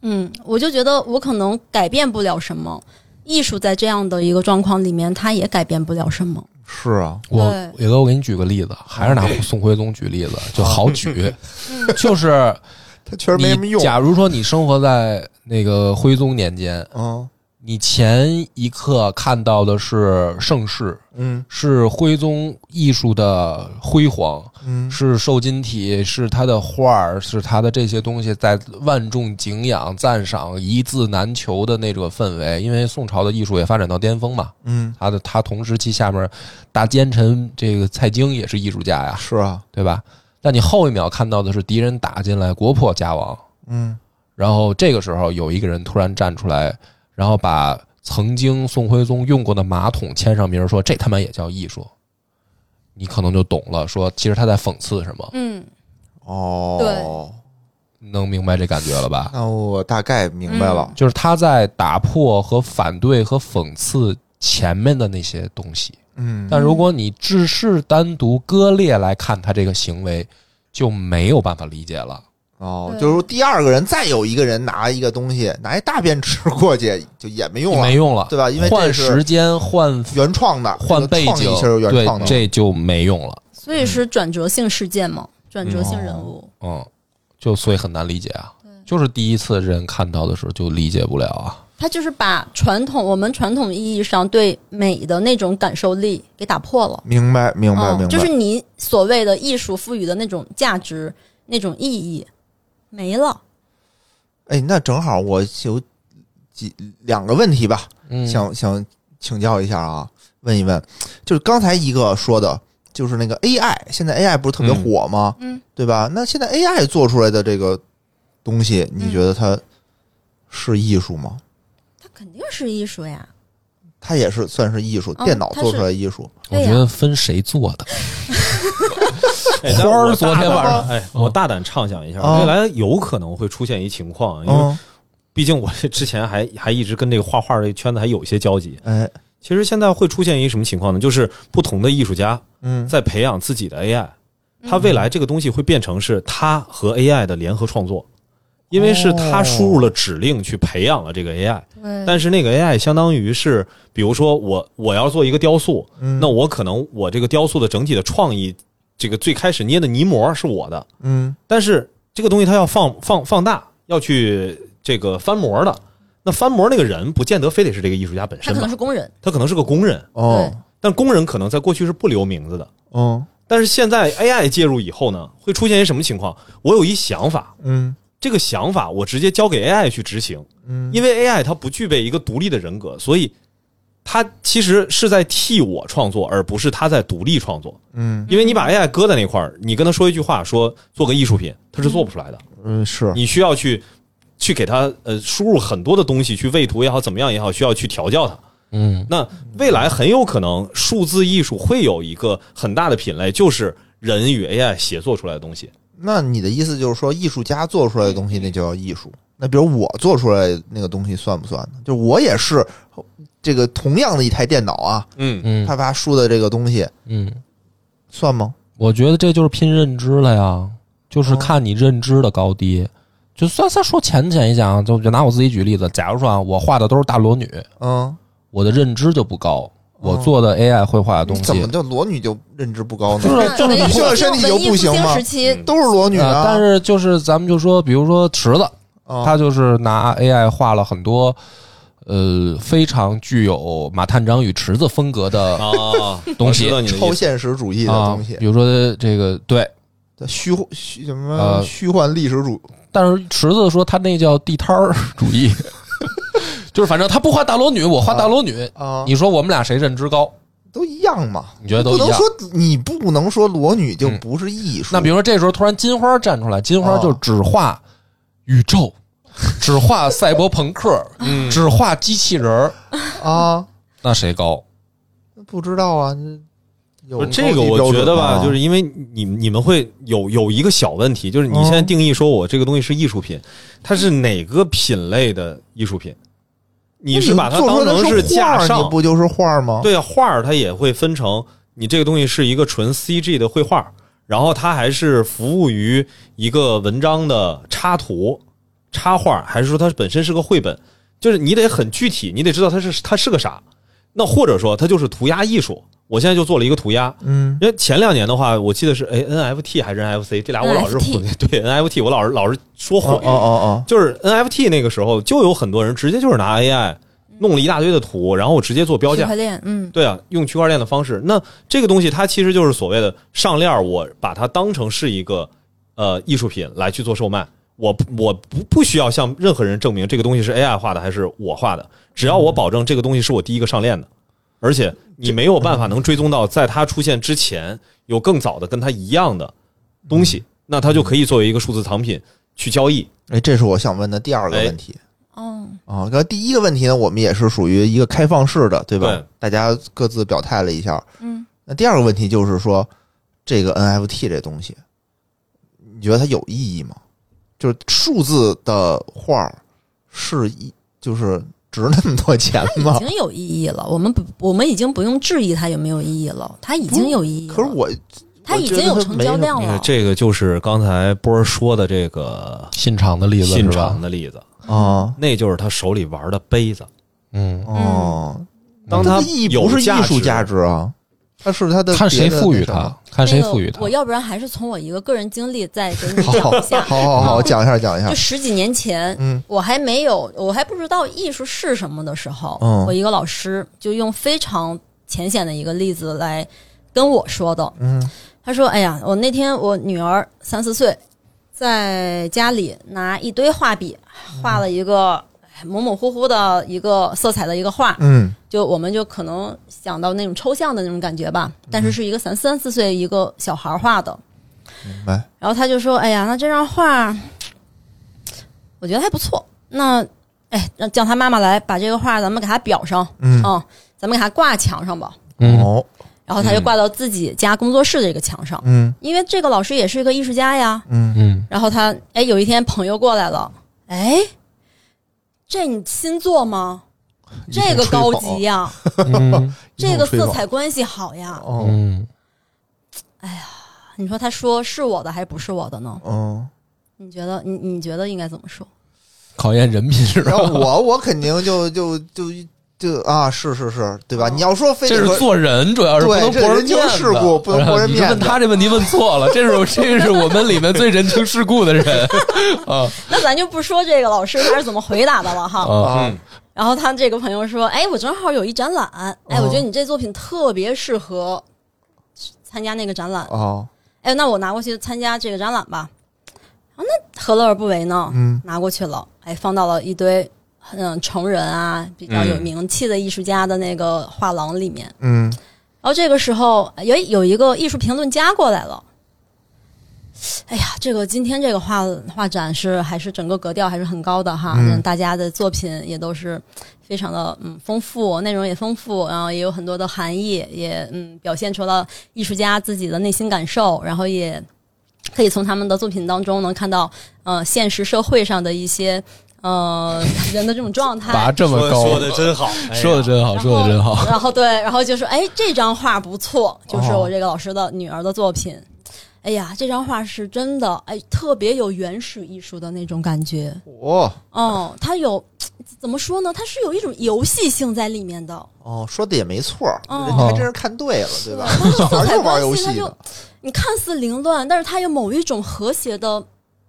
嗯，我就觉得我可能改变不了什么，艺术在这样的一个状况里面，它也改变不了什么。是啊，我对野哥，我给你举个例子，还是拿宋徽宗举例子，就好举， 就是它确实没什么你用。假如说你生活在那个徽宗年间，嗯你前一刻看到的是盛世，嗯是徽宗艺术的辉煌，嗯，是瘦金体，是他的画儿，是他的这些东西在万众敬仰、赞赏、一字难求的那种氛围。因为宋朝的艺术也发展到巅峰嘛，嗯他的他同时期下面大奸臣这个蔡京也是艺术家呀，是啊，对吧？但你后一秒看到的是敌人打进来，国破家亡，嗯然后这个时候有一个人突然站出来，然后把曾经宋徽宗用过的马桶签上名儿，说这他妈也叫艺术，你可能就懂了，说其实他在讽刺什么，嗯，哦，能明白这感觉了吧？那我大概明白了。就是他在打破和反对和讽刺前面的那些东西，嗯，但如果你只是单独割裂来看他这个行为，就没有办法理解了。哦，对就是说第二个人再有一个人拿一个东西，拿一大便池过去，就也没用了，没用了，对吧因为这换是时间、换原创的，换这个背创景意其实，原对创，的，这就没用了。所以是转折性事件嘛，转折性人物。嗯，就所以很难理解啊。嗯就是第一次人看到的时候就理解不了啊。他就是把传统我们传统意义上对美的那种感受力给打破了，明白明白嗯，明白，就是你所谓的艺术赋予的那种价值、那种意义没了。哎，那正好我有几两个问题吧，嗯，想想请教一下啊，问一问，就是刚才一个说的，就是那个 AI，现在 AI 不是特别嗯火吗？嗯，对吧？那现在 AI 做出来的这个东西，你嗯觉得它是艺术吗？它肯定是艺术呀，它也是算是艺术，嗯电脑它做出是来的艺术。我对呀觉得分谁做的，哎但花儿我昨天大胆晚上哦哎，我大胆畅想一下，啊未来有可能会出现一情况，因为嗯，毕竟我这之前还还一直跟这个画画这个圈子还有一些交集。哎，其实现在会出现一什么情况呢？就是不同的艺术家嗯，在培养自己的 AI，他未来这个东西会变成是他和 AI 的联合创作，因为是哦他输入了指令去培养了这个 AI，但嗯是那个 AI 相当于是，比如说我我要做一个雕塑，嗯嗯那我可能我这个雕塑的整体的创意，这个最开始捏的泥模是我的，嗯，但是这个东西它要放放放大，要去这个翻模的。那翻模那个人不见得非得是这个艺术家本他身可能吧是，工人，他可能是个工人，哦，但工人可能在过去是不留名字的。嗯，但是现在 AI 介入以后呢，会出现一什么情况？我有一想法，嗯，这个想法我直接交给 AI 去执行，嗯，因为 AI 它不具备一个独立的人格，所以它其实是在替我创作，而不是它在独立创作。嗯，因为你把 AI 搁在那块儿，你跟他说一句话，说做个艺术品，它是做不出来的，嗯，是，你需要去去给它呃输入很多的东西，去喂图也好，怎么样也好，需要去调教它。嗯，那未来很有可能数字艺术会有一个很大的品类，就是人与 AI 协作出来的东西。那你的意思就是说，艺术家做出来的东西那就叫艺术？那比如我做出来那个东西算不算呢？就我也是这个同样的一台电脑啊，嗯，嗯啪啪输的这个东西嗯，算吗？我觉得这就是拼认知了呀，就是哦看你认知的高低。就算算说浅浅一讲啊，就就拿我自己举例子，假如说啊，我画的都是大裸女，嗯，我的认知就不高，我做的 AI 绘画的东哦你西，怎么就裸女就认知不高 呢？就是就是文艺你这个身体就不行吗文艺复兴时期嗯都是裸女呃啊，但是就是咱们就说，比如说池子，啊他就是拿 AI 画了很多，呃，非常具有马探长与池子风格的啊， 东西我知道你的意超思现实主哦义的啊东，西比，如说这个对，虚虚什么呃虚幻历史主但是池子说他那叫地摊儿主义， 就是反正他不画大裸女，我画大裸女，啊，你说我们俩谁认知高？都一样嘛？你觉得都不一样能说你不能说裸女就嗯不是艺术？那比如说这时候突然金花站出来，金啊花就只画宇宙， 只画赛博朋克，嗯只画机器人儿，啊，那谁高？不知道啊，你有不是这个，我觉得啊吧，就是因为你你们会有有一个小问题，就是你现在定义说我这个东西是艺术品，它是哪个品类的艺术品？你是把它当成是架画儿，上你，不就是画儿吗？对啊，画儿它也会分成，你这个东西是一个纯 CG 的绘画，然后它还是服务于一个文章的插图，插画，还是说它本身是个绘本，就是你得很具体，你得知道它是它是个啥。那或者说它就是涂鸦艺术，我现在就做了一个涂鸦，嗯， 因为前两年的话，我记得是哎 NFT 还是 NFC，这俩我老是混 NFT 对 NFT 我老是老是说混哦，哦哦就是 NFT 那个时候就有很多人直接就是拿 AI 弄了一大堆的图，然后我直接做标区价。块链，嗯，对啊，用区块链的方式，那这个东西它其实就是所谓的上链儿，我把它当成是一个呃艺术品来去做售卖。我不我不不需要向任何人证明这个东西是 AI 画的还是我画的，只要我保证这个东西是我第一个上链的，而且你没有办法能追踪到在它出现之前有更早的跟它一样的东西，那它就可以作为一个数字藏品去交易。哦，哎，这是我想问的第二个哎问题。哦，啊，那第一个问题呢，我们也是属于一个开放式的，对吧？对大家各自表态了一下。嗯，那第二个问题就是说，这个 NFT 这东西，你觉得它有意义吗？就是数字的画儿是一，就是值那么多钱它已吗？经有意义了。我们不，我们已经不用质疑它有没有意义了，它已经有意义了。可是我它已经有成交量你看了，，这个就是刚才波儿说的这个信长的例子是信吧长？的例子，啊那就是他手里玩的杯子。嗯，哦，当它他的意义有不是艺术价价，值啊，它是它嗯的看谁别的赋那予什么它，看谁赋予那它个我。要不然还是从我一个个人经历再给你好讲一下。好好好，讲一下讲一下就，十几年前，嗯我还没有，我还不知道艺术是什么的时候，嗯我一个老师就用非常浅显的一个例子来跟我说的。嗯他说：“哎呀，我那天我女儿三四岁，在家里拿一堆画笔画了一个哎模模糊糊的一个色彩的一个画，嗯就我们就可能想到那种抽象的那种感觉吧，但是是一个三三四岁一个小孩画的。明白，然后他就说：‘哎呀，那这张画，我觉得还不错。那哎，让叫他妈妈来把这个画咱们给他裱上，嗯嗯，咱们给他挂墙上吧。’嗯，哦然后他就挂到自己家工作室的这个墙上，嗯因为这个老师也是一个艺术家呀。嗯嗯，然后他哎，有一天朋友过来了，哎，这你新作吗？这个高级呀、嗯，这个色彩关系好 呀。哦嗯，你说他说是我的还是不是我的呢？哦。你觉得你你觉得应该怎么说？考验人品是吧然？后我我肯定就就就就啊，是是是，对吧？你要说非这得是说做人，主要是不对能这驳人人情面子世故不能驳人你面问子他这问题问错了，这是这是我们里面最人情世故的人啊 那咱就不说这个老师他是怎么回答的了哈。啊！ 啊，然后他这个朋友说：“哎，我正好有一展览，哎，嗯我觉得你这作品特别适合参加那个展览，哦，哎，那我拿过去参加这个展览吧。”啊，那何乐而不为呢？嗯拿过去了，哎，放到了一堆嗯成人啊比较有嗯名气的艺术家的那个画廊里面。嗯然后这个时候哎有有一个艺术评论家过来了，哎呀，这个今天这个画画展是还是整个格调还是很高的哈，嗯大家的作品也都是非常的嗯丰富，内容也丰富，然后也有很多的含义，也嗯表现出了艺术家自己的内心感受，然后也可以从他们的作品当中能看到呃现实社会上的一些呃人的这种状态，拔这么高，说的真好，哎呀说的真好，然后说的真好。然后对，然后就说，哎，这张画不错，哦就是我这个老师的女儿的作品。哎呀，这张画是真的，哎，特别有原始艺术的那种感觉。哦哦，它有怎么说呢？它是有一种游戏性在里面的。哦，说的也没错儿，哦对你还真是看对了，对吧？小孩色儿彩就玩游关系它戏就的，你看似凌乱，但是它有某一种和谐的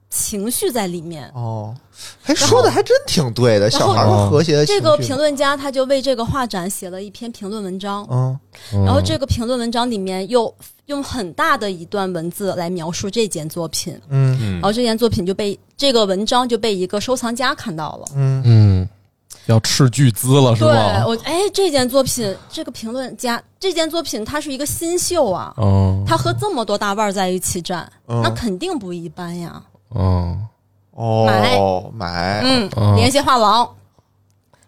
情绪在里面。哦，还说的还真挺对的，然后小孩儿哦和谐的情这绪个评，论家他就为这个画展写了一篇评论文章，嗯然后这个评论文章里面又用很大的一段文字来描述这件作品，嗯嗯然后这件作品就被这个文章就被一个收藏家看到了。嗯，嗯，要斥巨资了是对吗？我，哎，这件作品，这个评论家，这件作品它是一个新秀啊，嗯它和这么多大腕儿在一起站，嗯那肯定不一般呀。嗯哦，买，嗯，嗯联系画廊，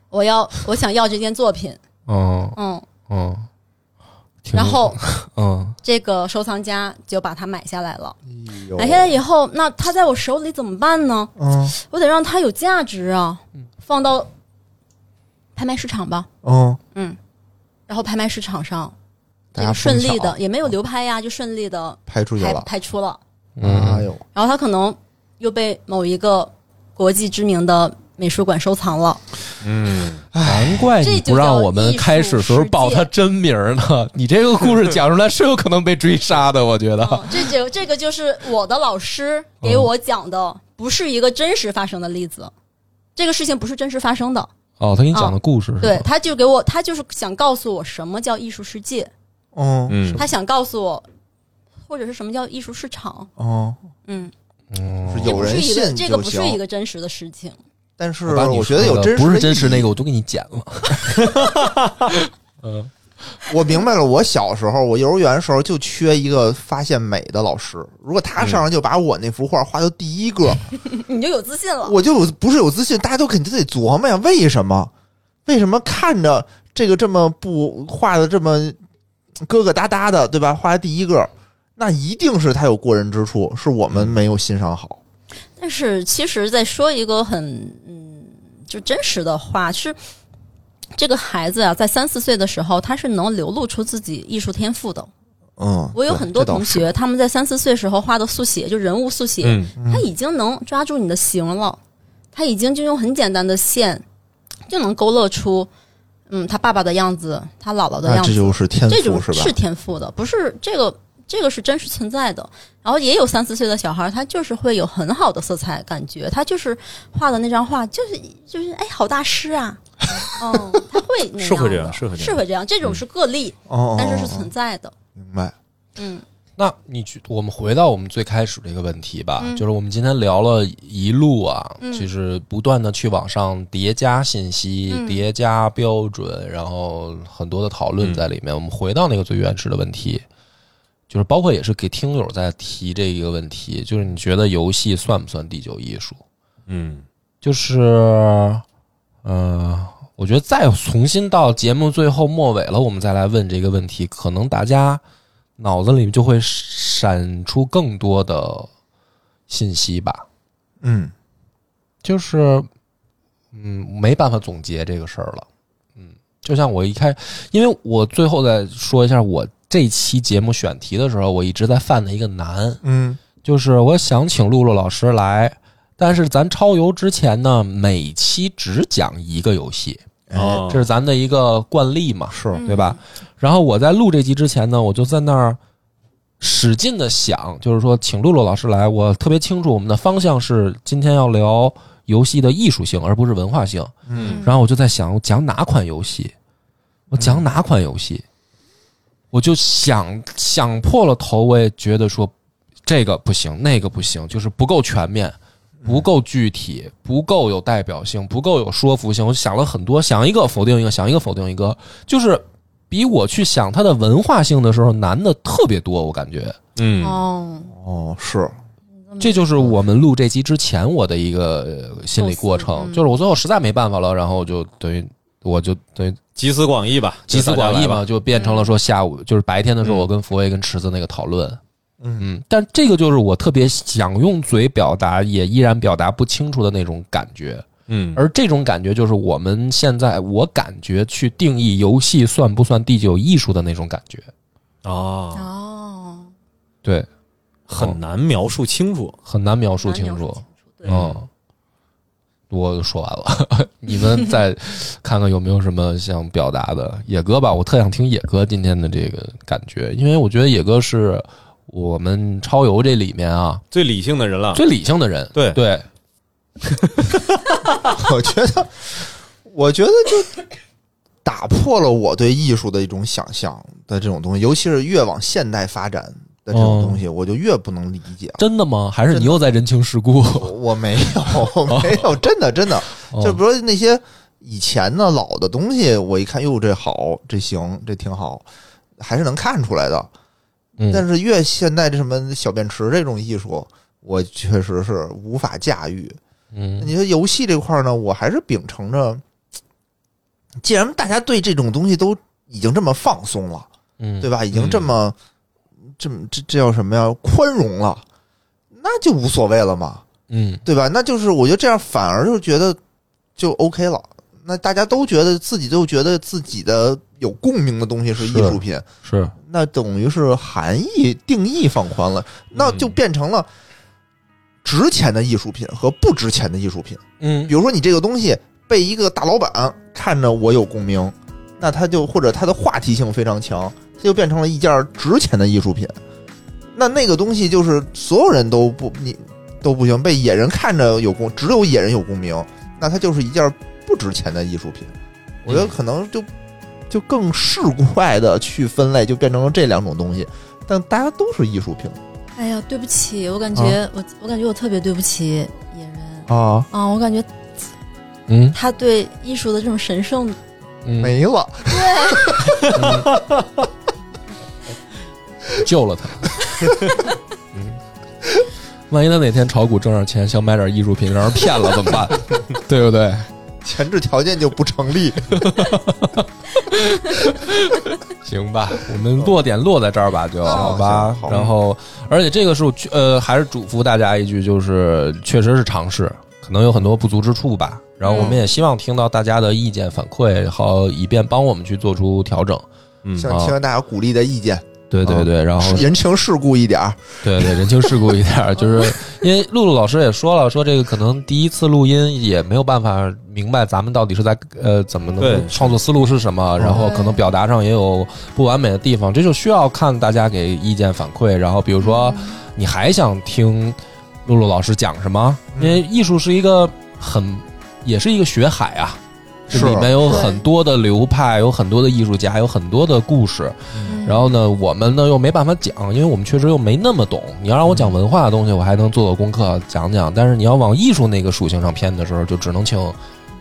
我要，我想要这件作品。嗯嗯，嗯，挺然后嗯这个收藏家就把它买下来了。哎呦买下来以后，那它在我手里怎么办呢？嗯我得让它有价值啊，放到拍卖市场吧。嗯，嗯，然后拍卖市场上大这家个顺利捧的场也没有流拍呀，就顺利的拍出去拍了，拍出了。哎嗯呦，然后他可能又被某一个国际知名的美术馆收 藏了。嗯，难怪你不让我们开始时候报他真名呢。你这个故事讲出来是有可能被追杀的，我觉得。嗯、这这这个就是我的老师嗯给我讲的，不是一个真实发生的例子。这个事情不是真实发生的，哦，他给你讲的故事是吧？对，他就给我，他就是想告诉我什么叫艺术世界，哦嗯他想告诉我，或者是什么叫艺术市场。哦，嗯，嗯有人这不是一个信这就个不是行一个真实的事情。但是我把你我觉得说有的真实，不是真实那个，。我都给你剪了。嗯，我明白了，我小时候，我幼儿园的时候就缺一个发现美的老师。如果他上来嗯就把我那幅画画到第一个， 你就有自信了。我就有不是有自信，大家都肯定得琢磨呀，为什么？为什么看着这个这么不画的这么疙疙瘩瘩的，对吧？画的第一个，那一定是他有过人之处，是我们没有欣赏好。但是其实再说一个很嗯，就真实的话是，这个孩子啊，在三四岁的时候，他是能流露出自己艺术天赋的。嗯，我有对很多这倒同是学，他们在三四岁时候画的速写，就人物速写，嗯他已经能抓住你的形了，他已经就用很简单的线就能勾勒出，嗯，他爸爸的样子，他姥姥的那样子，啊这就是天这赋种是吧？天赋的，不是这个这个是真实存在的。然后也有三四岁的小孩，他就是会有很好的色彩感觉，他就是画的那张画，就是就是哎，好大师 啊，嗯，他会那样的是会这样是会这样是会这样，这种是个例，哦，但是是哦存在的，明白。嗯那你去，我们回到我们最开始这个问题吧，嗯就是我们今天聊了一路啊，嗯就是不断的去往上叠加信息、嗯叠加标准，然后很多的讨论在里面。我们回到那个最原始的问题，就是包括也是给听友在提这一个问题，就是你觉得游戏算不算第九艺术？嗯就是，呃，我觉得再重新到节目最后末尾了，我们再来问这个问题，可能大家脑子里就会闪出更多的信息吧。嗯，就是，嗯，没办法总结这个事儿了。嗯，就像我一开，因为我最后再说一下，我这期节目选题的时候，我一直在犯的一个难，嗯，就是我想请露露老师来，但是咱超游之前呢，每期只讲一个游戏，哦这是咱的一个惯例嘛，嗯是对吧？然后我在录这集之前呢，我就在那儿使劲的想，就是说请露露老师来，我特别清楚我们的方向是今天要聊游戏的艺术性，而不是文化性。嗯然后我就在想，我讲哪款游戏？我讲哪款游戏？我就想想破了头，我也觉得说这个不行，那个不行，就是不够全面，不够具体，不够有代表性，不够有说服性。我想了很多，想一个否定一个，想一个否定一个，就是比我去想它的文化性的时候难的特别多。我感觉嗯哦，哦，是这就是我们录这集之前我的一个呃心理过构程，思嗯就是我最后实在没办法了，然后我就等于我就等于集思广益吧，集思广益嘛，吧，就变成了说下午就是白天的时候，嗯我跟佛爷跟池子那个讨论，嗯但这个就是我特别想用嘴表达，也依然表达不清楚的那种感觉，嗯而这种感觉就是我们现在我感觉去定义游戏算不算第九艺术的那种感觉，啊，哦，对，很难描述清楚，很难描述清难描楚述，对，嗯。我说完了， 你们再看看有没有什么想表达的。野哥吧，我特想听野哥今天的这个感觉，因为我觉得野哥是我们超游这里面啊最理性的人了，最理性的人。对对，我觉得，我觉得就打破了我对艺术的一种想象的这种东西，尤其是越往现代发展的这种东西，我就越不能理解。真的吗？还是你又在人情世故？我我没有，我没有，真的真的， 哦就比如说那些以前的老的东西，我一看，哟，这好，这行，这挺好，还是能看出来的。嗯但是越现代这什么小便池这种艺术，我确实是无法驾驭。嗯你说游戏这块儿呢，我还是秉承着，既然大家对这种东西都已经这么放松了，嗯，对吧？已经这么、这么这这叫什么呀？宽容了，那就无所谓了嘛，嗯对吧？那就是我觉得这样反而就觉得就 OK 了。那大家都觉得自己都觉得自己的有共鸣的东西是艺术品，是嗯那等于是含义定义放宽了，那就变成了值钱的艺术品和不值钱的艺术品。嗯比如说你这个东西被一个大老板看着我有共鸣，那他就或者他的话题性非常强，他就变成了一件值钱的艺术品。那那个东西就是所有人都不你都不行，被野人看着有共，只有野人有共鸣，那它就是一件不值钱的艺术品。我觉得可能就就更世故外的去分类，就变成了这两种东西，但大家都是艺术品哎呀，对不起，我啊感觉、我我感觉我特别对不起野人啊，啊，我感觉嗯他对艺术的这种神圣，嗯，没了。救 了他。嗯，万一他哪天炒股挣点钱，想买点艺术品，让人骗了怎么 办？对不对？前置条件就不成立。行吧，我们落点落在这儿吧，就嗯好吧行好。然后，而且这个是我呃，还是嘱咐大家一句，就是确实是尝试，可能有很多不足之处吧。然后我们也希望听到大家的意见反馈，好以便帮我们去做出调整。嗯希望听到大家鼓励的意见，对对对，然后人情世故一点儿。对对，人情世故一点 儿，就是因为露露老师也说了，说这个可能第一次录音也没有办法明白咱们到底是在呃怎么对能创作思路是什嗯么，然后可能表达上也有不完美的地方，这就需要看大家给意见反馈。然后比如说嗯你还想听露露老师讲什么？嗯因为艺术是一个很也是一个学海啊。这是里面有对很多的流派，有很多的艺术家，有很多的故事，嗯然后呢，我们呢又没办法讲，因为我们确实又没那么懂。你要让我讲文化的东西，我还能做做功课讲讲，但是你要往艺术那个属性上偏的时候，就只能请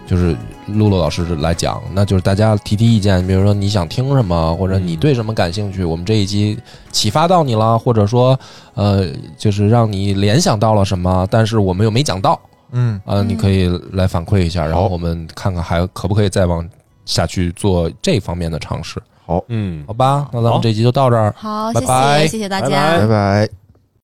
就是露露老师来讲。那就是大家提提意见，比如说你想听什么，或者你对什么感兴趣，我们这一集启发到你了，或者说呃，就是让你联想到了什么，但是我们又没讲到嗯，啊、你可以来反馈一下，然后我们看看还可不可以再往下去做这方面的尝试，嗯好吧？那咱好们这集就到这儿。好，拜拜谢谢谢谢大家。拜拜拜拜。